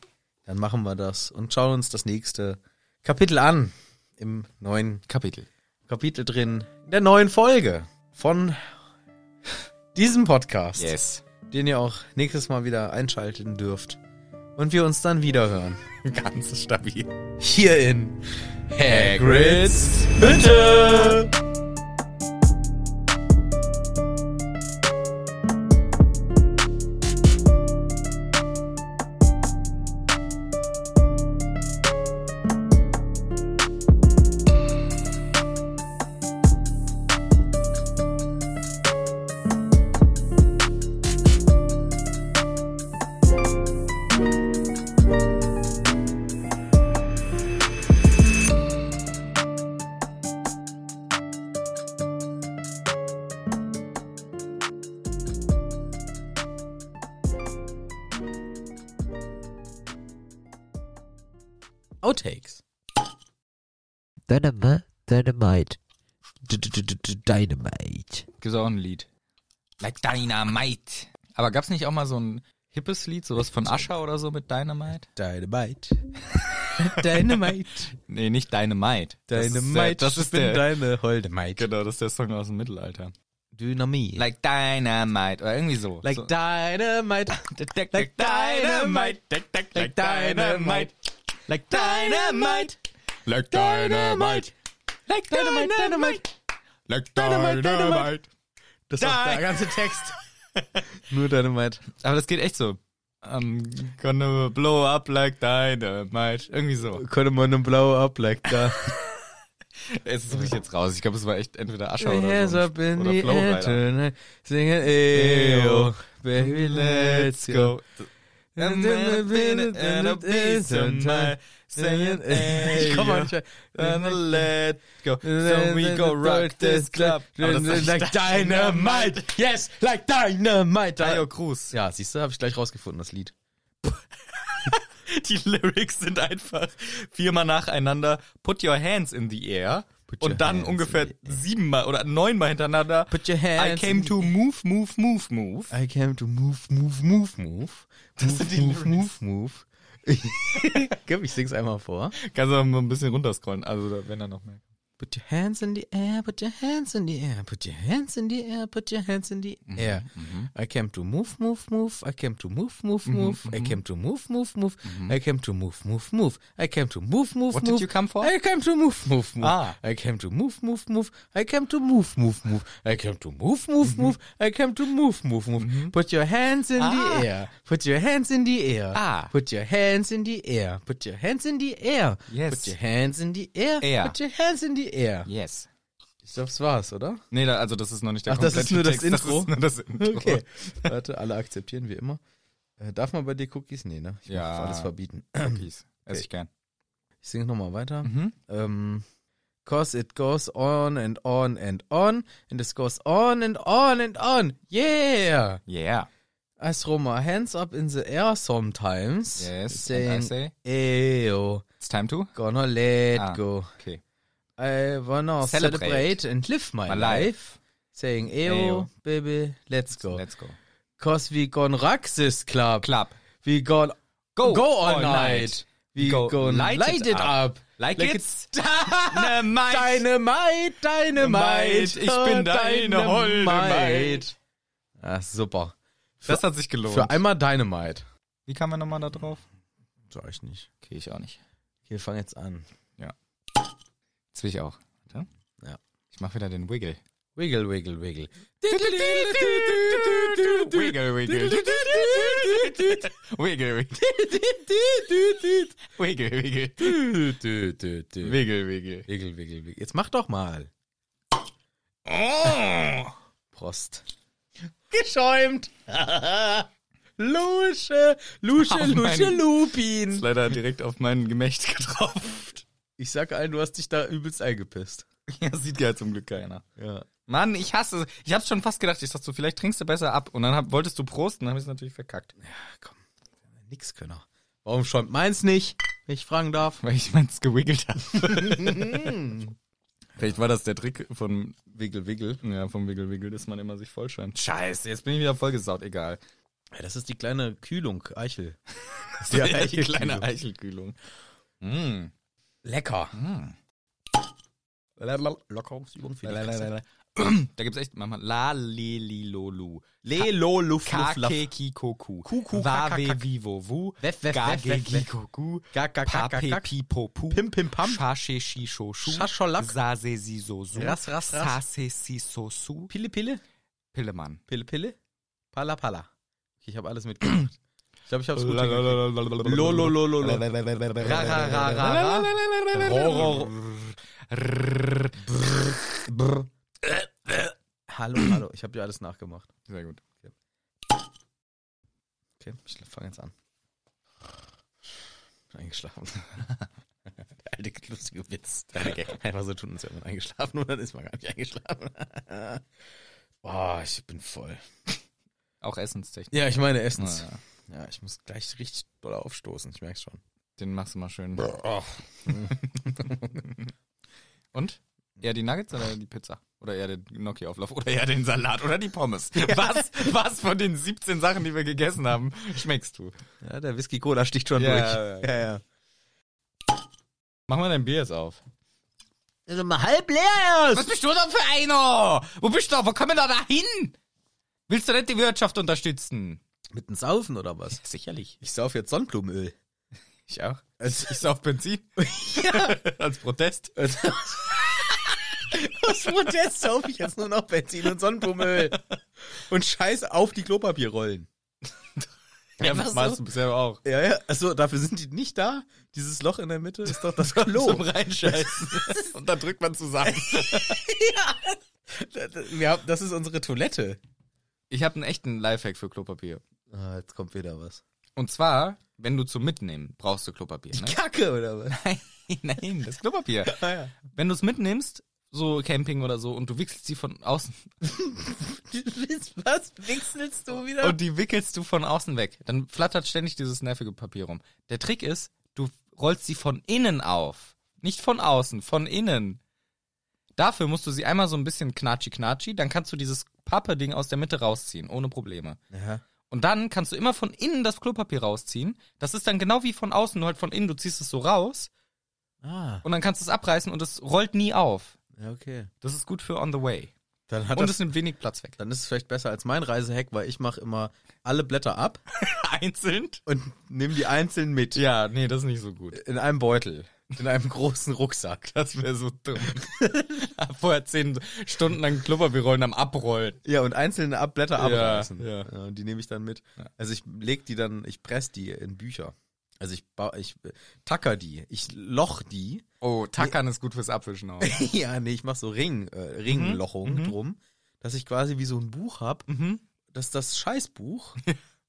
A: Dann machen wir das und schauen uns das nächste Kapitel an. Im neuen
B: Kapitel.
A: Kapitel drin, in der neuen Folge von diesem Podcast,
B: Yes.
A: den ihr auch nächstes Mal wieder einschalten dürft. Und wir uns dann wieder hören.
B: Ganz stabil.
A: Hier in
B: Hagrid's
A: Bitte! Outtakes.
G: Dynamite. Dynamite. D- d- d- d- Dynamite.
B: Gibt's auch ein Lied. Like Dynamite. Aber gab's nicht auch mal so ein hippes Lied, sowas von Ascher oder so mit Dynamite?
A: Dynamite. Dynamite.
B: Nee, nicht Dynamite.
A: Dynamite.
B: Das ist
A: bin
B: der, das ist
A: deine Holde Mike.
B: der genau, das ist der Song aus dem Mittelalter.
A: Dynamie.
B: Like Dynamite oder irgendwie so. so.
A: Dynamite.
B: like Dynamite.
A: Like Dynamite.
B: Like Dynamite. Like Dynamite. Like Dynamite. Dynamite. Like Dynamite. Dynamite.
A: Das ist auch der ganze Text. Nur Dynamite.
B: Aber das geht echt so. I'm gonna blow up like Dynamite. Irgendwie so.
A: Könnte man einen Blow up like da.
B: Es suche ich jetzt raus. Ich glaube, es war echt entweder Ascher
A: Your
B: oder
A: hands
B: so.
A: up in
B: oder
A: the air
B: Flowrider.
A: tonight, singing, "Eyo, baby,
B: Let's go. And then the minute and a piece of my singing,
A: Ich komm mal nicht
B: "Ayo,
A: mehr.
B: and let go. So we go rock this club. Aber das ist
A: Like Dynamite. Yes, like Dynamite.
B: Dario Cruz.
A: Ja, siehst du, habe ich gleich rausgefunden, das Lied.
B: Die Lyrics sind einfach viermal nacheinander. Put your hands in the air.
A: Put your
B: Und dann
A: hands
B: ungefähr
A: in
B: siebenmal oder neunmal hintereinander.
A: Put your
B: I
A: hands
B: came to move, move, move, move.
A: I came to move, move, move, move. Move,
B: sind die
A: move, move,
B: Lyrics.
A: move. Gib, ich sing's einmal vor.
B: Kannst du mal ein bisschen runterscrollen, also da- wenn er noch mehr.
A: Put your hands in the air, put your hands in the air, put your hands in the air, put your hands in the
B: Mhm,
A: air. I came to move, move, move. I came to move, move,
B: Mhm,
A: move. I came to move, move, move. I came to move, move, move. I came to move, move,
B: What
A: move.
B: did you come for?
A: I came to move, move, move.
B: Ah.
A: I came to move, move, move. I came to move, move, move. I came to move, move, move. I came to move, move, move. Put your hands in
B: Mhm. Ah.
A: the air. Put your hands in the air.
B: Ah.
A: Put your hands in the air. Put your hands in the air.
B: Yes.
A: Put your hands in the air.
B: Air.
A: Put your hands in the air.
B: Yes.
A: Ich glaube, das war's, oder?
B: Nee, da, also das ist noch nicht der
A: Ach, das ist
B: komplette
A: nur das
B: Text,
A: Intro?
B: Das ist nur das Intro.
A: Okay. Warte, alle akzeptieren wie immer. Äh, darf man bei dir Cookies? Nee, ne? Ich muss
B: Ja.
A: auf alles verbieten.
B: Cookies. Ess ich gern.
A: Ich singe nochmal weiter.
B: Mhm.
A: Ähm, Cause it goes on and on and on and it goes on and on and on. Yeah!
B: Yeah.
A: I throw my hands up in the air sometimes.
B: Yes. And I
A: Saying,
B: say,
A: eyo,
B: it's time to.
A: gonna let
B: Ah.
A: go.
B: Okay.
A: I wanna celebrate,
B: Celebrate.
A: and live my,
B: My
A: life.
B: life.
A: Saying, eyo,
B: Eyo.
A: baby, let's go.
B: Let's go.
A: Cause we gone rock this club.
B: Club.
A: We gone go,
B: Go
A: all,
B: all
A: night.
B: night.
A: We
B: Go
A: gone light, it, up.
B: Like,
A: Like
B: it's Dynamite.
A: Dynamite, Dynamite.
B: Dynamite, ich bin deine Holde Maid.
A: Ah, super.
B: Das hat sich gelohnt.
A: Für einmal Dynamite.
B: Wie kam man nochmal da drauf?
A: Sag ich nicht.
B: Okay, ich auch nicht.
A: Okay, fang jetzt an.
B: Jetzt will ich auch. Warte.
A: Ja.
B: Ich mach wieder den Wiggle.
A: Wiggle, wiggle, wiggle.
B: Wiggle, wiggle. Wiggle, wiggle. Wiggle, wiggle.
A: Wiggle,
B: Wiggle, wiggle.
A: wiggle, wiggle. Jetzt mach doch mal.
B: Oh.
A: Prost. Geschäumt. Lusche, Lusche,
B: Auf
A: Lusche,
B: meinen- Ist
A: Lupin.
B: leider direkt auf mein Gemächt getroffen.
A: Ich sag allen, du hast dich da übelst eingepisst.
B: Ja, sieht ja zum Glück keiner.
A: Ja.
B: Mann, ich hasse es. Ich hab's schon fast gedacht. Ich dachte so, vielleicht trinkst du besser ab. Und dann hab, wolltest du prosten, dann hab ich's natürlich verkackt.
A: Komm, nix Könner. Warum schäumt meins nicht, wenn ich fragen darf?
B: Weil ich meins gewiggelt habe. vielleicht war das der Trick von
A: Wiggle, wiggle.
B: Ja, vom Wiggle Wiggle, dass man immer sich vollschäumt. Scheiße, jetzt bin ich wieder vollgesaut, egal.
A: Ja, das ist die kleine Kühlung, Eichel.
B: Das
A: Ja,
B: ist ja die
A: Eichelkühlung.
B: kleine Eichelkühlung. Mm.
A: Lecker.
B: Lockerungsübung
A: für die Fresse.
B: Da gibt's echt manchmal La Lelilolu.
A: Lelo, Luft, Luft, Luft.
B: Kake Kikoku.
A: Kuku,
B: Wave
A: kakakak.
B: Vivo Wu.
A: Wef, wef, wef,
B: Gage
A: wef, wef.
B: Gikoku. Pape
A: Kakakakakak.
B: Pipopu.
A: Pim, pim, pam.
B: Shashe Shisho Shu.
A: Schascholak.
B: Sase Sisosu.
A: Ras, ras, ras.
B: Sase Sisosu.
A: Pille, Pille.
B: Pillemann.
A: Pille, Pille. Pala, pala. Okay, ich habe alles mitgemacht. Ich glaube, ich habe es gut hingekriegt. Lololololo. Ra, ra, ra, ra, ra. Ro, ro, ro. Hallo, hallo. Ich habe dir alles nachgemacht.
B: Sehr gut.
A: Okay, ich fange jetzt an. Bin eingeschlafen. Der alte lustige Witz. Einfach so tun, als wäre man eingeschlafen und dann ist man gar nicht eingeschlafen. Boah, ich bin voll.
B: Auch Essenstechnik.
A: Ja, ich meine Essens.
B: Ah,
A: Ja, ich muss gleich richtig doll aufstoßen, ich merk's schon.
B: Den machst du mal schön.
A: Oh,
B: Und? Eher die Nuggets oder die Pizza? Oder eher den Gnocchi-Auflauf? Oder eher den Salat? Oder die Pommes? Was, was von den 17 Sachen, die wir gegessen haben, schmeckst du?
A: ja, der Whisky Cola sticht schon
B: Ja,
A: durch. Ja, ja.
B: Mach mal dein Bier jetzt auf.
G: Also mal halb leer
B: Was bist du denn für einer? Wo bist du? Wo kommen wir da hin? Willst du nicht die Wirtschaft unterstützen?
A: Mitten saufen oder was?
B: Sicherlich.
A: Ich sauf jetzt Sonnenblumenöl.
B: Ich auch. Also ich sauf Benzin. Als Protest.
A: Aus Protest sauf ich jetzt nur noch Benzin und Sonnenblumenöl. Und scheiß auf die Klopapierrollen.
B: Ja,
A: was
B: machst
A: so?
B: du bisher auch.
A: Ja, ja. Achso, dafür sind die nicht da. Dieses Loch in der Mitte ist doch das
B: Zum
A: Klo.
B: Reinscheißen. Und dann drückt man zusammen.
A: Wir haben, das ist unsere Toilette.
B: Ich habe einen echten Lifehack für Klopapier.
A: Ah, jetzt kommt wieder was.
B: Und zwar, wenn du zum Mitnehmen brauchst du Klopapier. Ne?
A: Kacke oder was? Ah,
B: Nein, das Klopapier.
A: ja.
B: Wenn du es mitnimmst, so Camping oder so, und du wickelst sie von außen
A: was wechselst du wieder?
B: und die wickelst du von außen weg, dann flattert ständig dieses nervige Papier rum. Der Trick ist, du rollst sie von innen auf, nicht von außen, von innen. Dafür musst du sie einmal so ein bisschen knatschi knatschi, dann kannst du dieses Pappe-Ding aus der Mitte rausziehen, ohne Probleme.
A: ja.
B: Und dann kannst du immer von innen das Klopapier rausziehen. Das ist dann genau wie von außen, nur halt von innen, du ziehst es so raus
A: Ah,
B: und dann kannst du es abreißen und es rollt nie auf.
A: ja, okay.
B: Das ist gut für on the way.
A: Dann hat
B: und
A: das,
B: es nimmt wenig Platz weg.
A: dann ist es vielleicht besser als mein Reisehack, weil ich mache immer alle Blätter ab
B: Einzeln?
A: und nehme die einzeln mit.
B: Ja, nee, das ist nicht so gut.
A: In einem Beutel. In einem großen Rucksack.
B: Das wäre so dumm. Vorher zehn Stunden lang Klopapierrollen am Abrollen.
A: Ja, und einzelne ab Blätter
B: Ja,
A: abreißen.
B: ja.
A: und äh, die nehme ich dann mit. Also ich leg die dann, ich presse die in Bücher. Also ich baue, ich äh, tacker die, ich loch die.
B: Oh, Tackern ist gut fürs Abwischen auch.
A: ja, nee, ich mach so Ring, äh, Ringlochung drum, dass ich quasi wie so ein Buch hab, dass das Scheißbuch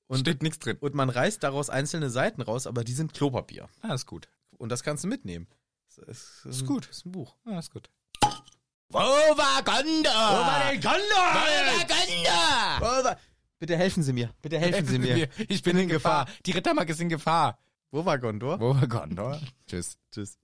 B: Und Mhm. steht nichts drin.
A: und man reißt daraus einzelne Seiten raus, aber die sind Klopapier.
B: Ah, ist gut.
A: Und das kannst du mitnehmen. Das ist, ist
B: gut.
A: Ist ein Buch.
B: Ah, ist gut.
A: Bitte helfen Sie mir. Bitte helfen Sie mir.
B: Ich bin in Gefahr. Die Rittermark ist in Gefahr.
A: Wo war Gondor?
B: Wo war Gondor? Tschüss.
A: Tschüss.